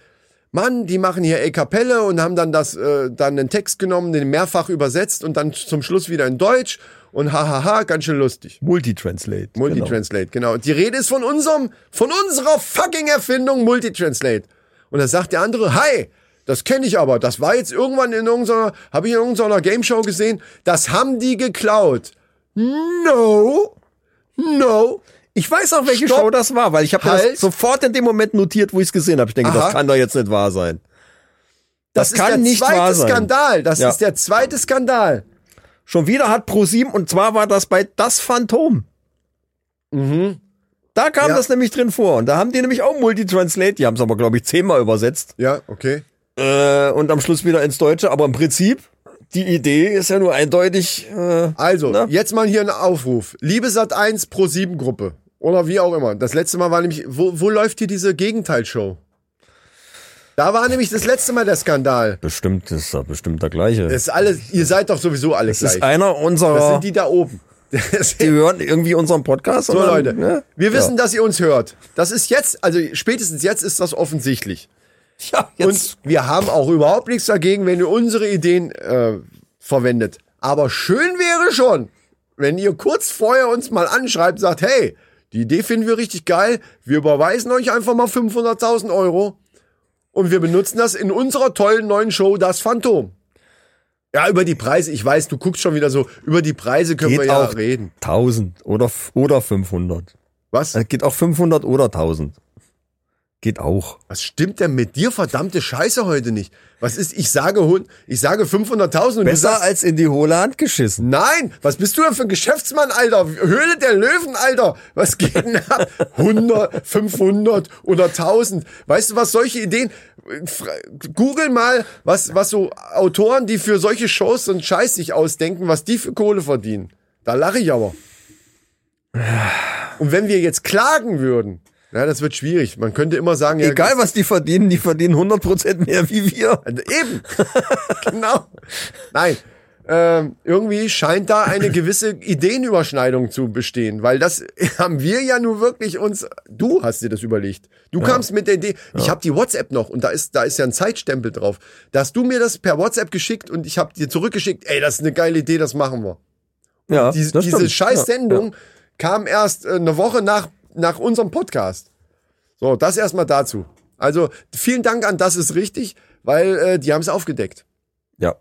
[SPEAKER 2] Mann, die machen hier E Kapelle und haben dann das, äh, dann einen Text genommen, den mehrfach übersetzt und dann zum Schluss wieder in Deutsch und hahaha, ganz schön lustig.
[SPEAKER 5] Multitranslate.
[SPEAKER 2] Multitranslate, genau. Und die Rede ist von unserem, von unserer fucking Erfindung Multitranslate. Und da sagt der andere, hi, das kenne ich aber. Das war jetzt irgendwann in irgendeiner, habe ich in irgendeiner Game Show gesehen. Das haben die geklaut. No, no.
[SPEAKER 5] Ich weiß auch, welche
[SPEAKER 2] Stopp.
[SPEAKER 5] Show das war, weil ich habe
[SPEAKER 2] Halt.
[SPEAKER 5] das sofort in dem Moment notiert, wo ich es gesehen habe. Ich denke,
[SPEAKER 2] Aha.
[SPEAKER 5] das kann doch jetzt nicht wahr sein. Das,
[SPEAKER 2] ist der
[SPEAKER 5] kann nicht
[SPEAKER 2] zweite
[SPEAKER 5] wahr sein.
[SPEAKER 2] Skandal. Das
[SPEAKER 5] Ja.
[SPEAKER 2] ist der zweite Skandal.
[SPEAKER 5] Schon wieder hat ProSieben und zwar war das bei Das Phantom. Mhm. Da kam
[SPEAKER 2] Ja.
[SPEAKER 5] das nämlich drin vor und da haben die nämlich auch Multitranslate, die haben es aber glaube ich zehnmal übersetzt
[SPEAKER 2] Ja, okay.
[SPEAKER 5] äh, und am Schluss wieder ins Deutsche, aber im Prinzip die Idee ist ja nur eindeutig äh,
[SPEAKER 2] Also,
[SPEAKER 5] Na?
[SPEAKER 2] jetzt mal hier ein Aufruf. Liebe Sat1 Pro 7 Gruppe. Oder wie auch immer. Das letzte Mal war nämlich, wo, wo läuft hier diese Gegenteilshow? Da war nämlich das letzte Mal der Skandal.
[SPEAKER 5] bestimmt ist da bestimmt der gleiche.
[SPEAKER 2] Das ist alles, ihr seid doch sowieso alle
[SPEAKER 5] das
[SPEAKER 2] gleich.
[SPEAKER 5] ist einer
[SPEAKER 2] das
[SPEAKER 5] unserer
[SPEAKER 2] sind die da oben.
[SPEAKER 5] die hören irgendwie unseren Podcast.
[SPEAKER 2] So
[SPEAKER 5] und dann,
[SPEAKER 2] Leute,
[SPEAKER 5] ne?
[SPEAKER 2] wir wissen, dass ihr uns hört. Das ist jetzt, also spätestens jetzt ist das offensichtlich.
[SPEAKER 5] ja, jetzt
[SPEAKER 2] Und wir haben auch überhaupt nichts dagegen, wenn ihr unsere Ideen äh, verwendet. Aber schön wäre schon, wenn ihr kurz vorher uns mal anschreibt, sagt, hey, die Idee finden wir richtig geil, wir überweisen euch einfach mal 500.000 Euro und wir benutzen das in unserer tollen neuen Show, das Phantom. Ja, über die Preise, ich weiß, du guckst schon wieder so, über die Preise können
[SPEAKER 5] Geht
[SPEAKER 2] wir ja
[SPEAKER 5] auch.
[SPEAKER 2] reden.
[SPEAKER 5] 1000 oder, f- oder 500.
[SPEAKER 2] Was?
[SPEAKER 5] Äh, Geht auch 500 oder 1000. Geht auch.
[SPEAKER 2] Was stimmt denn mit dir, verdammte Scheiße, heute nicht? Was ist, ich sage, hun- ich sage 500.000 und du sagst,
[SPEAKER 5] Besser als in die hohle Hand geschissen.
[SPEAKER 2] Nein, was bist du denn für ein Geschäftsmann, Alter? Höhle der Löwen, Alter. Was geht denn ab? 100, 500 oder 1000. Weißt du, was solche Ideen... Fra- Google mal, was, was so Autoren, die für solche Shows so einen Scheiß sich ausdenken, was die für Kohle verdienen. Da lache ich aber. Und wenn wir jetzt klagen würden, na, das wird schwierig. Man könnte immer sagen, ja,
[SPEAKER 5] Egal was die verdienen, die verdienen 100% mehr wie wir.
[SPEAKER 2] also Eben. genau. Nein. ähm, irgendwie scheint da eine gewisse Ideenüberschneidung zu bestehen, weil das haben wir ja nur wirklich uns. Du hast dir das überlegt. Du kamst mit der Idee. Ich habe die WhatsApp noch und da ist da ist ja ein Zeitstempel drauf. Da hast du mir das per WhatsApp geschickt und ich habe dir zurückgeschickt. Ey, das ist eine geile Idee, das machen wir.
[SPEAKER 5] Ja,
[SPEAKER 2] Die,
[SPEAKER 5] das
[SPEAKER 2] diese
[SPEAKER 5] stimmt.
[SPEAKER 2] scheiß
[SPEAKER 5] Ja,
[SPEAKER 2] Sendung kam erst äh, eine Woche nach nach unserem Podcast. So, das erstmal dazu. Also vielen Dank an das ist richtig, weil äh, die haben es aufgedeckt.
[SPEAKER 5] Ja.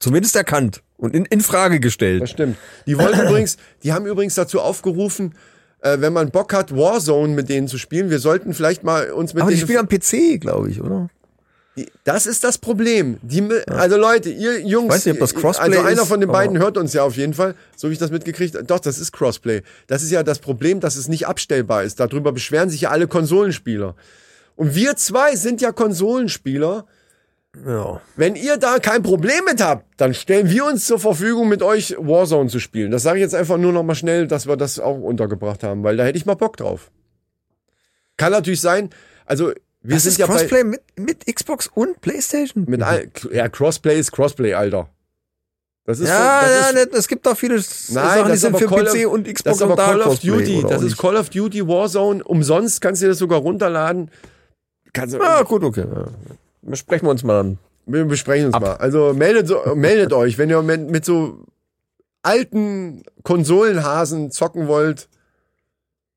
[SPEAKER 5] Zumindest erkannt und in, in Frage
[SPEAKER 2] Das
[SPEAKER 5] gestellt.
[SPEAKER 2] stimmt. Die wollen übrigens, die haben übrigens dazu aufgerufen, äh, wenn man Bock hat, Warzone mit denen zu spielen, wir sollten vielleicht mal uns mit
[SPEAKER 5] Aber die
[SPEAKER 2] denen.
[SPEAKER 5] spielen am PC, glaube ich, oder?
[SPEAKER 2] das ist das Problem. Die, mi- Also Leute, ihr Jungs,
[SPEAKER 5] weiß nicht, ob das Crossplay
[SPEAKER 2] also einer
[SPEAKER 5] ist,
[SPEAKER 2] von den
[SPEAKER 5] aber-
[SPEAKER 2] beiden hört uns ja auf jeden Fall, so wie ich das mitgekriegt habe. Doch, das ist Crossplay. Das ist ja das Problem, dass es nicht abstellbar ist. Darüber beschweren sich ja alle Konsolenspieler. Und wir zwei sind ja Konsolenspieler.
[SPEAKER 5] Ja.
[SPEAKER 2] Wenn ihr da kein Problem mit habt, dann stellen wir uns zur Verfügung, mit euch Warzone zu spielen. Das sage ich jetzt einfach nur noch mal schnell, dass wir das auch untergebracht haben, weil da hätte ich mal Bock drauf. Kann natürlich sein. Also wir
[SPEAKER 5] Das
[SPEAKER 2] sind
[SPEAKER 5] ist
[SPEAKER 2] ja bei,
[SPEAKER 5] Crossplay mit, mit Xbox und PlayStation.
[SPEAKER 2] mit all, ja Crossplay ist Crossplay, Alter. Das ist
[SPEAKER 5] ja,
[SPEAKER 2] so, das
[SPEAKER 5] ja,
[SPEAKER 2] ist,
[SPEAKER 5] ne, es gibt da viele S-
[SPEAKER 2] Nein,
[SPEAKER 5] Sachen,
[SPEAKER 2] das
[SPEAKER 5] die
[SPEAKER 2] ist
[SPEAKER 5] sind
[SPEAKER 2] aber
[SPEAKER 5] für
[SPEAKER 2] Call of-
[SPEAKER 5] PC und Xbox
[SPEAKER 2] das ist aber
[SPEAKER 5] und da
[SPEAKER 2] Call of
[SPEAKER 5] Crossplay
[SPEAKER 2] Duty.
[SPEAKER 5] oder
[SPEAKER 2] Das
[SPEAKER 5] auch
[SPEAKER 2] ist
[SPEAKER 5] nicht.
[SPEAKER 2] Call of Duty Warzone. Umsonst kannst du dir das sogar runterladen. Kannst, du-
[SPEAKER 5] Ah, gut, okay. Ja. Sprechen wir uns mal an.
[SPEAKER 2] Wir besprechen uns mal. Also meldet, so, meldet euch, wenn ihr mit, mit so alten Konsolenhasen zocken wollt,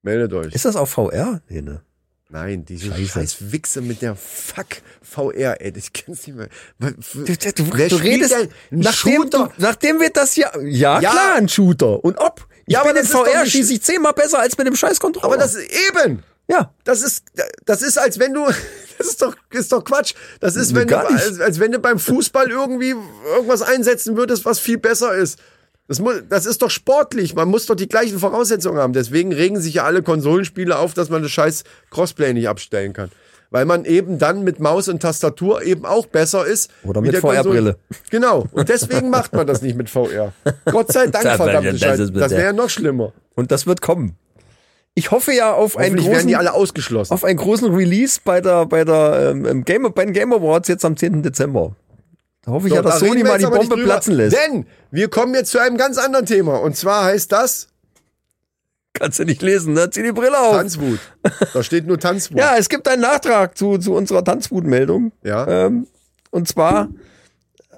[SPEAKER 2] meldet euch.
[SPEAKER 5] Ist das auf VR? Nee, ne?
[SPEAKER 2] Nein, diese
[SPEAKER 5] Scheiße.
[SPEAKER 2] scheiß Wichse mit der Fuck VR, ey, ich kenn's nicht mehr. Wer
[SPEAKER 5] Du, du, du,
[SPEAKER 2] spielt
[SPEAKER 5] du redest,
[SPEAKER 2] denn einen
[SPEAKER 5] nachdem, du,
[SPEAKER 2] Shooter?
[SPEAKER 5] nachdem wir das hier, ja,
[SPEAKER 2] Ja.
[SPEAKER 5] klar, ein Shooter. Und ob? Ich
[SPEAKER 2] Ja, aber
[SPEAKER 5] bin in
[SPEAKER 2] das ist doch
[SPEAKER 5] VR
[SPEAKER 2] nicht-
[SPEAKER 5] schieße ich zehnmal besser als mit dem scheiß Controller.
[SPEAKER 2] Aber das ist eben.
[SPEAKER 5] ja.
[SPEAKER 2] Das ist, das ist, als wenn du, das ist doch, ist doch Quatsch. Das ist, wenn du,
[SPEAKER 5] Gar nicht.
[SPEAKER 2] als, als wenn du beim Fußball irgendwie irgendwas einsetzen würdest, was viel besser ist. Das, muss, das ist doch sportlich. Man muss doch die gleichen Voraussetzungen haben. Deswegen regen sich ja alle Konsolenspiele auf, dass man das scheiß Crossplay nicht abstellen kann. Weil man eben dann mit Maus und Tastatur eben auch besser ist.
[SPEAKER 5] Oder
[SPEAKER 2] wie
[SPEAKER 5] mit
[SPEAKER 2] der Konsole-
[SPEAKER 5] VR-Brille.
[SPEAKER 2] Genau. Und deswegen macht man das nicht mit VR. Gott sei Dank,
[SPEAKER 5] Das-
[SPEAKER 2] verdammte
[SPEAKER 5] das
[SPEAKER 2] Scheiße.
[SPEAKER 5] ist mit
[SPEAKER 2] Das wäre
[SPEAKER 5] der-
[SPEAKER 2] ja noch schlimmer.
[SPEAKER 5] Und das wird kommen. Ich hoffe ja auf einen
[SPEAKER 2] Hoffentlich werden
[SPEAKER 5] großen,
[SPEAKER 2] die alle ausgeschlossen.
[SPEAKER 5] auf einen großen Release bei der, bei der, ähm, im Game, bei den Game Awards jetzt am 10. Dezember. Da hoffe ich ja,
[SPEAKER 2] So,
[SPEAKER 5] dass
[SPEAKER 2] da reden
[SPEAKER 5] Sony
[SPEAKER 2] wir
[SPEAKER 5] mal
[SPEAKER 2] jetzt
[SPEAKER 5] die
[SPEAKER 2] aber nicht
[SPEAKER 5] Bombe
[SPEAKER 2] drüber,
[SPEAKER 5] platzen lässt.
[SPEAKER 2] Denn wir kommen jetzt zu einem ganz anderen Thema. Und zwar heißt das
[SPEAKER 5] Kannst du nicht lesen, ne? Zieh die Brille auf.
[SPEAKER 2] Tanzwut. Da steht nur Tanzwut.
[SPEAKER 5] Ja, es gibt einen Nachtrag zu, zu unserer Tanzwutmeldung.
[SPEAKER 2] Ja.
[SPEAKER 5] Ähm, und zwar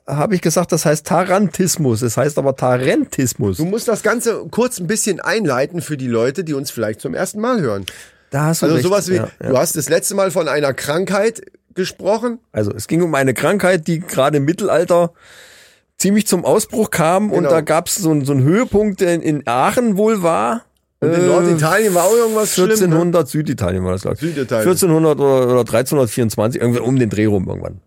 [SPEAKER 5] habe ich gesagt, das heißt Tarantismus. Es heißt aber Tarentismus.
[SPEAKER 2] Du musst das Ganze kurz ein bisschen einleiten für die Leute, die uns vielleicht zum ersten Mal hören.
[SPEAKER 5] Da hast du
[SPEAKER 2] Also
[SPEAKER 5] recht.
[SPEAKER 2] sowas wie,
[SPEAKER 5] Ja, ja.
[SPEAKER 2] du hast das letzte Mal von einer Krankheit gesprochen.
[SPEAKER 5] Also es ging um eine Krankheit, die gerade im Mittelalter ziemlich zum Ausbruch kam und
[SPEAKER 2] Genau.
[SPEAKER 5] da gab es so, einen- so einen Höhepunkt, der in, in Aachen wohl war.
[SPEAKER 2] Und in
[SPEAKER 5] Äh,
[SPEAKER 2] Norditalien war auch irgendwas schlimm. ne?
[SPEAKER 5] 1400 Süditalien war das, glaube ich.
[SPEAKER 2] Süditalien.
[SPEAKER 5] 1400 oder, oder 1324, irgendwie um den Dreh rum irgendwann.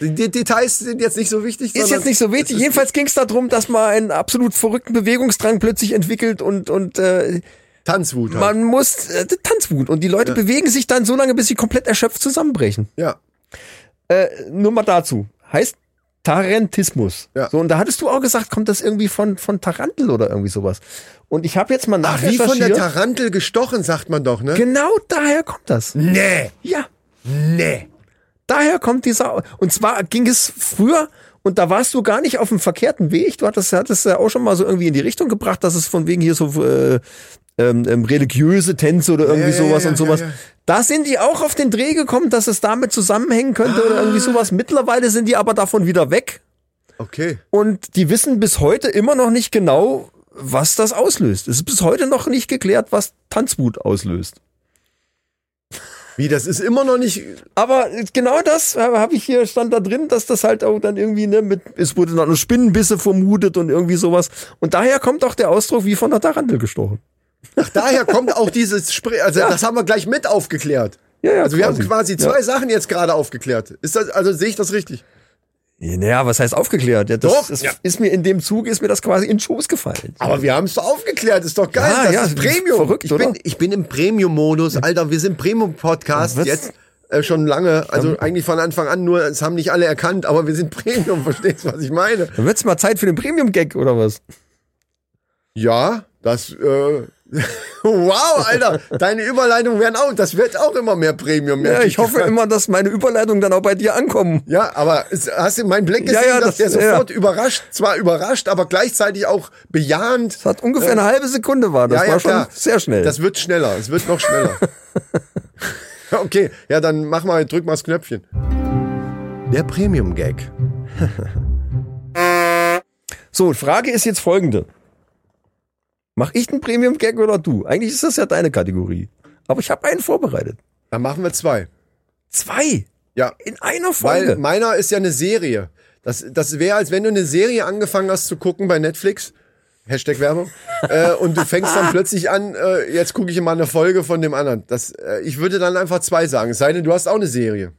[SPEAKER 2] Die die Details sind jetzt nicht so wichtig.
[SPEAKER 5] Ist
[SPEAKER 2] sondern
[SPEAKER 5] jetzt nicht so wichtig.
[SPEAKER 2] es ist-
[SPEAKER 5] Jedenfalls ging es darum, dass man einen absolut verrückten Bewegungsdrang plötzlich entwickelt und, und äh,
[SPEAKER 2] Tanzwut. Halt.
[SPEAKER 5] man muss äh, Tanzwut. Und die Leute bewegen sich dann so lange, bis sie komplett erschöpft zusammenbrechen.
[SPEAKER 2] Ja.
[SPEAKER 5] Äh, nur mal dazu. Heißt Tarentismus.
[SPEAKER 2] Ja.
[SPEAKER 5] So, und da hattest du auch gesagt, kommt das irgendwie von, von Tarantel oder irgendwie sowas. Und ich habe jetzt mal
[SPEAKER 2] Ach, wie
[SPEAKER 5] nachrecherchiert.
[SPEAKER 2] von der Tarantel gestochen, sagt man doch, ne?
[SPEAKER 5] genau daher kommt das.
[SPEAKER 2] nee,
[SPEAKER 5] Ja.
[SPEAKER 2] nee.
[SPEAKER 5] Daher kommt dieser. Und zwar ging es früher, und da warst du gar nicht auf dem verkehrten Weg. Du hattest, hattest ja auch schon mal so irgendwie in die Richtung gebracht, dass es von wegen hier so äh, ähm, ähm, religiöse Tänze oder irgendwie
[SPEAKER 2] ja,
[SPEAKER 5] sowas
[SPEAKER 2] ja,
[SPEAKER 5] und
[SPEAKER 2] ja,
[SPEAKER 5] sowas.
[SPEAKER 2] ja.
[SPEAKER 5] Da sind die auch auf den Dreh gekommen, dass es damit zusammenhängen könnte oder irgendwie
[SPEAKER 2] Ah.
[SPEAKER 5] sowas. Mittlerweile sind die aber davon wieder weg
[SPEAKER 2] Okay.
[SPEAKER 5] und die wissen bis heute immer noch nicht genau, was das auslöst. Es ist bis heute noch nicht geklärt, was Tanzwut auslöst.
[SPEAKER 2] Wie, das ist immer noch nicht
[SPEAKER 5] Aber genau das äh, habe ich hier, stand da drin, dass das halt auch dann irgendwie, ne, mit, es wurde dann noch Spinnenbisse vermutet und irgendwie sowas. Und daher kommt auch der Ausdruck wie von der Tarantel gestochen.
[SPEAKER 2] Daher kommt auch dieses Spr also das haben wir gleich mit aufgeklärt.
[SPEAKER 5] Ja, ja,
[SPEAKER 2] also wir haben
[SPEAKER 5] quasi.
[SPEAKER 2] quasi zwei Sachen jetzt gerade aufgeklärt. Ist das also sehe ich das richtig?
[SPEAKER 5] Naja, was heißt aufgeklärt? Ja, das,
[SPEAKER 2] Doch,
[SPEAKER 5] das
[SPEAKER 2] ja.
[SPEAKER 5] ist mir in dem Zug, ist mir das quasi in den Schoß gefallen.
[SPEAKER 2] Aber wir haben es doch aufgeklärt, ist doch geil,
[SPEAKER 5] Ja,
[SPEAKER 2] das
[SPEAKER 5] ja,
[SPEAKER 2] ist Premium.
[SPEAKER 5] verrückt,
[SPEAKER 2] ich bin
[SPEAKER 5] oder?
[SPEAKER 2] ich bin im Premium Modus, Alter, wir sind Premium Podcast
[SPEAKER 5] Was?
[SPEAKER 2] jetzt äh, schon lange, also eigentlich von Anfang an nur, es haben nicht alle erkannt, aber wir sind Premium, verstehst du, was ich meine?
[SPEAKER 5] Dann wird's mal Zeit für den Premium-Gag oder was?
[SPEAKER 2] Ja, das äh, Wow, Alter, deine Überleitungen werden auch, das wird auch immer mehr Premium.
[SPEAKER 5] Ja,
[SPEAKER 2] merke
[SPEAKER 5] ich hoffe
[SPEAKER 2] gerade.
[SPEAKER 5] immer, dass meine Überleitungen dann auch bei dir ankommen.
[SPEAKER 2] Ja, aber es- hast du meinen Blick gesehen,
[SPEAKER 5] Ja, ja,
[SPEAKER 2] dass der
[SPEAKER 5] das-
[SPEAKER 2] sofort überrascht, zwar überrascht, aber gleichzeitig auch bejahend.
[SPEAKER 5] Das hat ungefähr eine halbe Sekunde war. Das
[SPEAKER 2] Ja, ja,
[SPEAKER 5] war schon
[SPEAKER 2] klar.
[SPEAKER 5] sehr schnell.
[SPEAKER 2] Das wird schneller, es wird noch schneller. okay, ja, dann mach mal, drück mal das Knöpfchen. Der Premium Gag.
[SPEAKER 5] so, Frage ist jetzt folgende. Mach ich einen Premium-Gag oder du? Eigentlich ist das ja deine Kategorie. Aber ich habe einen vorbereitet.
[SPEAKER 2] Dann machen wir zwei.
[SPEAKER 5] Zwei.
[SPEAKER 2] Ja,
[SPEAKER 5] In einer
[SPEAKER 2] weil
[SPEAKER 5] Folge.
[SPEAKER 2] meiner ist ja eine Serie. Das, das wäre, als wenn du eine Serie angefangen hast zu gucken bei Netflix. Hashtag Werbung. äh, und du fängst dann plötzlich an, äh, jetzt gucke ich mal eine Folge von dem anderen. Das, äh, ich würde dann einfach zwei sagen. Es sei denn, du hast auch eine Serie.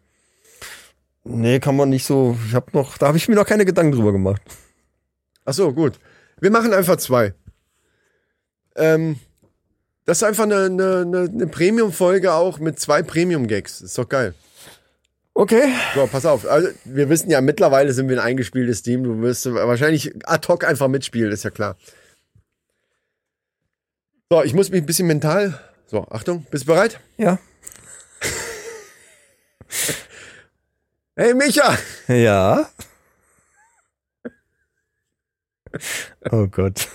[SPEAKER 5] nee, kann man nicht so. Ich hab noch, da habe ich mir noch keine Gedanken drüber gemacht.
[SPEAKER 2] Ach so, gut. Wir machen einfach zwei. Ähm, das ist einfach eine, eine, eine, eine Premium-Folge auch mit zwei Premium-Gags. Ist doch geil.
[SPEAKER 5] Okay.
[SPEAKER 2] So, pass auf. Also, wir wissen ja, mittlerweile sind wir ein eingespieltes Team. Du wirst wahrscheinlich ad hoc einfach mitspielen, ist ja klar. So, ich muss mich ein bisschen mental. So, Achtung, bist du bereit?
[SPEAKER 5] Ja.
[SPEAKER 2] Hey, Micha!
[SPEAKER 5] Ja. Oh Gott.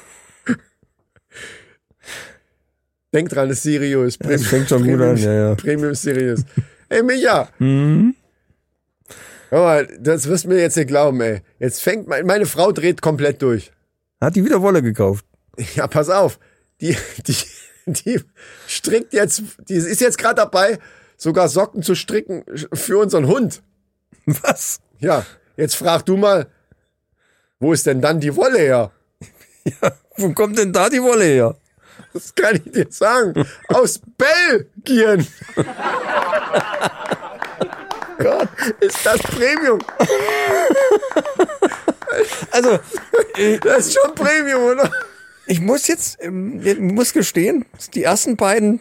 [SPEAKER 2] Denk dran, es ist seriös. Premium,
[SPEAKER 5] fängt schon gut
[SPEAKER 2] Premium,
[SPEAKER 5] an, ja, ja.
[SPEAKER 2] Premium ist seriös. Hey, Micha! Hör mal, das wirst du mir jetzt nicht glauben, ey. Jetzt fängt mein, meine Frau dreht komplett durch.
[SPEAKER 5] Hat die wieder Wolle gekauft?
[SPEAKER 2] Ja, pass auf. Die, die, die strickt jetzt, die ist jetzt gerade dabei, sogar Socken zu stricken für unseren Hund.
[SPEAKER 5] Was?
[SPEAKER 2] Ja, jetzt frag du mal, wo ist denn dann die Wolle her?
[SPEAKER 5] Wo kommt denn da die Wolle her?
[SPEAKER 2] Das kann ich dir sagen. Aus Belgien. Gott, ist das Premium.
[SPEAKER 5] Also,
[SPEAKER 2] Das ist schon Premium, oder?
[SPEAKER 5] ich muss jetzt, ähm, ich muss gestehen, die ersten beiden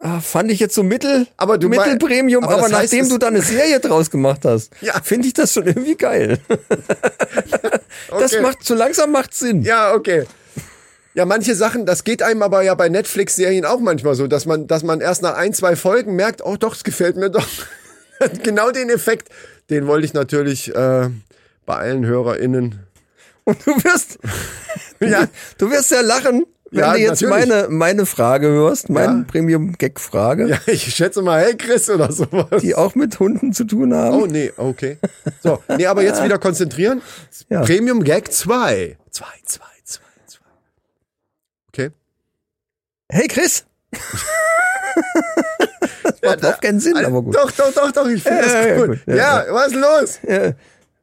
[SPEAKER 5] ah, fand ich jetzt so mittel,
[SPEAKER 2] Aber du mein-
[SPEAKER 5] Mittelpremium,
[SPEAKER 2] aber
[SPEAKER 5] aber,
[SPEAKER 2] das heißt,
[SPEAKER 5] nachdem
[SPEAKER 2] es-
[SPEAKER 5] du da eine Serie draus gemacht hast,
[SPEAKER 2] Ja.
[SPEAKER 5] finde ich das schon irgendwie geil. Das
[SPEAKER 2] Okay.
[SPEAKER 5] macht, so langsam macht Sinn.
[SPEAKER 2] Ja, okay. Ja, manche Sachen, das geht einem aber ja bei Netflix-Serien auch manchmal so, dass man, dass man erst nach ein, zwei Folgen merkt, oh doch, es gefällt mir doch. genau den Effekt, den wollte ich natürlich äh, bei allen HörerInnen.
[SPEAKER 5] Und du wirst,
[SPEAKER 2] Ja,
[SPEAKER 5] du wirst ja lachen, wenn
[SPEAKER 2] Ja,
[SPEAKER 5] du jetzt
[SPEAKER 2] natürlich.
[SPEAKER 5] meine, meine Frage hörst, meine Premium-Gag-Frage,
[SPEAKER 2] ja, ich schätze mal, hey Chris oder sowas.
[SPEAKER 5] die auch mit Hunden zu tun haben.
[SPEAKER 2] Oh nee, okay. So, nee, aber jetzt wieder konzentrieren.
[SPEAKER 5] Ja.
[SPEAKER 2] Premium Gag 2. 2, 2, 2, 2. Okay.
[SPEAKER 5] Hey Chris! das macht überhaupt keinen Sinn, aber gut.
[SPEAKER 2] Doch, doch, doch, doch, ich finde
[SPEAKER 5] Ja,
[SPEAKER 2] das
[SPEAKER 5] ja, ja,
[SPEAKER 2] gut.
[SPEAKER 5] gut.
[SPEAKER 2] Ja,
[SPEAKER 5] Ja,
[SPEAKER 2] was ist los?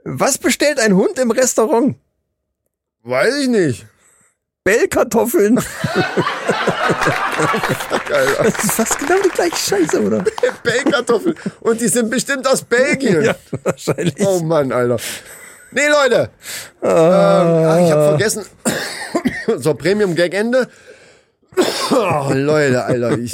[SPEAKER 5] Was bestellt ein Hund im Restaurant?
[SPEAKER 2] Weiß ich nicht.
[SPEAKER 5] Bellkartoffeln.
[SPEAKER 2] Geil.
[SPEAKER 5] Das ist fast genau die gleiche Scheiße, oder?
[SPEAKER 2] Bellkartoffeln. Und die sind bestimmt aus Belgien.
[SPEAKER 5] wahrscheinlich.
[SPEAKER 2] Oh Mann, Alter. Nee, Leute. Ähm, ach, ich habe vergessen. so, Premium-Gag Ende. Oh, Leute, Alter. Ich,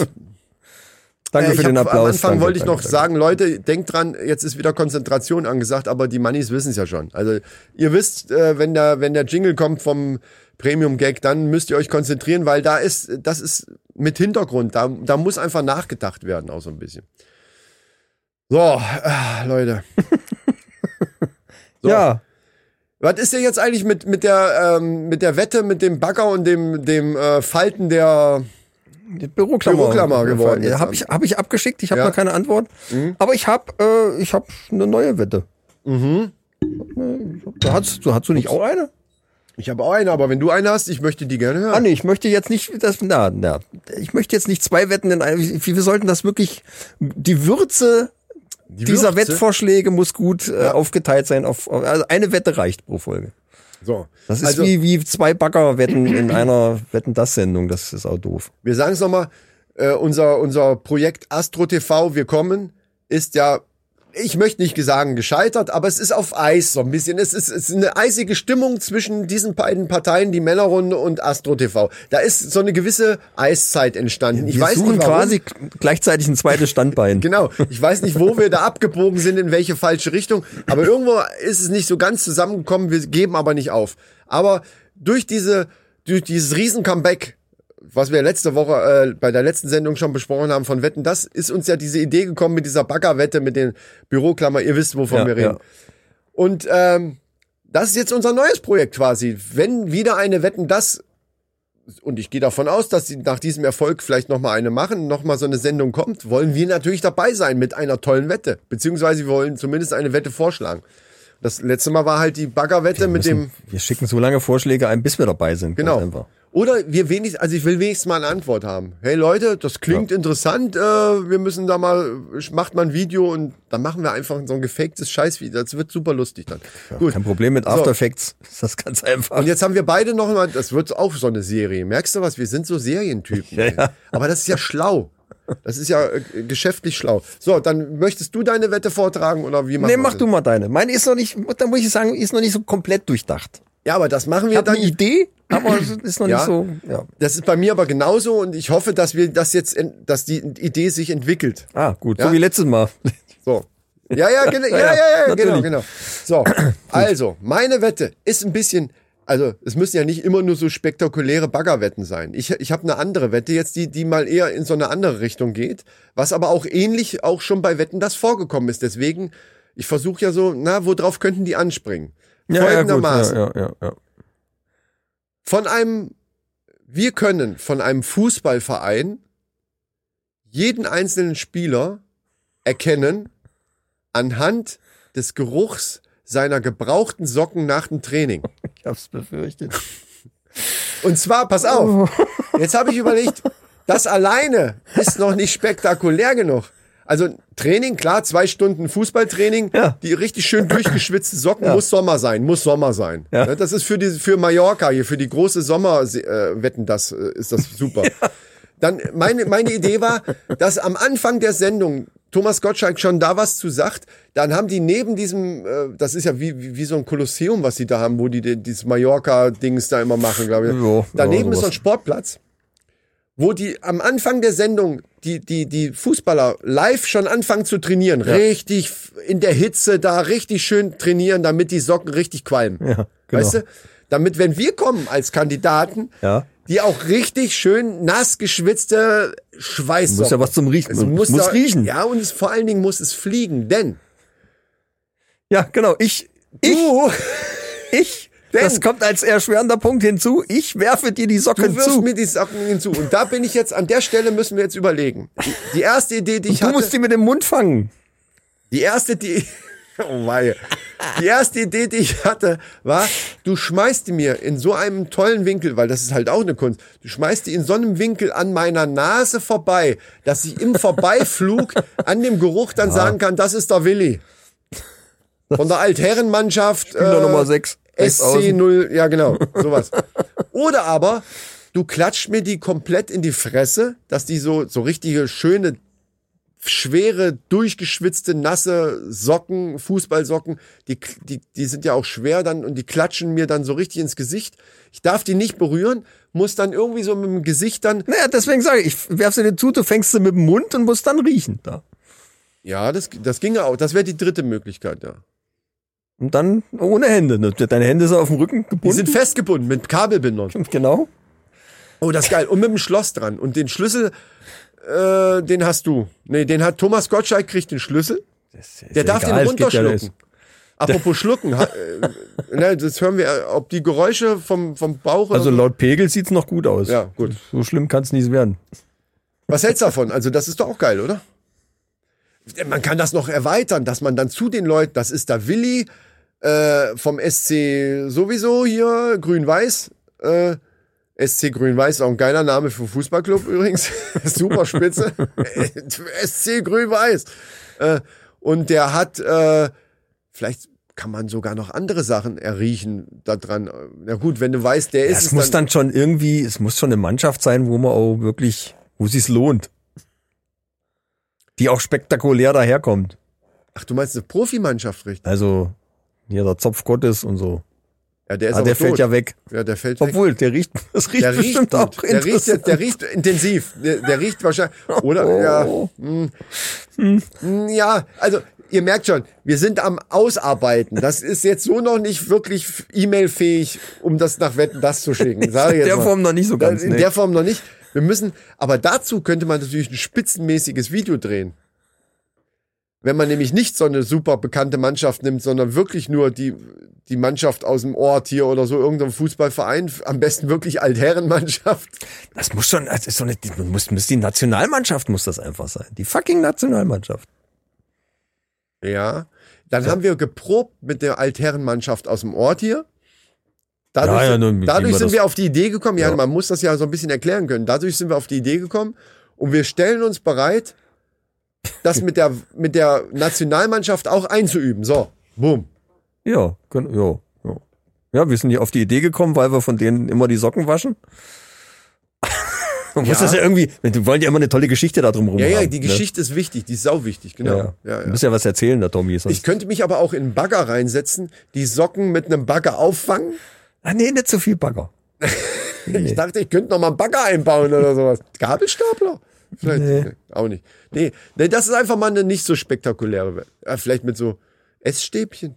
[SPEAKER 5] Danke
[SPEAKER 2] Äh,
[SPEAKER 5] für
[SPEAKER 2] ich
[SPEAKER 5] den
[SPEAKER 2] hab-
[SPEAKER 5] Applaus.
[SPEAKER 2] Am Anfang
[SPEAKER 5] danke,
[SPEAKER 2] wollte ich
[SPEAKER 5] danke,
[SPEAKER 2] noch
[SPEAKER 5] danke.
[SPEAKER 2] sagen, Leute, denkt dran, jetzt ist wieder Konzentration angesagt, aber die Mannis wissen es ja schon. Also ihr wisst, äh, wenn der wenn der Jingle kommt vom Premium Gag, dann müsst ihr euch konzentrieren, weil da ist das ist mit Hintergrund, da da muss einfach nachgedacht werden auch so ein bisschen. So, äh, Leute,
[SPEAKER 5] Ja,
[SPEAKER 2] was ist denn jetzt eigentlich mit mit der ähm, mit der Wette mit dem Bagger und dem dem äh, Falten der
[SPEAKER 5] die Büroklammer,
[SPEAKER 2] Büroklammer geworden jetzt
[SPEAKER 5] Ja,
[SPEAKER 2] an.
[SPEAKER 5] habe ich, hab ich abgeschickt, ich habe
[SPEAKER 2] Ja.
[SPEAKER 5] noch keine Antwort. Aber ich habe äh, ich hab eine neue Wette. Mhm. Du hast, du hast du nicht auch eine?
[SPEAKER 2] Ich habe auch eine, aber wenn du eine hast, ich möchte die gerne hören.
[SPEAKER 5] Ah nee, ich möchte jetzt nicht, das, na, na, ich möchte jetzt nicht zwei Wetten in einem. Wir wir sollten das wirklich, die Würze dieser
[SPEAKER 2] Würze?
[SPEAKER 5] Wettvorschläge muss gut äh, aufgeteilt sein. Auf, auf- also eine Wette reicht pro Folge.
[SPEAKER 2] So. Also
[SPEAKER 5] Das ist wie, wie zwei Bagger-Wetten in einer Wetten-Das-Sendung. Das ist auch doof.
[SPEAKER 2] Wir sagen es nochmal, äh, unser, unser Projekt Astro TV, wir kommen, ist ja, ich möchte nicht sagen gescheitert, aber es ist auf Eis so ein bisschen. Es ist, es ist eine eisige Stimmung zwischen diesen beiden Parteien, die Männerrunde und Astro TV. Da ist so eine gewisse Eiszeit entstanden. Ich
[SPEAKER 5] wir
[SPEAKER 2] weiß
[SPEAKER 5] suchen
[SPEAKER 2] nicht warum.
[SPEAKER 5] quasi gleichzeitig ein zweites Standbein.
[SPEAKER 2] Genau. Ich weiß nicht, wo wir da abgebogen sind, in welche falsche Richtung. Aber irgendwo ist es nicht so ganz zusammengekommen. Wir geben aber nicht auf. Aber durch diese, durch dieses Riesen-Comeback was wir letzte Woche äh, bei der letzten Sendung schon besprochen haben von Wetten, das ist uns ja diese Idee gekommen mit dieser Baggerwette, mit den Büroklammer, ihr wisst, wovon
[SPEAKER 5] Ja,
[SPEAKER 2] wir reden.
[SPEAKER 5] ja.
[SPEAKER 2] Und ähm, das ist jetzt unser neues Projekt quasi. Wenn wieder eine Wetten, das und ich gehe davon aus, dass sie nach diesem Erfolg vielleicht nochmal eine machen, nochmal so eine Sendung kommt, wollen wir natürlich dabei sein mit einer tollen Wette. Beziehungsweise wir wollen zumindest eine Wette vorschlagen. Das letzte Mal war halt die Baggerwette mit dem,
[SPEAKER 5] Wir schicken so lange Vorschläge ein, bis wir dabei sind. ganz
[SPEAKER 2] genau.
[SPEAKER 5] einfach.
[SPEAKER 2] Oder wir wenigstens, also ich will wenigstens mal eine Antwort haben. Hey Leute, das klingt interessant, äh, wir müssen da mal, macht mal ein Video und dann machen wir einfach so ein gefaktes Scheißvideo. Das wird super lustig dann. Gut.
[SPEAKER 5] Kein Problem mit After Effects. Ist das ganz einfach.
[SPEAKER 2] Und jetzt haben wir beide noch mal, das wird auch so eine Serie. Merkst du was? Wir sind so Serientypen. ey. Aber das ist ja schlau. Das ist ja äh, geschäftlich schlau. So, dann möchtest du deine Wette vortragen oder wie machen
[SPEAKER 5] Nee,
[SPEAKER 2] wir
[SPEAKER 5] mach
[SPEAKER 2] das?
[SPEAKER 5] du mal deine. Meine ist noch nicht, da muss ich sagen, ist noch nicht so komplett durchdacht.
[SPEAKER 2] Ja, aber das machen
[SPEAKER 5] Ich
[SPEAKER 2] wir
[SPEAKER 5] habe
[SPEAKER 2] dann.
[SPEAKER 5] eine Idee, aber es ist noch
[SPEAKER 2] Ja.
[SPEAKER 5] nicht so. Ja.
[SPEAKER 2] Das ist bei mir aber genauso und ich hoffe, dass wir das jetzt, en- dass die Idee sich entwickelt.
[SPEAKER 5] Ah, gut.
[SPEAKER 2] Ja.
[SPEAKER 5] So wie letztes Mal.
[SPEAKER 2] So. Ja, ja, genau, ja,
[SPEAKER 5] ja,
[SPEAKER 2] ja, ja, genau,
[SPEAKER 5] natürlich.
[SPEAKER 2] genau. So, also, meine Wette ist ein bisschen, also es müssen ja nicht immer nur so spektakuläre Baggerwetten sein. Ich, ich habe eine andere Wette jetzt, die, die mal eher in so eine andere Richtung geht, was aber auch ähnlich auch schon bei Wetten das vorgekommen ist. Deswegen, ich versuche ja so, na, worauf könnten die anspringen? Folgendermaßen.
[SPEAKER 5] Ja, gut. ja, ja, ja, ja.
[SPEAKER 2] Von einem, wir können von einem Fußballverein jeden einzelnen Spieler erkennen anhand des Geruchs seiner gebrauchten Socken nach dem Training.
[SPEAKER 5] Ich hab's befürchtet.
[SPEAKER 2] Und zwar, pass auf,
[SPEAKER 5] Oh.
[SPEAKER 2] jetzt habe ich überlegt, das alleine ist noch nicht spektakulär genug. Also Training, klar, zwei Stunden Fußballtraining,
[SPEAKER 5] Ja.
[SPEAKER 2] die richtig schön durchgeschwitzten Socken, muss Sommer sein, muss Sommer sein. Ne,
[SPEAKER 5] Ja.
[SPEAKER 2] Das ist für, die, für Mallorca hier, für die große Sommerwetten, äh, Wetten, das äh, ist das super. Dann meine, meine Idee war, dass am Anfang der Sendung Thomas Gottschalk schon da was zu sagt, dann haben die neben diesem, äh, das ist ja wie, wie, wie so ein Kolosseum, was die da haben, wo die, die dieses Mallorca-Dings da immer machen, glaube ich.
[SPEAKER 5] Ja,
[SPEAKER 2] Daneben
[SPEAKER 5] ja,
[SPEAKER 2] ist so ein
[SPEAKER 5] sowas.
[SPEAKER 2] Sportplatz, wo die am Anfang der Sendung die, die, die Fußballer live schon anfangen zu trainieren. Richtig f- in der Hitze da richtig schön trainieren, damit die Socken richtig qualmen.
[SPEAKER 5] Ja, genau.
[SPEAKER 2] Weißt du? Damit, wenn wir kommen als Kandidaten,
[SPEAKER 5] Ja.
[SPEAKER 2] die auch richtig schön nass geschwitzte Schweiß.
[SPEAKER 5] Muss ja was zum Riechen.
[SPEAKER 2] Es muss,
[SPEAKER 5] muss
[SPEAKER 2] da,
[SPEAKER 5] riechen.
[SPEAKER 2] Ja, und es, vor allen Dingen muss es fliegen, denn
[SPEAKER 5] Ja, genau. Ich, ich,
[SPEAKER 2] du,
[SPEAKER 5] ich.
[SPEAKER 2] Denn-
[SPEAKER 5] das kommt als erschwerender Punkt hinzu. Ich werfe dir die Socken
[SPEAKER 2] du wirfst
[SPEAKER 5] zu.
[SPEAKER 2] mir die Socken hinzu. Und da bin ich jetzt, an der Stelle müssen wir jetzt überlegen. Die, die erste Idee, die ich
[SPEAKER 5] Du
[SPEAKER 2] hatte,
[SPEAKER 5] musst die mit dem Mund fangen.
[SPEAKER 2] die erste, die, oh weia. Die erste Idee, die ich hatte, war, du schmeißt die mir in so einem tollen Winkel, weil das ist halt auch eine Kunst, du schmeißt die in so einem Winkel an meiner Nase vorbei, dass ich im Vorbeiflug an dem Geruch dann sagen kann, das ist der Willi. Von der Altherrenmannschaft. äh,
[SPEAKER 5] Spieler Nummer sechs, rechts
[SPEAKER 2] SC 0, ja genau, sowas. Oder aber, du klatscht mir die komplett in die Fresse, dass die so, so richtige, schöne schwere, durchgeschwitzte, nasse Socken, Fußballsocken, die, die, die sind ja auch schwer dann und die klatschen mir dann so richtig ins Gesicht. Ich darf die nicht berühren, muss dann irgendwie so mit dem Gesicht dann,
[SPEAKER 5] Naja, deswegen sage ich, ich werf sie dir zu, du fängst sie mit dem Mund und musst dann riechen. Da.
[SPEAKER 2] ja, das, das ginge auch, das wäre die dritte Möglichkeit, ja.
[SPEAKER 5] Und dann ohne Hände. ne? Deine Hände sind auf dem Rücken
[SPEAKER 2] Die
[SPEAKER 5] gebunden.
[SPEAKER 2] sind festgebunden mit Kabelbindern.
[SPEAKER 5] genau.
[SPEAKER 2] Oh, das ist geil. Und mit dem Schloss dran. Und den Schlüssel, äh, den hast du. Nee, den hat Thomas Gottschalk kriegt den Schlüssel. Der darf
[SPEAKER 5] egal,
[SPEAKER 2] den
[SPEAKER 5] es geht ja
[SPEAKER 2] runterschlucken. Apropos schlucken, ha- äh, ne, das hören wir, äh, ob die Geräusche vom, vom Bauch oder
[SPEAKER 5] Also laut Pegel sieht's noch gut aus.
[SPEAKER 2] Ja, gut.
[SPEAKER 5] So schlimm kann's nicht werden.
[SPEAKER 2] Was hältst du davon? Also, das ist doch auch geil, oder? Man kann das noch erweitern, dass man dann zu den Leuten, das ist der Willi äh, vom SC sowieso hier, Grün-Weiß. Äh, SC Grün-Weiß ist auch ein geiler Name für Fußballclub übrigens. Super spitze. SC Grün-Weiß. Äh, und der hat, äh, vielleicht kann man sogar noch andere Sachen erriechen da dran. Na gut, wenn du weißt, der
[SPEAKER 5] Ja,
[SPEAKER 2] ist
[SPEAKER 5] es
[SPEAKER 2] es
[SPEAKER 5] muss dann schon irgendwie, es muss schon eine Mannschaft sein, wo man auch wirklich, wo sich's lohnt. Die auch spektakulär daherkommt.
[SPEAKER 2] Ach, du meinst eine Profimannschaft, richtig?
[SPEAKER 5] Also, hier der Zopf Gottes und so.
[SPEAKER 2] Ja, der ist
[SPEAKER 5] Ah,
[SPEAKER 2] aber
[SPEAKER 5] der
[SPEAKER 2] tot.
[SPEAKER 5] fällt ja weg.
[SPEAKER 2] Ja, der fällt weg.
[SPEAKER 5] Obwohl, der riecht, das riecht
[SPEAKER 2] der riecht
[SPEAKER 5] bestimmt
[SPEAKER 2] gut.
[SPEAKER 5] auch
[SPEAKER 2] der, riecht,
[SPEAKER 5] interessant.
[SPEAKER 2] der riecht
[SPEAKER 5] Oh.
[SPEAKER 2] intensiv. Der, der riecht wahrscheinlich. Oder? Ja. Hm. Hm, Ja, also ihr merkt schon, wir sind am Ausarbeiten. Das ist jetzt so noch nicht wirklich E-Mail-fähig, um das nach Wetten das zu schicken. Sag ich
[SPEAKER 5] In
[SPEAKER 2] jetzt
[SPEAKER 5] der
[SPEAKER 2] mal. Äh,
[SPEAKER 5] Form noch nicht so ganz,
[SPEAKER 2] In
[SPEAKER 5] nee.
[SPEAKER 2] der Form noch nicht. Wir müssen, aber dazu könnte man natürlich ein spitzenmäßiges Video drehen. Wenn man nämlich nicht so eine super bekannte Mannschaft nimmt, sondern wirklich nur die, die Mannschaft aus dem Ort hier oder so, irgendeinem Fußballverein, am besten wirklich Altherrenmannschaft.
[SPEAKER 5] Das muss schon, das ist so eine, die- muss, muss die Nationalmannschaft muss das einfach sein. Die fucking Nationalmannschaft.
[SPEAKER 2] Ja. Dann haben wir geprobt mit der Altherrenmannschaft aus dem Ort hier. Dadurch,
[SPEAKER 5] Ja, ja, nun kriegen
[SPEAKER 2] dadurch
[SPEAKER 5] wir
[SPEAKER 2] sind
[SPEAKER 5] das.
[SPEAKER 2] wir auf die Idee gekommen, ja,
[SPEAKER 5] Ja.
[SPEAKER 2] man muss das ja so ein bisschen erklären können. Dadurch sind wir auf die Idee gekommen und wir stellen uns bereit, das mit der, mit der Nationalmannschaft auch einzuüben. So, boom.
[SPEAKER 5] Ja, können, ja, ja. Ja, wir sind hier auf die Idee gekommen, weil wir von denen immer die Socken waschen. Man muss
[SPEAKER 2] Ja.
[SPEAKER 5] das ja irgendwie, wir wollen ja immer eine tolle Geschichte da drumherum
[SPEAKER 2] Ja, ja,
[SPEAKER 5] haben,
[SPEAKER 2] die
[SPEAKER 5] ne?
[SPEAKER 2] Geschichte ist wichtig, die ist sau wichtig,
[SPEAKER 5] Ja,
[SPEAKER 2] genau.
[SPEAKER 5] ja. Du musst ja was erzählen, der Tommy. Sonst
[SPEAKER 2] Ich könnte mich aber auch in einen Bagger reinsetzen, die Socken mit einem Bagger auffangen.
[SPEAKER 5] ah, nee, nicht so viel Bagger.
[SPEAKER 2] Ich dachte, ich könnte noch mal einen Bagger einbauen oder sowas. Gabelstapler? Vielleicht
[SPEAKER 5] Nee.
[SPEAKER 2] auch nicht. Nee, nee, das ist einfach mal eine nicht so spektakuläre. We- Äh, vielleicht mit so Essstäbchen.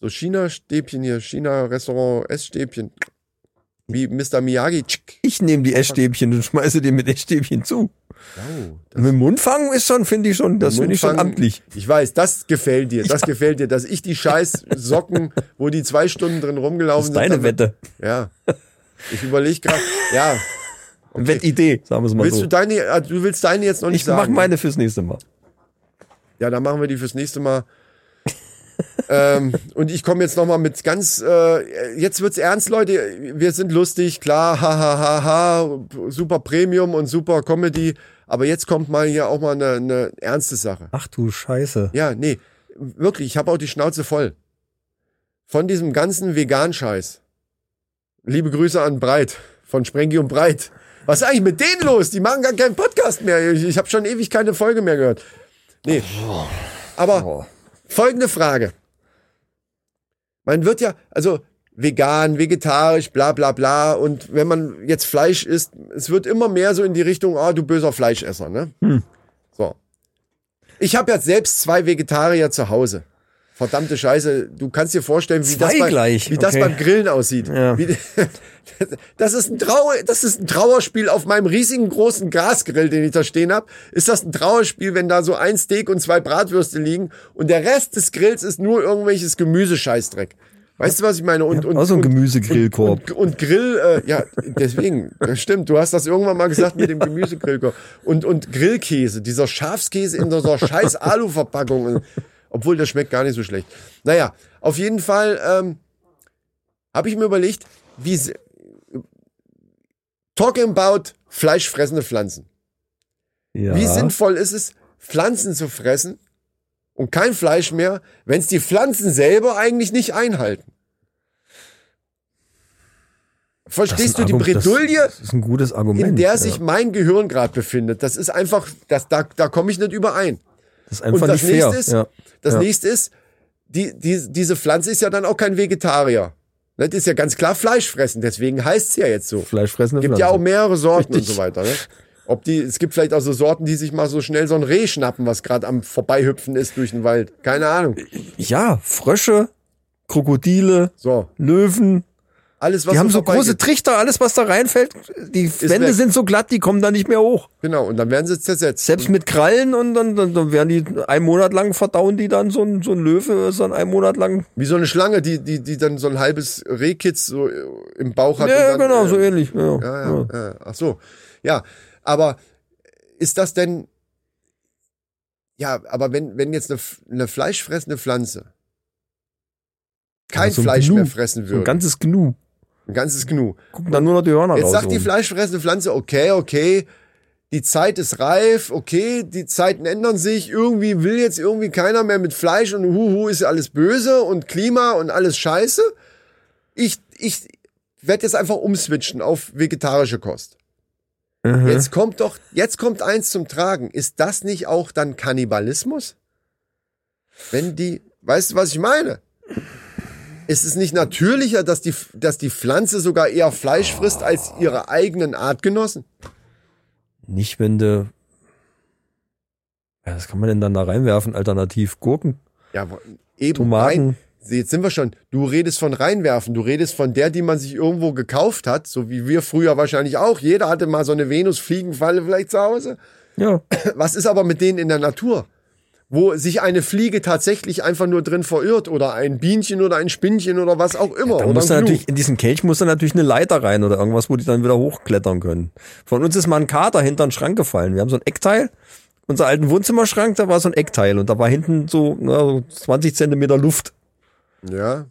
[SPEAKER 2] So China-Stäbchen hier, China-Restaurant, Essstäbchen. Wie Mr. Miyagi. Tschick.
[SPEAKER 5] Ich nehme die Essstäbchen und schmeiße dir mit Essstäbchen zu.
[SPEAKER 2] Wow, das-
[SPEAKER 5] Mit dem Mundfang ist schon, finde ich schon, das finde ich schon
[SPEAKER 2] Mundfang-
[SPEAKER 5] amtlich.
[SPEAKER 2] Ich weiß, das gefällt dir. Das gefällt dir, dass ich die scheiß Socken, wo die zwei Stunden drin rumgelaufen
[SPEAKER 5] Das ist
[SPEAKER 2] sind.
[SPEAKER 5] deine
[SPEAKER 2] damit-
[SPEAKER 5] Wette.
[SPEAKER 2] Ja. Ich überlege gerade. Ja.
[SPEAKER 5] Wettidee, sagen wir es mal
[SPEAKER 2] Willst
[SPEAKER 5] so.
[SPEAKER 2] du deine, äh, du willst deine jetzt noch nicht
[SPEAKER 5] ich
[SPEAKER 2] sagen? ne?
[SPEAKER 5] mach meine fürs nächste Mal.
[SPEAKER 2] Ja, dann machen wir die fürs nächste Mal. ähm, und ich komme jetzt nochmal mit ganz, äh, jetzt wird's ernst, Leute. Wir sind lustig, klar, ha, ha, ha, ha, super Premium und super Comedy. Aber jetzt kommt mal hier auch mal eine, eine ernste Sache.
[SPEAKER 5] Ach du Scheiße.
[SPEAKER 2] Ja, nee, wirklich, ich habe auch die Schnauze voll. Von diesem ganzen Vegan-Scheiß. Liebe Grüße an Breit, von Sprengi und Breit. Was ist eigentlich mit denen los? Die machen gar keinen Podcast mehr. Ich, ich habe schon ewig keine Folge mehr gehört. Nee.
[SPEAKER 5] Oh,
[SPEAKER 2] Aber folgende Frage. Man wird ja, also vegan, vegetarisch, bla bla bla. Und wenn man jetzt Fleisch isst, es wird immer mehr so in die Richtung, ah, du böser Fleischesser, ne?
[SPEAKER 5] Hm.
[SPEAKER 2] So. Ich habe jetzt selbst zwei Vegetarier zu Hause. Verdammte Scheiße, du kannst dir vorstellen, wie,
[SPEAKER 5] Zwei
[SPEAKER 2] das, bei,
[SPEAKER 5] gleich,
[SPEAKER 2] wie das
[SPEAKER 5] okay.
[SPEAKER 2] beim Grillen aussieht.
[SPEAKER 5] Ja.
[SPEAKER 2] Wie, das, ist ein Trau das ist ein Trauerspiel auf meinem riesigen großen Gasgrill, den ich da stehen hab. Ist das ein Trauerspiel, wenn da so ein Steak und zwei Bratwürste liegen und der Rest des Grills ist nur irgendwelches Gemüsescheißdreck. Weißt du, was ich meine? Und, und,
[SPEAKER 5] auch so ein
[SPEAKER 2] und-
[SPEAKER 5] Gemüsegrillkorb.
[SPEAKER 2] und, und Grill, äh, ja, deswegen, das stimmt, du hast das irgendwann mal gesagt mit dem Gemüsegrillkorb. Und, und Grillkäse, dieser Schafskäse in so einer scheiß Alu-Verpackung. Obwohl, der schmeckt gar nicht so schlecht. Naja, auf jeden Fall ähm, habe ich mir überlegt, wie... se- Talking about fleischfressende Pflanzen.
[SPEAKER 5] Ja.
[SPEAKER 2] Wie sinnvoll ist es, Pflanzen zu fressen und kein Fleisch mehr, wenn es die Pflanzen selber eigentlich nicht einhalten?
[SPEAKER 5] Das ist
[SPEAKER 2] Verstehst du
[SPEAKER 5] ein
[SPEAKER 2] die
[SPEAKER 5] Argument, das-
[SPEAKER 2] Bredouille,
[SPEAKER 5] Das ist ein gutes Argument.
[SPEAKER 2] in der
[SPEAKER 5] ja.
[SPEAKER 2] sich mein Gehirn gerade befindet? Das ist einfach, das, da, da komme ich nicht überein.
[SPEAKER 5] das ist einfach
[SPEAKER 2] und das
[SPEAKER 5] nicht fair.
[SPEAKER 2] nächste ist,
[SPEAKER 5] ja.
[SPEAKER 2] das
[SPEAKER 5] Ja.
[SPEAKER 2] nächste ist die, die, diese Pflanze ist ja dann auch kein Vegetarier. Das ist ja ganz klar Fleisch fressen, deswegen heißt es ja jetzt so.
[SPEAKER 5] Fleischfressende
[SPEAKER 2] gibt
[SPEAKER 5] Pflanze.
[SPEAKER 2] ja auch mehrere Sorten
[SPEAKER 5] Richtig.
[SPEAKER 2] und so weiter. Ne? Ob die, es gibt vielleicht auch so Sorten, die sich mal so schnell so ein Reh schnappen, was gerade am Vorbeihüpfen ist durch den Wald. Keine Ahnung.
[SPEAKER 5] ja, Frösche, Krokodile,
[SPEAKER 2] So,
[SPEAKER 5] Löwen. Also
[SPEAKER 2] alles was
[SPEAKER 5] Die haben so
[SPEAKER 2] vorbeigeht.
[SPEAKER 5] große Trichter, alles was da reinfällt. Die Wände
[SPEAKER 2] weg.
[SPEAKER 5] sind so glatt, die kommen da nicht mehr hoch.
[SPEAKER 2] Genau, und dann werden sie zersetzt.
[SPEAKER 5] Selbst mit Krallen und dann, dann, dann werden die einen Monat lang verdauen die dann so ein, so ein Löwe, ist dann einen Monat lang.
[SPEAKER 2] Wie so eine Schlange, die, die, die dann so ein halbes Rehkitz so äh, im Bauch hat.
[SPEAKER 5] Ja,
[SPEAKER 2] und dann,
[SPEAKER 5] genau,
[SPEAKER 2] äh,
[SPEAKER 5] so ähnlich. Ja,
[SPEAKER 2] Ja,
[SPEAKER 5] ja.
[SPEAKER 2] ja, ja. Ach so. Ja, aber ist das denn. Ja, aber wenn, wenn jetzt eine, F- eine fleischfressende Pflanze kein
[SPEAKER 5] Ja, so ein
[SPEAKER 2] Fleisch
[SPEAKER 5] Gnu.
[SPEAKER 2] mehr fressen
[SPEAKER 5] So ein
[SPEAKER 2] würde,
[SPEAKER 5] ganzes Gnu.
[SPEAKER 2] ein ganzes Gnu,
[SPEAKER 5] Gucken dann nur noch die Hörner
[SPEAKER 2] Jetzt
[SPEAKER 5] raus.
[SPEAKER 2] sagt die
[SPEAKER 5] oben.
[SPEAKER 2] fleischfressende Pflanze, okay, okay, die Zeit ist reif, okay, die Zeiten ändern sich, irgendwie will jetzt irgendwie keiner mehr mit Fleisch und huhu ist alles böse und Klima und alles scheiße. Ich, ich werde jetzt einfach umswitchen auf vegetarische Kost. Jetzt kommt doch, jetzt kommt eins zum Tragen. Ist das nicht auch dann Kannibalismus? Wenn die, weißt du, was ich meine? Ist es nicht natürlicher, dass die, dass die Pflanze sogar eher Fleisch frisst als ihre eigenen Artgenossen?
[SPEAKER 5] Nicht, wenn du. Ja, was kann man denn dann da reinwerfen? Alternativ Gurken.
[SPEAKER 2] Ja, wo- eben.
[SPEAKER 5] Tomaten.
[SPEAKER 2] Nein, jetzt sind wir schon. Du redest von reinwerfen. Du redest von der, die man sich irgendwo gekauft hat, so wie wir früher wahrscheinlich auch. Jeder hatte mal so eine Venus-Fliegenfalle vielleicht zu Hause.
[SPEAKER 5] Ja.
[SPEAKER 2] Was ist aber mit denen in der Natur? Wo sich eine Fliege tatsächlich einfach nur drin verirrt oder ein Bienchen oder ein Spinnchen oder was auch immer.
[SPEAKER 5] Da
[SPEAKER 2] oder
[SPEAKER 5] muss dann
[SPEAKER 2] ein Fluch.
[SPEAKER 5] natürlich, in diesen Kelch muss dann natürlich eine Leiter rein oder irgendwas, wo die dann wieder hochklettern können. Von uns ist mal ein Kater hinter den Schrank gefallen. Wir haben so ein Eckteil. Unser alten Wohnzimmerschrank, da war so ein Eckteil und da war hinten so, na, so 20 Zentimeter Luft.
[SPEAKER 2] ja,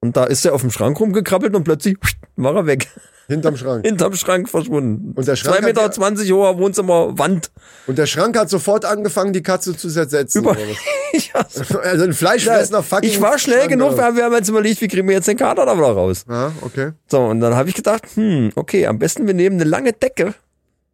[SPEAKER 5] Und da ist er auf dem Schrank rumgekrabbelt und plötzlich war er weg.
[SPEAKER 2] hinterm Schrank.
[SPEAKER 5] Hinterm Schrank verschwunden.
[SPEAKER 2] Und der Schrank
[SPEAKER 5] 2,20 Meter
[SPEAKER 2] hat-
[SPEAKER 5] 20 hoher Wohnzimmerwand.
[SPEAKER 2] Und der Schrank hat sofort angefangen, die Katze zu zersetzen.
[SPEAKER 5] Über
[SPEAKER 2] oder was.
[SPEAKER 5] ja,
[SPEAKER 2] Also ein fleischfressender fucking
[SPEAKER 5] ich war schnell
[SPEAKER 2] Schrank,
[SPEAKER 5] genug, wir
[SPEAKER 2] oder?
[SPEAKER 5] haben, wir haben jetzt überlegt, wie kriegen wir jetzt den Kater da wieder raus.
[SPEAKER 2] Ja, okay.
[SPEAKER 5] So, und dann habe ich gedacht, hm, okay, am besten wir nehmen eine lange Decke,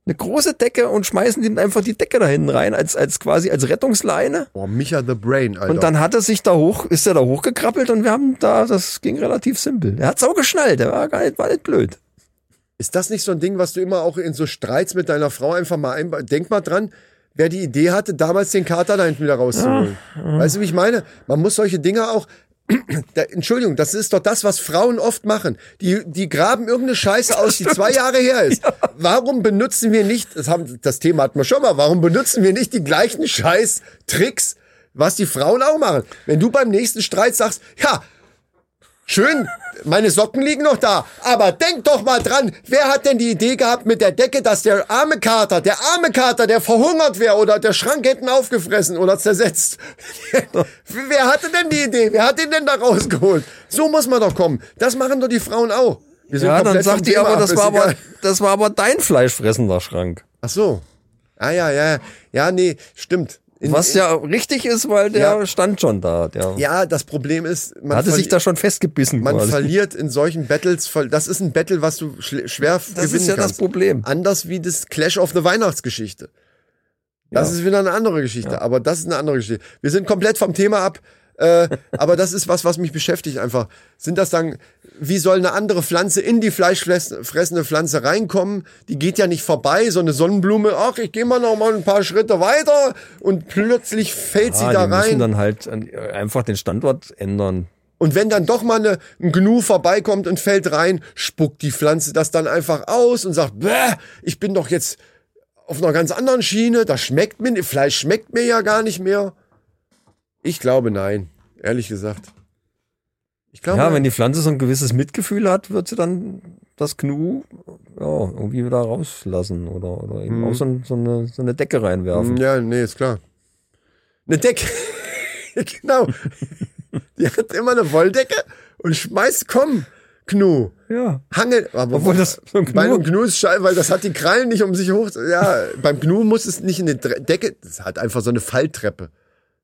[SPEAKER 5] eine große Decke und schmeißen ihm einfach die Decke da hinten rein, als, als quasi als Rettungsleine.
[SPEAKER 2] Boah, Micha the Brain, Alter.
[SPEAKER 5] Und dann hat er sich da hoch, ist er da hochgekrabbelt und wir haben da, das ging relativ simpel. Er hat's auch geschnallt, er war gar nicht, war nicht blöd.
[SPEAKER 2] Ist das nicht so ein Ding, was du immer auch in so Streits mit deiner Frau einfach mal einba Denk mal dran, wer die Idee hatte, damals den Kater da hinten wieder rauszuholen. Weißt du, wie ich meine? Man muss solche Dinge auch. Da, Entschuldigung, das ist doch das, was Frauen oft machen. Die, die graben irgendeine Scheiße aus, die zwei Jahre her ist. Warum benutzen wir nicht, das, haben, das Thema hatten wir schon mal, warum benutzen wir nicht die gleichen Scheiß-Tricks, was die Frauen auch machen? Wenn du beim nächsten Streit sagst, ja, Schön, meine Socken liegen noch da. Aber denk doch mal dran, wer hat denn die Idee gehabt mit der Decke, dass der arme Kater, der arme Kater, der verhungert wäre oder der Schrank hätten aufgefressen oder zersetzt. wer hatte denn die Idee? Wer hat den denn da rausgeholt? So muss man doch kommen. Das machen doch die Frauen auch. Wir sind
[SPEAKER 5] Ja, dann
[SPEAKER 2] komplett vom
[SPEAKER 5] sagt die
[SPEAKER 2] Thema
[SPEAKER 5] aber,
[SPEAKER 2] ab,
[SPEAKER 5] das
[SPEAKER 2] ist
[SPEAKER 5] war aber,
[SPEAKER 2] egal.
[SPEAKER 5] das war aber dein fleischfressender Schrank.
[SPEAKER 2] Ach so. Ah ja, ja, ja. ja, nee, stimmt. In-
[SPEAKER 5] Was
[SPEAKER 2] in-
[SPEAKER 5] ja richtig ist, weil der
[SPEAKER 2] Ja.
[SPEAKER 5] stand schon da. Der
[SPEAKER 2] Ja, das Problem ist, man
[SPEAKER 5] hatte sich
[SPEAKER 2] verli-
[SPEAKER 5] da schon festgebissen.
[SPEAKER 2] Man
[SPEAKER 5] quasi.
[SPEAKER 2] verliert in solchen Battles, voll- das ist ein Battle, was du schl- schwer das gewinnen
[SPEAKER 5] ist ja das
[SPEAKER 2] kannst.
[SPEAKER 5] Problem.
[SPEAKER 2] Anders wie das Clash of the Weihnachtsgeschichte. Das ist wieder eine andere Geschichte, aber das ist eine andere Geschichte. Wir sind komplett vom Thema ab, äh, aber das ist was, was mich beschäftigt einfach. Sind das dann, wie soll eine andere Pflanze in die fleischfressende Pflanze reinkommen? Die geht ja nicht vorbei, so eine Sonnenblume, ach, ich gehe mal noch mal ein paar Schritte weiter und plötzlich fällt sie
[SPEAKER 5] Ah,
[SPEAKER 2] da
[SPEAKER 5] die
[SPEAKER 2] rein.
[SPEAKER 5] müssen dann halt äh, einfach den Standort ändern.
[SPEAKER 2] Und wenn dann doch mal eine, ein Gnu vorbeikommt und fällt rein, spuckt die Pflanze das dann einfach aus und sagt, Bäh, ich bin doch jetzt auf einer ganz anderen Schiene, das schmeckt mir, Fleisch schmeckt mir ja gar nicht mehr. Ich glaube nein, ehrlich gesagt. Ich glaube,
[SPEAKER 5] Ja, wenn die Pflanze so ein gewisses Mitgefühl hat, wird sie dann das Gnu ja, irgendwie wieder rauslassen oder, oder eben auch so, ein, so, eine, so eine Decke reinwerfen.
[SPEAKER 2] ja, nee, ist klar. Eine Decke. genau. die hat immer eine Wolldecke und schmeißt, komm, Gnu.
[SPEAKER 5] Ja.
[SPEAKER 2] Hangel, aber
[SPEAKER 5] Obwohl das so ein Gnu-
[SPEAKER 2] bei einem Gnu ist scheiße, weil das hat die Krallen nicht um sich hoch. Ja, beim Gnu muss es nicht in eine Dre- Decke, das hat einfach so eine Falltreppe.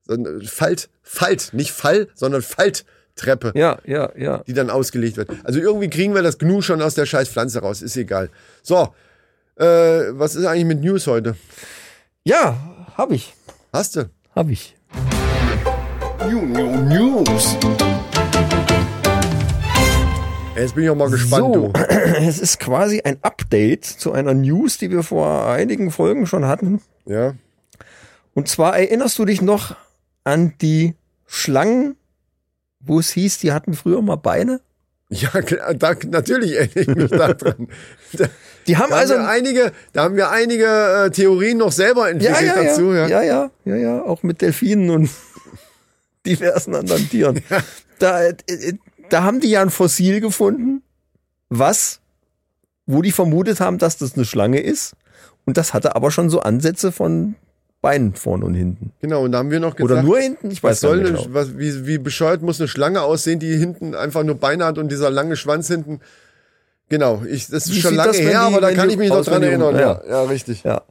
[SPEAKER 2] So eine Falt, Falt, nicht Fall, sondern Falttreppe,
[SPEAKER 5] Ja, ja, ja.
[SPEAKER 2] die dann ausgelegt wird. Also irgendwie kriegen wir das Gnu schon aus der scheiß Pflanze raus, ist egal. So, äh, was ist eigentlich mit News heute?
[SPEAKER 5] Ja, hab ich.
[SPEAKER 2] Hast du?
[SPEAKER 5] Hab ich.
[SPEAKER 2] Jetzt bin ich auch mal gespannt,
[SPEAKER 5] So,
[SPEAKER 2] du.
[SPEAKER 5] es ist quasi ein Update zu einer News, die wir vor einigen Folgen schon hatten.
[SPEAKER 2] Ja.
[SPEAKER 5] Und zwar erinnerst du dich noch an die Schlangen, wo es hieß, die hatten früher mal Beine?
[SPEAKER 2] Ja, klar, da, natürlich erinnere ich mich daran. Da,
[SPEAKER 5] Die haben
[SPEAKER 2] da,
[SPEAKER 5] also
[SPEAKER 2] haben wir einige, da haben wir einige äh, Theorien noch selber entwickelt
[SPEAKER 5] ja, ja,
[SPEAKER 2] dazu.
[SPEAKER 5] ja. ja, ja, ja, ja, auch mit Delfinen und diversen anderen Tieren. Da, äh, äh, da haben die ja ein Fossil gefunden, was, wo die vermutet haben, dass das eine Schlange ist. Und das hatte aber schon so Ansätze von Beinen vorn und hinten.
[SPEAKER 2] Genau, und da haben wir noch gesagt,
[SPEAKER 5] Oder nur hinten, ich
[SPEAKER 2] was
[SPEAKER 5] weiß gar
[SPEAKER 2] soll
[SPEAKER 5] nicht
[SPEAKER 2] eine,
[SPEAKER 5] genau.
[SPEAKER 2] was, wie, wie bescheuert muss eine Schlange aussehen, die hinten einfach nur Beine hat und dieser lange Schwanz hinten. Genau, ich, das ist
[SPEAKER 5] Wie
[SPEAKER 2] schon
[SPEAKER 5] sieht
[SPEAKER 2] lange
[SPEAKER 5] das, wenn
[SPEAKER 2] her,
[SPEAKER 5] die-
[SPEAKER 2] aber da
[SPEAKER 5] wenn
[SPEAKER 2] kann
[SPEAKER 5] die
[SPEAKER 2] ich mich noch dran
[SPEAKER 5] auswendig
[SPEAKER 2] erinnern.
[SPEAKER 5] um-
[SPEAKER 2] Ja, ja richtig.
[SPEAKER 5] Ja.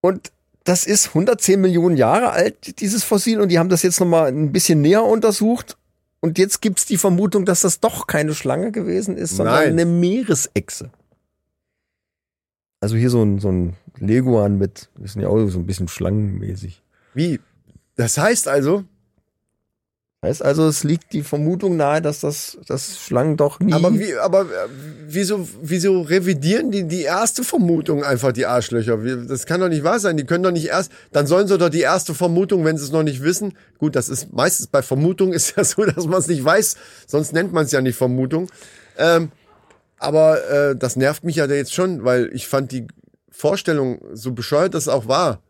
[SPEAKER 5] Und das ist 110 Millionen Jahre alt, dieses Fossil, und die haben das jetzt nochmal ein bisschen näher untersucht. Und jetzt gibt's die Vermutung, dass das doch keine Schlange gewesen ist, sondern
[SPEAKER 2] Nein.
[SPEAKER 5] eine Meeresechse. Also hier so ein, so ein Leguan mit, das sind ja auch so ein bisschen schlangenmäßig.
[SPEAKER 2] Wie? Das heißt also,
[SPEAKER 5] Heißt also, es liegt die Vermutung nahe, dass das, das Schlangen doch nie.
[SPEAKER 2] Aber, wie, aber äh, wieso, wieso revidieren die die erste Vermutung einfach, die Arschlöcher? Wir- Das kann doch nicht wahr sein. Die können doch nicht erst, dann sollen sie doch die erste Vermutung, wenn sie es noch nicht wissen. Gut, das ist meistens bei Vermutung ist ja so, dass man es nicht weiß, sonst nennt man es ja nicht Vermutung. Ähm, aber äh, das nervt mich ja jetzt schon, weil ich fand die Vorstellung, so bescheuert das auch war.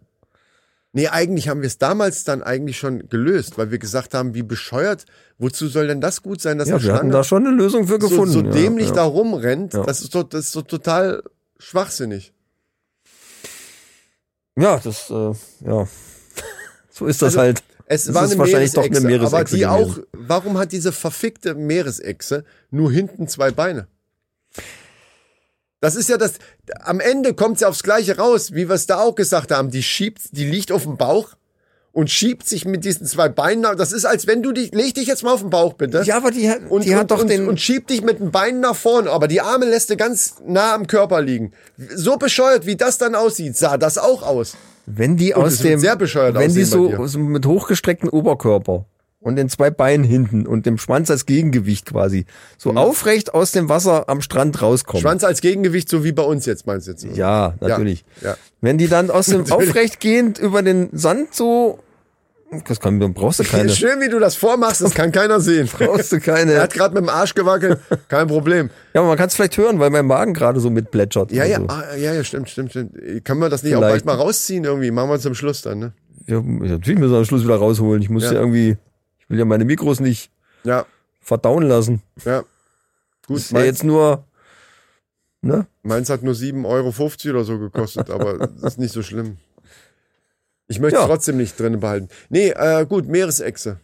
[SPEAKER 2] Nee, eigentlich haben wir es damals dann eigentlich schon gelöst, weil wir gesagt haben, wie bescheuert, wozu soll denn das gut sein, dass
[SPEAKER 5] ja,
[SPEAKER 2] eine
[SPEAKER 5] wir hatten
[SPEAKER 2] Schlange
[SPEAKER 5] da schon eine Lösung für gefunden.
[SPEAKER 2] so, so dämlich
[SPEAKER 5] ja,
[SPEAKER 2] da
[SPEAKER 5] ja.
[SPEAKER 2] rumrennt,
[SPEAKER 5] Ja.
[SPEAKER 2] das, ist doch, das ist doch total schwachsinnig.
[SPEAKER 5] Ja, das, äh, ja. So ist das
[SPEAKER 2] Also,
[SPEAKER 5] halt.
[SPEAKER 2] Es
[SPEAKER 5] Das
[SPEAKER 2] war
[SPEAKER 5] ist
[SPEAKER 2] eine
[SPEAKER 5] wahrscheinlich doch eine
[SPEAKER 2] Meeresechse,
[SPEAKER 5] Meeresechse
[SPEAKER 2] aber die
[SPEAKER 5] gewesen.
[SPEAKER 2] auch, warum hat diese verfickte Meeresechse nur hinten zwei Beine? Das ist ja das, am Ende kommt sie aufs Gleiche raus, wie wir es da auch gesagt haben. Die schiebt, die liegt auf dem Bauch und schiebt sich mit diesen zwei Beinen. nach- Das ist, als wenn du dich, leg dich jetzt mal auf den Bauch, bitte.
[SPEAKER 5] Ja, aber die, hat-
[SPEAKER 2] und,
[SPEAKER 5] die hat
[SPEAKER 2] und,
[SPEAKER 5] doch
[SPEAKER 2] und,
[SPEAKER 5] den.
[SPEAKER 2] und schiebt dich mit den Beinen nach vorne, aber die Arme lässt du ganz nah am Körper liegen. So bescheuert, wie das dann aussieht, sah das auch aus.
[SPEAKER 5] wenn die
[SPEAKER 2] es
[SPEAKER 5] aus
[SPEAKER 2] wird
[SPEAKER 5] dem.
[SPEAKER 2] sehr bescheuert
[SPEAKER 5] wenn die
[SPEAKER 2] aussehen bei
[SPEAKER 5] so,
[SPEAKER 2] dir.
[SPEAKER 5] so mit hochgestrecktem Oberkörper und den zwei Beinen hinten und dem Schwanz als Gegengewicht quasi so aufrecht aus dem Wasser am Strand rauskommen.
[SPEAKER 2] Mhm. Schwanz als Gegengewicht, so wie bei uns jetzt, meinst du jetzt? oder?
[SPEAKER 5] Ja, natürlich.
[SPEAKER 2] ja.
[SPEAKER 5] Wenn die dann aus dem
[SPEAKER 2] Natürlich.
[SPEAKER 5] aufrecht gehend über den Sand so, das kann, dann brauchst du keine,
[SPEAKER 2] Schön, wie du das vormachst, das kann keiner sehen.
[SPEAKER 5] brauchst du
[SPEAKER 2] Er
[SPEAKER 5] keine.
[SPEAKER 2] hat gerade mit dem Arsch gewackelt, kein Problem.
[SPEAKER 5] Ja, aber man kann es vielleicht hören, weil mein Magen gerade so mitplätschert.
[SPEAKER 2] Ja,
[SPEAKER 5] und
[SPEAKER 2] ja,
[SPEAKER 5] So.
[SPEAKER 2] ah, ja, ja, stimmt, stimmt, stimmt. Kann man das nicht auch
[SPEAKER 5] Also. Vielleicht.
[SPEAKER 2] bald mal rausziehen irgendwie? Machen wir zum Schluss dann, ne?
[SPEAKER 5] Ja, natürlich müssen wir am Schluss wieder rausholen. Ich muss ja.
[SPEAKER 2] Ja.
[SPEAKER 5] irgendwie, ich will ja meine Mikros nicht
[SPEAKER 2] Ja,
[SPEAKER 5] verdauen lassen.
[SPEAKER 2] ja. Gut,
[SPEAKER 5] Ist ja
[SPEAKER 2] mein,
[SPEAKER 5] jetzt nur, ne?
[SPEAKER 2] meins hat nur 7,50 Euro oder so gekostet, aber ist nicht so schlimm. Ich möchte
[SPEAKER 5] Ja.
[SPEAKER 2] trotzdem nicht drin behalten. Nee, äh, gut, Meeresechse.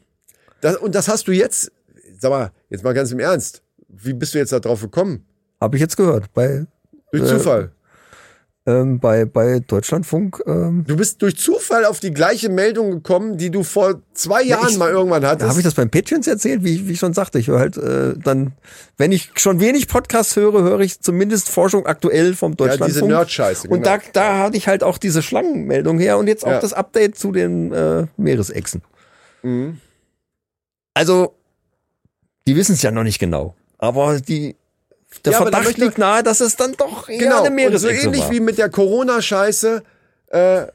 [SPEAKER 2] Das, und das hast du jetzt, sag mal, jetzt mal ganz im Ernst. Wie bist du jetzt da drauf gekommen?
[SPEAKER 5] Habe ich jetzt gehört. Bei,
[SPEAKER 2] Durch
[SPEAKER 5] Äh,
[SPEAKER 2] Zufall.
[SPEAKER 5] ähm, bei, bei Deutschlandfunk, ähm,
[SPEAKER 2] Du bist durch Zufall auf die gleiche Meldung gekommen, die du vor zwei Jahren
[SPEAKER 5] ich-
[SPEAKER 2] mal irgendwann
[SPEAKER 5] da habe
[SPEAKER 2] hattest.
[SPEAKER 5] ich das beim Patreons erzählt, wie, ich- wie ich schon sagte. Ich höre halt äh, dann, wenn ich schon wenig Podcasts höre, höre ich zumindest Forschung aktuell vom
[SPEAKER 2] ja,
[SPEAKER 5] Deutschlandfunk.
[SPEAKER 2] diese Nerd-Scheiße.
[SPEAKER 5] Und da, da hatte ich halt auch diese Schlangenmeldung her und jetzt auch
[SPEAKER 2] Genau. Ja.
[SPEAKER 5] das Update zu den äh, Meeresechsen.
[SPEAKER 2] Mhm.
[SPEAKER 5] Also, die wissen es ja noch nicht genau. Aber die, der
[SPEAKER 2] Ja, aber da
[SPEAKER 5] Verdacht
[SPEAKER 2] möchte-
[SPEAKER 5] liegt nahe, dass es dann doch eher
[SPEAKER 2] genau.
[SPEAKER 5] eine
[SPEAKER 2] Und so
[SPEAKER 5] Meeresechse
[SPEAKER 2] ähnlich
[SPEAKER 5] war.
[SPEAKER 2] wie mit der Corona-Scheiße, äh,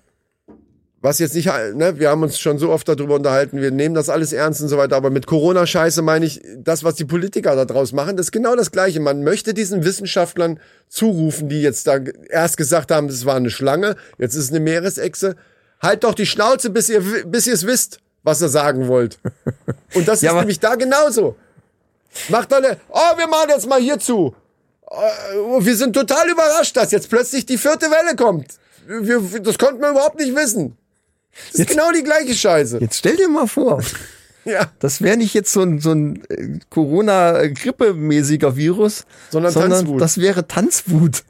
[SPEAKER 2] was jetzt nicht, he- ne, wir haben uns schon so oft darüber unterhalten, wir nehmen das alles ernst und so weiter, aber mit Corona-Scheiße meine ich, das, was die Politiker da draus machen, das ist genau das Gleiche. Man möchte diesen Wissenschaftlern zurufen, die jetzt da g- erst gesagt haben, es war eine Schlange, jetzt ist es eine Meeresechse. Halt doch die Schnauze, bis ihr, w- bis ihr es wisst, was ihr sagen wollt. Und das
[SPEAKER 5] Ja,
[SPEAKER 2] ist
[SPEAKER 5] aber-
[SPEAKER 2] nämlich da genauso. Macht doch eine, oh, wir machen jetzt mal hier zu. Oh, wir sind total überrascht, dass jetzt plötzlich die vierte Welle kommt. Wir, wir- das konnten wir überhaupt nicht wissen. Das ist genau die gleiche Scheiße.
[SPEAKER 5] Jetzt stell dir mal vor,
[SPEAKER 2] Ja,
[SPEAKER 5] das wäre nicht jetzt so ein, so ein äh, Corona-Grippe-mäßiger Virus,
[SPEAKER 2] Sondern Tanzwut.
[SPEAKER 5] das wäre Tanzwut.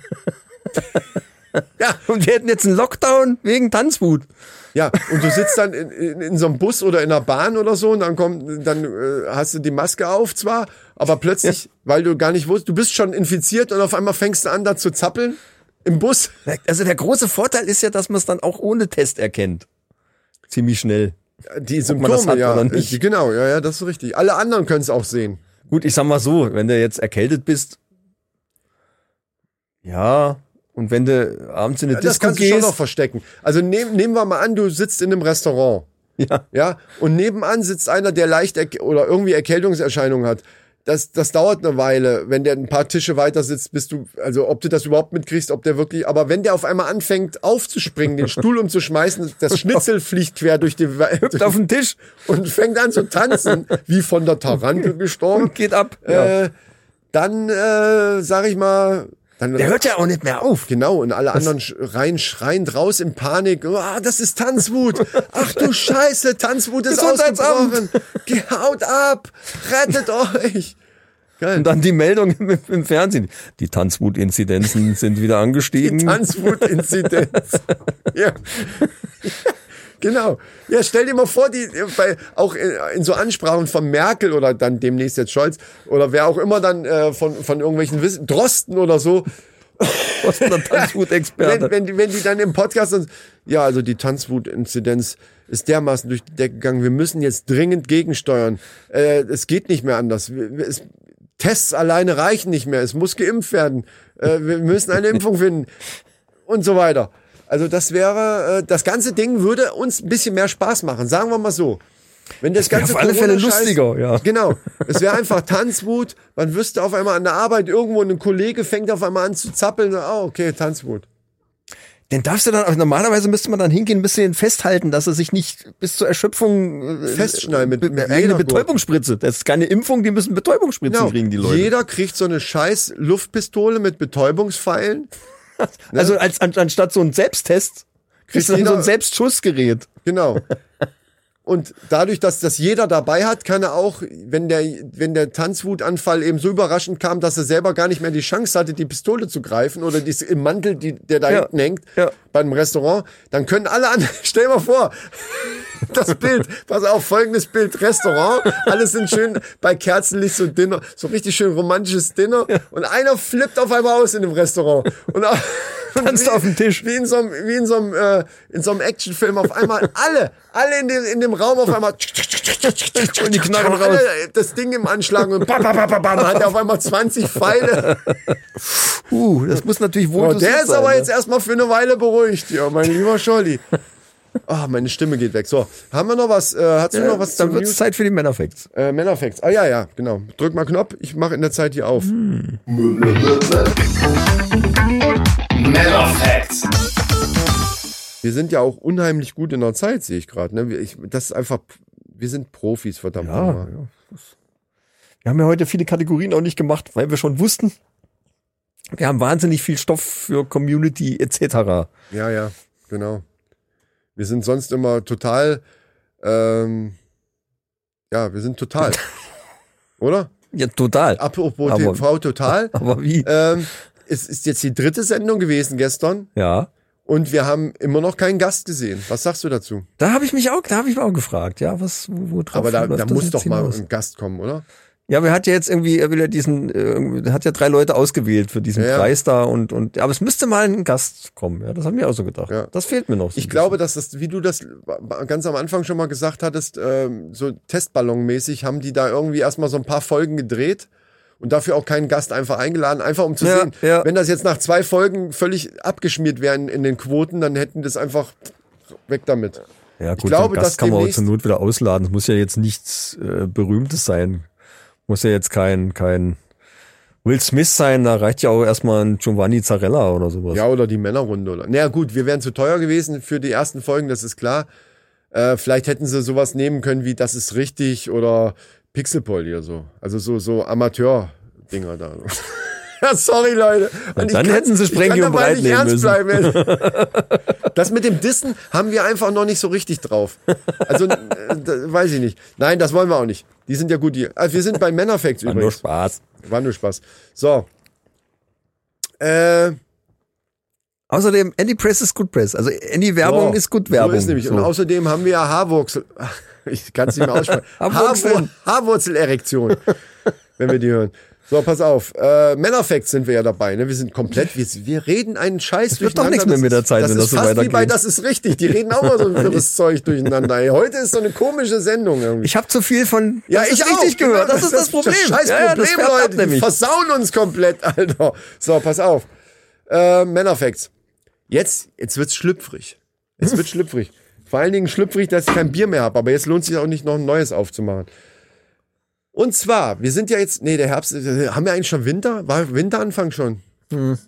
[SPEAKER 2] ja,
[SPEAKER 5] Und wir hätten jetzt einen Lockdown wegen Tanzwut.
[SPEAKER 2] ja. Und du sitzt dann in, in, in so einem Bus oder in einer Bahn oder so und dann kommt, dann äh, hast du die Maske auf zwar, aber plötzlich, weil du gar nicht wusstest, du bist schon infiziert und auf einmal fängst du an, da zu zappeln im Bus.
[SPEAKER 5] Also der große Vorteil ist ja, dass man es dann auch ohne Test erkennt. Ziemlich schnell.
[SPEAKER 2] Die
[SPEAKER 5] man
[SPEAKER 2] Symptome,
[SPEAKER 5] das hat
[SPEAKER 2] ja,
[SPEAKER 5] oder nicht.
[SPEAKER 2] äh, genau, ja, ja, das ist richtig. Alle anderen können es auch sehen.
[SPEAKER 5] Gut, ich sag mal so, wenn du jetzt erkältet bist, ja, und wenn du abends in eine
[SPEAKER 2] Das
[SPEAKER 5] Disco
[SPEAKER 2] kannst du
[SPEAKER 5] gehst,
[SPEAKER 2] schon noch verstecken. Also nehm, nehmen wir mal an, du sitzt in einem Restaurant.
[SPEAKER 5] ja,
[SPEAKER 2] Ja, und nebenan sitzt einer, der leicht erk- oder irgendwie Erkältungserscheinungen hat. Das, das dauert eine Weile, wenn der ein paar Tische weiter sitzt, bis du, also ob du das überhaupt mitkriegst, ob der wirklich, aber wenn der auf einmal anfängt aufzuspringen, den Stuhl umzuschmeißen, das Schnitzel fliegt quer durch die Welt
[SPEAKER 5] auf den Tisch
[SPEAKER 2] und fängt an zu tanzen, wie von der Tarantel gestorben,
[SPEAKER 5] und geht ab. ja.
[SPEAKER 2] äh, dann, äh, sag ich mal, dann
[SPEAKER 5] Der hört ja auch nicht mehr auf.
[SPEAKER 2] Genau, und alle anderen sch- rein schreien raus in Panik. Ah, das ist Tanzwut. Ach du Scheiße, Tanzwut ist
[SPEAKER 5] Gesundheitsamt.
[SPEAKER 2] ausgebrochen. Ge- Haut ab, rettet euch.
[SPEAKER 5] Und dann die Meldung im, im Fernsehen. Die Tanzwut-Inzidenzen sind wieder angestiegen.
[SPEAKER 2] Tanzwut-Inzidenz. ja. Genau. Ja, stell dir mal vor, die, bei, auch in, in so Ansprachen von Merkel oder dann demnächst jetzt Scholz oder wer auch immer dann äh, von, von irgendwelchen Wissen, Drosten oder so,
[SPEAKER 5] Was ist der
[SPEAKER 2] Wenn,
[SPEAKER 5] Tanzwut-Experte?
[SPEAKER 2] wenn, die- wenn die dann im Podcast sind, ja, also die Tanzwut-Inzidenz ist dermaßen durch die Decke gegangen. Wir müssen jetzt dringend gegensteuern. Äh, es geht nicht mehr anders. Wir, wir- es, Tests alleine reichen nicht mehr. Es muss geimpft werden. Äh, wir müssen eine Impfung finden und so weiter. Also das wäre, äh, das ganze Ding würde uns ein bisschen mehr Spaß machen, sagen wir mal so. Wenn das,
[SPEAKER 5] wär
[SPEAKER 2] ganze
[SPEAKER 5] auf alle Fälle
[SPEAKER 2] Corona-Scheiß-
[SPEAKER 5] lustiger, ja.
[SPEAKER 2] Genau. Es wäre einfach Tanzwut. Man wüsste auf einmal an der Arbeit irgendwo, ein Kollege fängt auf einmal an zu zappeln. Ah, okay, Tanzwut.
[SPEAKER 5] Denn darfst du dann, also normalerweise müsste man dann hingehen, ein bisschen festhalten, dass er sich nicht bis zur Erschöpfung äh,
[SPEAKER 2] Festschnallen mit-
[SPEAKER 5] be-
[SPEAKER 2] mit
[SPEAKER 5] eigene
[SPEAKER 2] jeder Gurke. Genau.
[SPEAKER 5] Betäubungsspritze. Das ist keine Impfung, die müssen Betäubungsspritzen kriegen, die Leute.
[SPEAKER 2] Jeder kriegt so eine scheiß Luftpistole mit Betäubungspfeilen.
[SPEAKER 5] Also als, an, anstatt so ein Selbsttest, kriegst du dann
[SPEAKER 2] jeder-
[SPEAKER 5] so ein Selbstschussgerät.
[SPEAKER 2] Genau. Und dadurch, dass das jeder dabei hat, kann er auch, wenn der, wenn der Tanzwutanfall eben so überraschend kam, dass er selber gar nicht mehr die Chance hatte, die Pistole zu greifen oder die, im Mantel, die, der da
[SPEAKER 5] Ja,
[SPEAKER 2] hinten hängt,
[SPEAKER 5] ja.
[SPEAKER 2] beim Restaurant, dann können alle an, stell mal vor, das Bild, pass auf, folgendes Bild, Restaurant, alles sind schön bei Kerzenlicht so Dinner, so richtig schön romantisches Dinner und einer flippt auf einmal aus in dem Restaurant und, au- und
[SPEAKER 5] Tanzt auf dem Tisch.
[SPEAKER 2] Wie in so einem, wie in so einem, äh, in so einem Actionfilm auf einmal alle, alle in dem, in dem Raum auf einmal und
[SPEAKER 5] die Knarren raus.
[SPEAKER 2] alle das Ding im Anschlagen und bam, bam, bam, bam, bam, hat er auf einmal 20 Pfeile.
[SPEAKER 5] Uh, das muss natürlich wohl
[SPEAKER 2] Oh, der
[SPEAKER 5] dosiert
[SPEAKER 2] ist aber
[SPEAKER 5] ne?
[SPEAKER 2] jetzt erstmal für eine Weile beruhigt, ja, mein lieber Scholli. Ah, meine Stimme geht weg. So, haben wir noch was? Äh, hast du noch was
[SPEAKER 5] Dann
[SPEAKER 2] zu
[SPEAKER 5] wird es
[SPEAKER 2] News?
[SPEAKER 5] Zeit für die Männerfacts.
[SPEAKER 2] Äh, Männerfacts. Ah ja, ja, genau. Drück mal Knopf. Ich mache in der Zeit hier auf.
[SPEAKER 6] Männer Facts.
[SPEAKER 2] Wir sind ja auch unheimlich gut in der Zeit, sehe ich gerade. Ne? Wir- ich- Das ist einfach. Wir sind Profis, verdammt. nochmal.
[SPEAKER 5] Wir haben ja heute viele Kategorien auch nicht gemacht, weil wir schon wussten, wir haben wahnsinnig viel Stoff für Community etc.
[SPEAKER 2] Ja, ja, genau. Wir sind sonst immer total, ähm, ja, wir sind total. Oder?
[SPEAKER 5] Ja, total.
[SPEAKER 2] Apropos
[SPEAKER 5] Aber-
[SPEAKER 2] TV total.
[SPEAKER 5] Aber wie?
[SPEAKER 2] Ähm, es ist jetzt die dritte Sendung gewesen gestern
[SPEAKER 5] Ja.
[SPEAKER 2] und wir haben immer noch keinen Gast gesehen. Was sagst du dazu?
[SPEAKER 5] Da habe ich mich auch, da habe ich mich auch gefragt, ja, was, wo, wo drauf
[SPEAKER 2] Aber da,
[SPEAKER 5] läuft
[SPEAKER 2] da
[SPEAKER 5] das
[SPEAKER 2] muss
[SPEAKER 5] jetzt
[SPEAKER 2] doch mal
[SPEAKER 5] hinaus?
[SPEAKER 2] ein Gast kommen, oder?
[SPEAKER 5] Ja, wir hat ja jetzt irgendwie er will ja diesen, äh, irgendwie- hat ja drei Leute ausgewählt für diesen
[SPEAKER 2] Ja, ja.
[SPEAKER 5] Preis da und und, aber es müsste mal ein Gast kommen, ja, das haben wir auch so gedacht.
[SPEAKER 2] Ja.
[SPEAKER 5] Das fehlt mir noch. so ein
[SPEAKER 2] Ich glaube, dass das, wie du das äh, ganz am Anfang schon mal gesagt hattest, ähm, so Testballonmäßig haben die da irgendwie erstmal so ein paar Folgen gedreht und dafür auch keinen Gast einfach eingeladen, einfach um zu
[SPEAKER 5] Ja,
[SPEAKER 2] sehen,
[SPEAKER 5] ja.
[SPEAKER 2] wenn das jetzt nach zwei Folgen völlig abgeschmiert wäre in, in den Quoten, dann hätten das einfach weg damit.
[SPEAKER 5] bisschen. Ja,
[SPEAKER 2] ich
[SPEAKER 5] gut, ich
[SPEAKER 2] glaube,
[SPEAKER 5] glaube,
[SPEAKER 2] dass
[SPEAKER 5] Gast kann man auch
[SPEAKER 2] demnächst-
[SPEAKER 5] zur Not wieder ausladen. Es muss ja jetzt nichts äh, Berühmtes sein. Muss ja jetzt kein kein Will Smith sein, da reicht ja auch erstmal ein Giovanni Zarella oder sowas.
[SPEAKER 2] Ja, oder die Männerrunde. Oder. Naja gut, wir wären zu teuer gewesen für die ersten Folgen, das ist klar. Äh, vielleicht hätten sie sowas nehmen können wie Das ist richtig oder Pixelpolly oder so. Also so, so Amateur-Dinger da. ja, sorry, Leute. Und ich
[SPEAKER 5] dann
[SPEAKER 2] kann's-
[SPEAKER 5] hätten sie
[SPEAKER 2] ich
[SPEAKER 5] Sprengi
[SPEAKER 2] kann
[SPEAKER 5] und
[SPEAKER 2] dabei
[SPEAKER 5] Breit
[SPEAKER 2] nicht
[SPEAKER 5] nehmen
[SPEAKER 2] ernst
[SPEAKER 5] müssen.
[SPEAKER 2] Bleiben. Das mit dem Dissen haben wir einfach noch nicht so richtig drauf. Also, äh, da, weiß ich nicht. Nein, das wollen wir auch nicht. Die sind ja gut hier. Also, wir sind bei Männerfacts
[SPEAKER 5] War nur
[SPEAKER 2] übrigens.
[SPEAKER 5] Spaß.
[SPEAKER 2] War nur Spaß. So. Äh,
[SPEAKER 5] Außerdem, Andy Press ist Good Press. Also Andy Werbung
[SPEAKER 2] So,
[SPEAKER 5] ist gut Werbung.
[SPEAKER 2] So ist nämlich.
[SPEAKER 5] So.
[SPEAKER 2] Und außerdem haben wir ja Haarwurzel. Ich kann es nicht mehr aussprechen.
[SPEAKER 5] Haarwurzeln.
[SPEAKER 2] Haarwur- Haarwurzelerektion, wenn wir die hören. So, pass auf. Äh, Männerfacts sind wir ja dabei. Ne? Wir sind komplett, wir, wir reden einen Scheiß
[SPEAKER 5] wird doch nichts mehr mit der Zeit,
[SPEAKER 2] das
[SPEAKER 5] wenn
[SPEAKER 2] ist
[SPEAKER 5] das so
[SPEAKER 2] fast wie
[SPEAKER 5] weitergeht.
[SPEAKER 2] bei Das ist richtig. Die reden auch mal so ein wirres Zeug durcheinander. Ey, heute ist so eine komische Sendung irgendwie.
[SPEAKER 5] Ich habe zu viel von
[SPEAKER 2] Ja,
[SPEAKER 5] das
[SPEAKER 2] ich
[SPEAKER 5] ist
[SPEAKER 2] auch.
[SPEAKER 5] richtig
[SPEAKER 2] Genau,
[SPEAKER 5] gehört. Das, ist das Problem.
[SPEAKER 2] scheiß
[SPEAKER 5] Ja, ja, das
[SPEAKER 2] Problem,
[SPEAKER 5] fährt ab
[SPEAKER 2] Leute. Die
[SPEAKER 5] nämlich.
[SPEAKER 2] versauen uns komplett, Alter. So, pass auf. Äh, Männerfacts. Jetzt, jetzt wird's schlüpfrig. Jetzt wird's schlüpfrig. Vor allen Dingen schlüpfrig, dass ich kein Bier mehr habe. Aber jetzt lohnt sich auch nicht, noch ein neues aufzumachen. Und zwar, wir sind ja jetzt, nee, der Herbst, ist- haben wir eigentlich schon Winter? War Winteranfang schon?
[SPEAKER 5] Hm,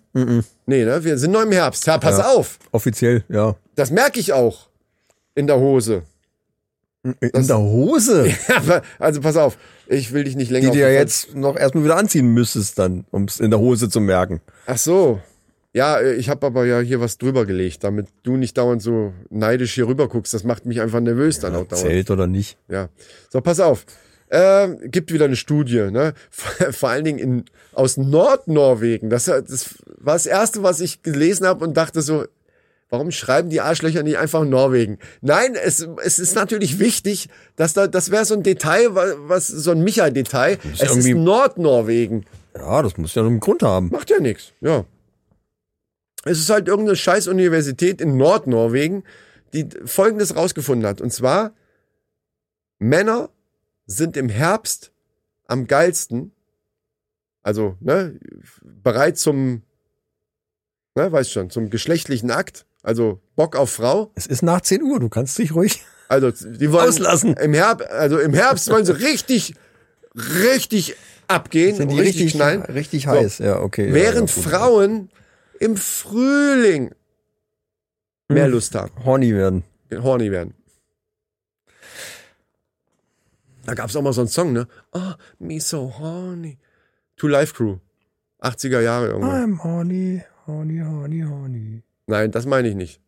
[SPEAKER 2] Nee, ne? Wir sind noch im Herbst. Ja, pass auf.
[SPEAKER 5] Offiziell, ja.
[SPEAKER 2] Das merke ich auch. In der Hose.
[SPEAKER 5] In der Hose,
[SPEAKER 2] also pass auf. Ich will dich nicht länger
[SPEAKER 5] die
[SPEAKER 2] auf
[SPEAKER 5] du ja
[SPEAKER 2] den Fall-
[SPEAKER 5] jetzt noch erstmal wieder anziehen müsstest dann, um es in der Hose zu merken.
[SPEAKER 2] Ach so. Ja, äh, ich habe aber ja hier was drüber gelegt, damit du nicht dauernd so neidisch hier rüber guckst. Das macht mich einfach nervös dann auch dauernd.
[SPEAKER 5] Zählt oder nicht.
[SPEAKER 2] Ja. So, pass auf. Ähm, gibt wieder eine Studie, ne? Vor, vor allen Dingen in, aus Nordnorwegen. Das, das war das Erste, was ich gelesen habe und dachte so, warum schreiben die Arschlöcher nicht einfach Norwegen? Nein, es, es ist natürlich wichtig, dass da, das wäre so ein Detail, wa- was, so ein Micha-Detail. Es ist
[SPEAKER 5] irgendwie-
[SPEAKER 2] Nordnorwegen.
[SPEAKER 5] Ja, das muss ja einen Grund haben.
[SPEAKER 2] Macht ja nichts, ja. Es ist halt irgendeine scheiß Universität in Nordnorwegen, die Folgendes rausgefunden hat. Und zwar, Männer sind im Herbst am geilsten. Also, ne, bereit zum, ne, weißt schon, zum geschlechtlichen Akt. Also Bock auf Frau.
[SPEAKER 5] Es ist nach 10 Uhr, du kannst dich ruhig.
[SPEAKER 2] Also die wollen
[SPEAKER 5] Auslassen.
[SPEAKER 2] Im Herbst, also im Herbst wollen sie richtig, richtig abgehen,
[SPEAKER 5] Sind die
[SPEAKER 2] und richtig,
[SPEAKER 5] richtig,
[SPEAKER 2] knallen.
[SPEAKER 5] richtig heiß, ja, okay. ja, genau.
[SPEAKER 2] Während
[SPEAKER 5] ja, gut.
[SPEAKER 2] Frauen im Frühling mehr
[SPEAKER 5] Mhm.
[SPEAKER 2] Lust haben,
[SPEAKER 5] Hm. horny werden.
[SPEAKER 2] horny werden. Da gab's auch mal so einen Song, ne? Oh, me so horny. Two Life Crew. 80er Jahre
[SPEAKER 5] Ah,
[SPEAKER 2] irgendwann.
[SPEAKER 5] horny, horny, horny, horny.
[SPEAKER 2] Nein, das meine ich nicht.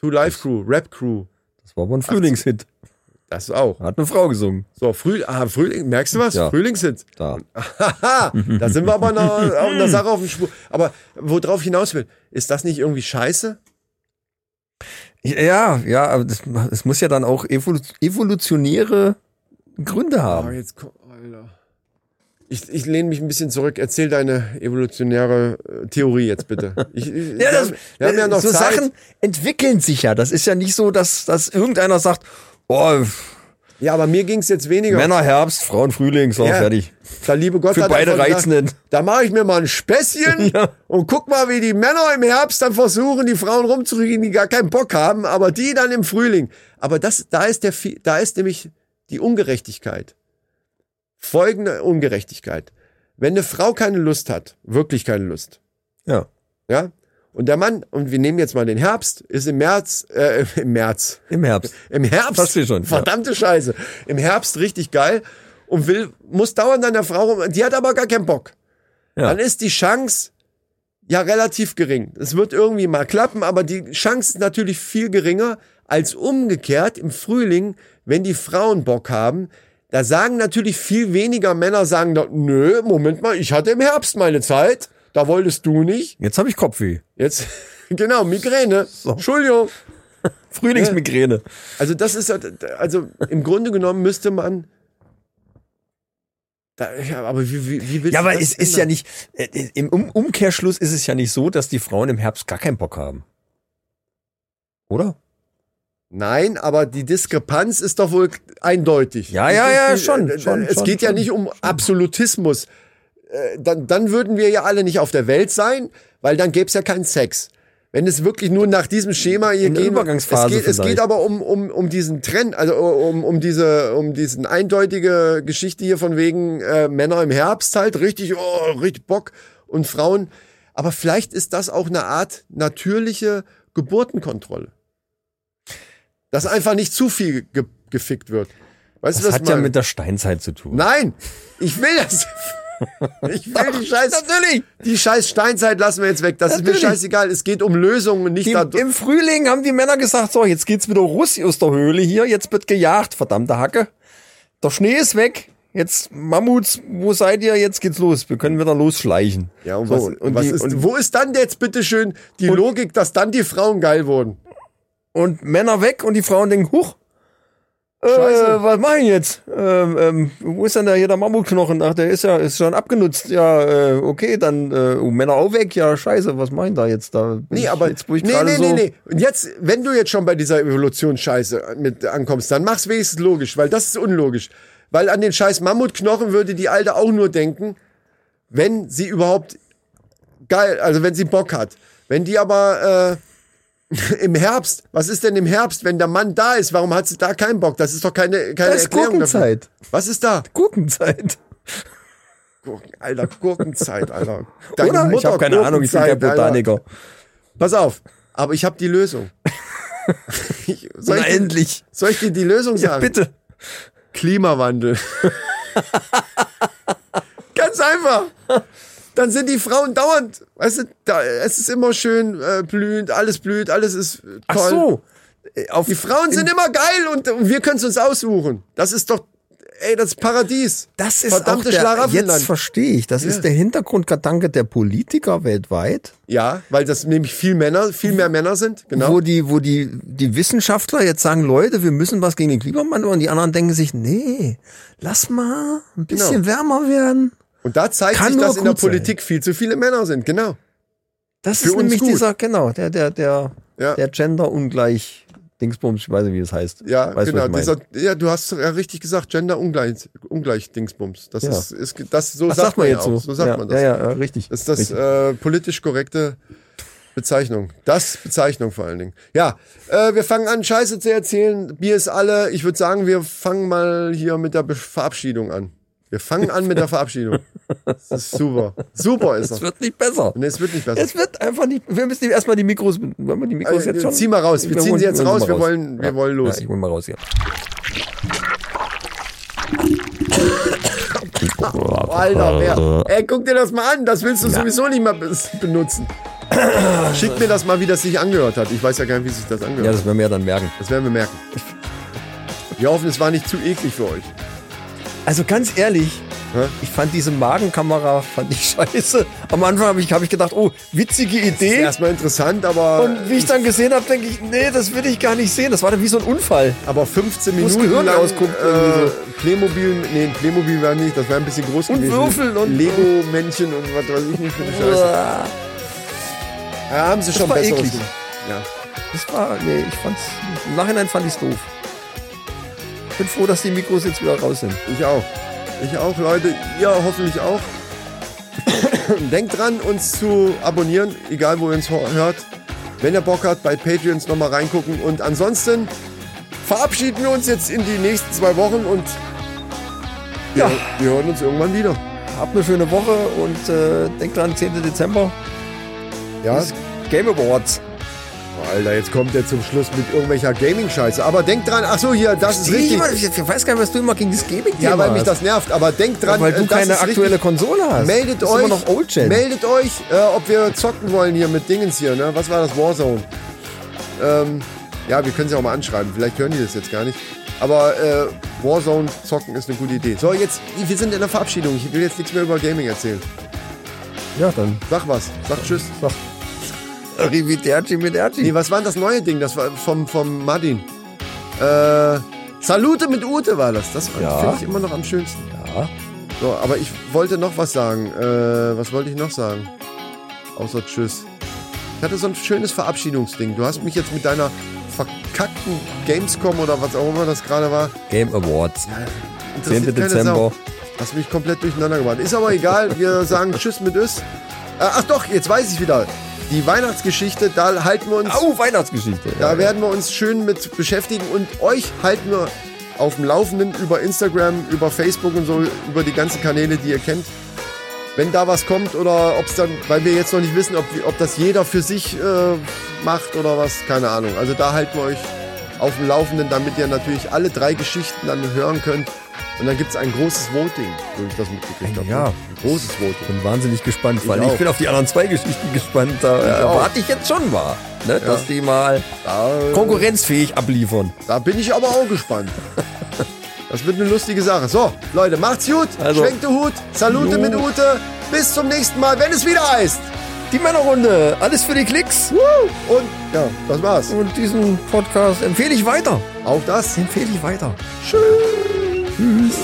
[SPEAKER 2] Two Life Crew, Rap Crew.
[SPEAKER 5] Das war aber ein Frühlingshit.
[SPEAKER 2] Das auch.
[SPEAKER 5] Hat eine Frau gesungen.
[SPEAKER 2] So, Früh, ah, Frühling, merkst du was?
[SPEAKER 5] Ja.
[SPEAKER 2] Frühlingshit.
[SPEAKER 5] Da.
[SPEAKER 2] Haha, da sind wir aber noch auf einer Sache auf dem Spur. Aber worauf ich hinaus will, ist das nicht irgendwie scheiße?
[SPEAKER 5] Ja, ja, aber das, es muss ja dann auch evolu evolutionäre Gründe
[SPEAKER 2] Oh,
[SPEAKER 5] haben.
[SPEAKER 2] jetzt komm, Alter. Ich, ich lehne mich ein bisschen zurück. Erzähl deine evolutionäre äh, Theorie jetzt bitte. Ich, ich, wir, haben, wir haben ja noch
[SPEAKER 5] so
[SPEAKER 2] Zeit.
[SPEAKER 5] Sachen entwickeln sich ja. Das ist ja nicht so, dass, dass irgendeiner sagt, oh,
[SPEAKER 2] Ja, aber mir ging's jetzt weniger.
[SPEAKER 5] Männer Herbst, Frauen Frühling, so
[SPEAKER 2] Ja.
[SPEAKER 5] fertig.
[SPEAKER 2] Der liebe Gott
[SPEAKER 5] Für
[SPEAKER 2] hat
[SPEAKER 5] beide
[SPEAKER 2] einfach gedacht,
[SPEAKER 5] Reizenden.
[SPEAKER 2] Da mache ich mir mal ein Späßchen
[SPEAKER 5] Ja.
[SPEAKER 2] und guck mal, wie die Männer im Herbst dann versuchen, die Frauen rumzukriegen, die gar keinen Bock haben, aber die dann im Frühling. Aber das, da ist der, Fi- da ist nämlich die Ungerechtigkeit. Folgende Ungerechtigkeit. Wenn eine Frau keine Lust hat, wirklich keine Lust,
[SPEAKER 5] Ja.
[SPEAKER 2] ja, und der Mann, und wir nehmen jetzt mal den Herbst, ist im März, äh, im März,
[SPEAKER 5] Im Herbst.
[SPEAKER 2] im Herbst.
[SPEAKER 5] Verstehe schon, ja.
[SPEAKER 2] Verdammte Scheiße. Im Herbst richtig geil und will, muss dauernd an der Frau rum. Die hat aber gar keinen Bock.
[SPEAKER 5] Ja.
[SPEAKER 2] Dann ist die Chance ja relativ gering. Es wird irgendwie mal klappen, aber die Chance ist natürlich viel geringer als umgekehrt im Frühling, wenn die Frauen Bock haben. Da sagen natürlich viel weniger Männer, sagen doch, nö, Moment mal, ich hatte im Herbst meine Zeit. Da wolltest du nicht.
[SPEAKER 5] Jetzt habe ich Kopfweh.
[SPEAKER 2] Jetzt, genau, Migräne. Entschuldigung.
[SPEAKER 5] Frühlingsmigräne.
[SPEAKER 2] Also das ist halt- also im Grunde genommen müsste man da, ja, aber wie, wie, wie willst
[SPEAKER 5] Ja,
[SPEAKER 2] du
[SPEAKER 5] aber
[SPEAKER 2] das
[SPEAKER 5] es ist ja
[SPEAKER 2] ändern?
[SPEAKER 5] nicht, äh, im um Umkehrschluss ist es ja nicht so, dass die Frauen im Herbst gar keinen Bock haben. Oder?
[SPEAKER 2] Nein, aber die Diskrepanz ist doch wohl eindeutig.
[SPEAKER 5] Ja, ja, ja,
[SPEAKER 2] Es ist-
[SPEAKER 5] schon,
[SPEAKER 2] äh,
[SPEAKER 5] schon,
[SPEAKER 2] Es
[SPEAKER 5] schon,
[SPEAKER 2] geht ja
[SPEAKER 5] schon,
[SPEAKER 2] nicht um Absolutismus. Äh, Dann, dann würden wir ja alle nicht auf der Welt sein, weil dann gäbe es ja keinen Sex. Wenn es wirklich nur nach diesem Schema hier
[SPEAKER 5] Eine
[SPEAKER 2] geht.
[SPEAKER 5] Übergangsphase
[SPEAKER 2] es geht, es geht
[SPEAKER 5] vielleicht.
[SPEAKER 2] aber um, um, um diesen Trend, also um, um diese, um diesen eindeutige Geschichte hier von wegen äh, Männer im Herbst halt, richtig, oh, richtig Bock und Frauen. Aber vielleicht ist das auch eine Art natürliche Geburtenkontrolle. Dass einfach nicht zu viel ge gefickt wird. Weißt
[SPEAKER 5] Das,
[SPEAKER 2] du, was
[SPEAKER 5] hat
[SPEAKER 2] ich
[SPEAKER 5] ja
[SPEAKER 2] meine?
[SPEAKER 5] mit der Steinzeit zu tun.
[SPEAKER 2] Nein, ich will das. Ich will die Scheiß. Natürlich. Die Scheiß Steinzeit lassen wir jetzt weg. Das ist
[SPEAKER 5] Natürlich.
[SPEAKER 2] mir scheißegal. Es geht um Lösungen, nicht
[SPEAKER 5] Die,
[SPEAKER 2] da.
[SPEAKER 5] Im Frühling haben die Männer gesagt, so, jetzt geht's wieder Russi aus der Höhle hier, jetzt wird gejagt, verdammte Hacke. Der Schnee ist weg, jetzt Mammuts, wo seid ihr, jetzt geht's los, wir können wieder losschleichen.
[SPEAKER 2] Ja, und,
[SPEAKER 5] so,
[SPEAKER 2] was,
[SPEAKER 5] und,
[SPEAKER 2] und, was
[SPEAKER 5] die,
[SPEAKER 2] ist,
[SPEAKER 5] und,
[SPEAKER 2] wo ist dann jetzt bitteschön die Logik, dass dann die Frauen geil wurden?
[SPEAKER 5] und Männer weg und die Frauen denken, huch, äh,
[SPEAKER 2] Scheiße.
[SPEAKER 5] was mach ich denn jetzt? Ähm, ähm, wo ist denn da hier der Mammutknochen? Ach, der ist ja ist schon abgenutzt. Ja, äh, okay, dann äh, oh, Männer auch weg. Ja, scheiße, was mach ich da jetzt? Da bin
[SPEAKER 2] Nee,
[SPEAKER 5] ich
[SPEAKER 2] aber
[SPEAKER 5] jetzt, wo ich
[SPEAKER 2] nee,
[SPEAKER 5] gerade
[SPEAKER 2] nee,
[SPEAKER 5] so
[SPEAKER 2] nee, nee. Und jetzt, wenn du jetzt schon bei dieser Evolutionsscheiße mit ankommst, dann mach's wenigstens logisch, weil das ist unlogisch. Weil an den scheiß Mammutknochen würde die Alte auch nur denken, wenn sie überhaupt geil, also wenn sie Bock hat. Wenn die aber äh, im Herbst, was ist denn im Herbst, wenn der Mann da ist, warum hat sie da keinen Bock? Das ist doch keine, keine
[SPEAKER 5] Das ist
[SPEAKER 2] Erklärung dafür.
[SPEAKER 5] Gurkenzeit.
[SPEAKER 2] Was ist da?
[SPEAKER 5] Gurkenzeit.
[SPEAKER 2] Gurken, Alter, Gurkenzeit, Alter.
[SPEAKER 5] Oder? Ich habe keine Ahnung, ich bin kein
[SPEAKER 2] Gurkenzeit, Alter.
[SPEAKER 5] Botaniker.
[SPEAKER 2] Pass auf, aber ich habe die Lösung. Ich- soll,
[SPEAKER 5] Na,
[SPEAKER 2] ich dir,
[SPEAKER 5] endlich.
[SPEAKER 2] soll ich dir die Lösung sagen?
[SPEAKER 5] Bitte.
[SPEAKER 2] Klimawandel. Ganz einfach. Dann sind die Frauen dauernd, weißt du, da, es ist immer schön äh, blühend, alles blüht, alles ist äh, toll.
[SPEAKER 5] Ach so. Äh, Auf
[SPEAKER 2] Die Frauen sind immer geil und, und wir können es uns aussuchen. Das ist doch, ey, das ist Paradies.
[SPEAKER 5] Das ist
[SPEAKER 2] Verdammte
[SPEAKER 5] auch der, jetzt
[SPEAKER 2] Schlaraffenland.
[SPEAKER 5] verstehe ich. Das ist der Hintergrundgedanke der Politiker weltweit,
[SPEAKER 2] Ja, weil das nämlich viel Männer, viel mehr Männer sind, genau.
[SPEAKER 5] wo die, wo die, die Wissenschaftler jetzt sagen, Leute, wir müssen was gegen den Klimawandel und die anderen denken sich, nee, lass mal ein
[SPEAKER 2] Genau.
[SPEAKER 5] bisschen wärmer werden.
[SPEAKER 2] Und da zeigt
[SPEAKER 5] Kann
[SPEAKER 2] sich,
[SPEAKER 5] nur
[SPEAKER 2] dass in der
[SPEAKER 5] gut sein.
[SPEAKER 2] Politik viel zu viele Männer sind, genau.
[SPEAKER 5] Das
[SPEAKER 2] Für
[SPEAKER 5] ist
[SPEAKER 2] uns
[SPEAKER 5] nämlich
[SPEAKER 2] gut.
[SPEAKER 5] dieser, genau, der, der, der
[SPEAKER 2] Ja.
[SPEAKER 5] der Gender-Ungleich Dingsbums, ich weiß nicht, wie das heißt.
[SPEAKER 2] Ja,
[SPEAKER 5] weißt,
[SPEAKER 2] genau.
[SPEAKER 5] Was ich
[SPEAKER 2] Dieser,
[SPEAKER 5] meine.
[SPEAKER 2] ja, du hast ja richtig gesagt, Gender ungleich, ungleich Dingsbums. Das
[SPEAKER 5] Ja.
[SPEAKER 2] ist, ist das so
[SPEAKER 5] Das sagt man jetzt
[SPEAKER 2] auch.
[SPEAKER 5] so.
[SPEAKER 2] So sagt
[SPEAKER 5] ja,
[SPEAKER 2] man das.
[SPEAKER 5] Ja, ja, ja, richtig.
[SPEAKER 2] Das ist das
[SPEAKER 5] richtig.
[SPEAKER 2] äh, politisch korrekte Bezeichnung. Das Bezeichnung vor allen Dingen. Ja, äh, wir fangen an, Scheiße zu erzählen. Bier ist alle. Ich würde sagen, wir fangen mal hier mit der Be Verabschiedung an. Wir fangen an mit der Verabschiedung. Das ist super. Super ist
[SPEAKER 5] Es
[SPEAKER 2] das.
[SPEAKER 5] wird nicht besser.
[SPEAKER 2] Nee, es wird nicht besser.
[SPEAKER 5] Es wird einfach nicht. Wir müssen erstmal die Mikros. Wollen wir die Mikros
[SPEAKER 2] Äh,
[SPEAKER 5] jetzt schon?
[SPEAKER 2] zieh mal raus. Wir ziehen
[SPEAKER 5] holen-
[SPEAKER 2] sie jetzt
[SPEAKER 5] holen
[SPEAKER 2] raus.
[SPEAKER 5] mal
[SPEAKER 2] Wir wollen- wir
[SPEAKER 5] ja.
[SPEAKER 2] wollen los.
[SPEAKER 5] Ja, ich hol mal raus hier. Äh.
[SPEAKER 2] Alter, wer? Ey, guck dir das mal an. Das willst du sowieso nicht mehr be- benutzen. Schick mir das mal, wie das sich angehört hat. Ich weiß ja gar nicht, wie sich das angehört
[SPEAKER 5] Ja,
[SPEAKER 2] hat.
[SPEAKER 5] das werden wir ja dann merken.
[SPEAKER 2] Das werden wir merken. Wir hoffen, es war nicht zu eklig für euch.
[SPEAKER 5] Also ganz ehrlich,
[SPEAKER 2] Hä?
[SPEAKER 5] ich fand diese Magenkamera fand ich scheiße. Am Anfang habe ich, hab ich gedacht, oh, witzige
[SPEAKER 2] Ist
[SPEAKER 5] Idee.
[SPEAKER 2] Erstmal interessant, aber,
[SPEAKER 5] Und wie ich dann gesehen habe, denke ich, nee, das will ich gar nicht sehen. Das war dann wie so ein Unfall.
[SPEAKER 2] aber 15
[SPEAKER 5] Wo das
[SPEAKER 2] Minuten
[SPEAKER 5] Gehirn
[SPEAKER 2] lang
[SPEAKER 5] rausguckt,
[SPEAKER 2] äh,
[SPEAKER 5] irgendwie
[SPEAKER 2] Playmobil, nee, Playmobil war nicht, das war ein bisschen groß
[SPEAKER 5] Und
[SPEAKER 2] gewesen.
[SPEAKER 5] Würfel und-
[SPEAKER 2] Lego-Männchen und was weiß ich nicht für die Scheiße. Ja, haben sie schon
[SPEAKER 5] war
[SPEAKER 2] besser
[SPEAKER 5] eklig.
[SPEAKER 2] gemacht. Ja.
[SPEAKER 5] Das war, nee, ich fand's, im Nachhinein fand ich's doof. Bin froh, dass die Mikros jetzt wieder raus sind.
[SPEAKER 2] Ich auch. Ich auch, Leute. Ihr hoffentlich auch. Denkt dran, uns zu abonnieren, egal wo ihr uns ho- hört. Wenn ihr Bock habt, bei Patreons nochmal reingucken. Und ansonsten verabschieden wir uns jetzt in die nächsten zwei Wochen und wir,
[SPEAKER 5] Ja.
[SPEAKER 2] wir hören uns irgendwann wieder.
[SPEAKER 5] Habt eine schöne Woche und äh, denkt dran, 10. Dezember
[SPEAKER 2] Ja?
[SPEAKER 5] ist Game Awards.
[SPEAKER 2] Alter, jetzt kommt er zum Schluss mit irgendwelcher Gaming-Scheiße. Aber denkt dran, ach so, hier, das ist richtig.
[SPEAKER 5] Ich, ich weiß gar nicht, was du immer gegen das Gaming
[SPEAKER 2] Ja, weil mich
[SPEAKER 5] hast.
[SPEAKER 2] das nervt. Aber denkt dran,
[SPEAKER 5] weil du
[SPEAKER 2] äh, das
[SPEAKER 5] keine
[SPEAKER 2] ist richtig.
[SPEAKER 5] aktuelle Konsole hast.
[SPEAKER 2] Meldet
[SPEAKER 5] Das ist
[SPEAKER 2] euch,
[SPEAKER 5] Immer noch Old Gen.
[SPEAKER 2] meldet euch, äh, ob wir zocken wollen hier mit Dingens hier, ne? Was war das Warzone? Ähm, ja, wir können sie auch mal anschreiben. Vielleicht hören die das jetzt gar nicht. Aber äh, Warzone zocken ist eine gute Idee. So, jetzt, wir sind in der Verabschiedung. Ich will jetzt nichts mehr über Gaming erzählen.
[SPEAKER 5] Ja, dann.
[SPEAKER 2] Sag was. Sag Tschüss.
[SPEAKER 5] Arrivederci,
[SPEAKER 2] Nee,
[SPEAKER 5] Mederci.
[SPEAKER 2] was war denn das neue Ding? Das war vom, vom Martin. Äh, Salute mit Ute war das. Das
[SPEAKER 5] Ja.
[SPEAKER 2] finde ich immer noch am schönsten.
[SPEAKER 5] Ja.
[SPEAKER 2] So, aber ich wollte noch was sagen. Äh, was wollte ich noch sagen? Außer Tschüss. Ich hatte so ein schönes Verabschiedungsding. Du hast mich jetzt mit deiner verkackten Gamescom oder was auch immer das gerade war.
[SPEAKER 5] Game Awards.
[SPEAKER 2] interessiert
[SPEAKER 5] 10.
[SPEAKER 2] keine
[SPEAKER 5] Dezember.
[SPEAKER 2] Sau. Hast mich komplett durcheinander gebracht. Ist aber egal. Wir sagen Tschüss mit Ös. Äh, ach doch, jetzt weiß ich wieder. Die Weihnachtsgeschichte, da halten wir uns.
[SPEAKER 5] Au, Oh, Weihnachtsgeschichte.
[SPEAKER 2] Da werden wir uns schön mit beschäftigen und euch halten wir auf dem Laufenden über Instagram, über Facebook und so, über die ganzen Kanäle, die ihr kennt. Wenn da was kommt oder ob es dann, weil wir jetzt noch nicht wissen, ob, ob das jeder für sich äh, macht oder was, keine Ahnung. Also da halten wir euch auf dem Laufenden, damit ihr natürlich alle drei Geschichten dann hören könnt. Und dann gibt es ein großes Voting, so wie ich das mitgekriegt habe.
[SPEAKER 5] Ja.
[SPEAKER 2] Ein großes Voting.
[SPEAKER 5] bin wahnsinnig gespannt, weil ich,
[SPEAKER 2] auch.
[SPEAKER 5] bin auf die anderen zwei Geschichten gespannt. Da äh,
[SPEAKER 2] auch.
[SPEAKER 5] erwarte ich jetzt schon mal, ne, dass die mal äh, konkurrenzfähig abliefern.
[SPEAKER 2] Da bin ich aber auch gespannt. Das wird eine lustige Sache. So, Leute, macht's gut.
[SPEAKER 5] Also.
[SPEAKER 2] Schwenkte Hut. Salute
[SPEAKER 5] Jo.
[SPEAKER 2] mit Ute. Bis zum nächsten Mal, wenn es wieder heißt.
[SPEAKER 5] Die Männerrunde, alles für die Klicks.
[SPEAKER 2] Und ja, das war's.
[SPEAKER 5] Und diesen Podcast empfehle ich weiter.
[SPEAKER 2] Auch das.
[SPEAKER 5] Empfehle ich weiter.
[SPEAKER 2] Tschüss.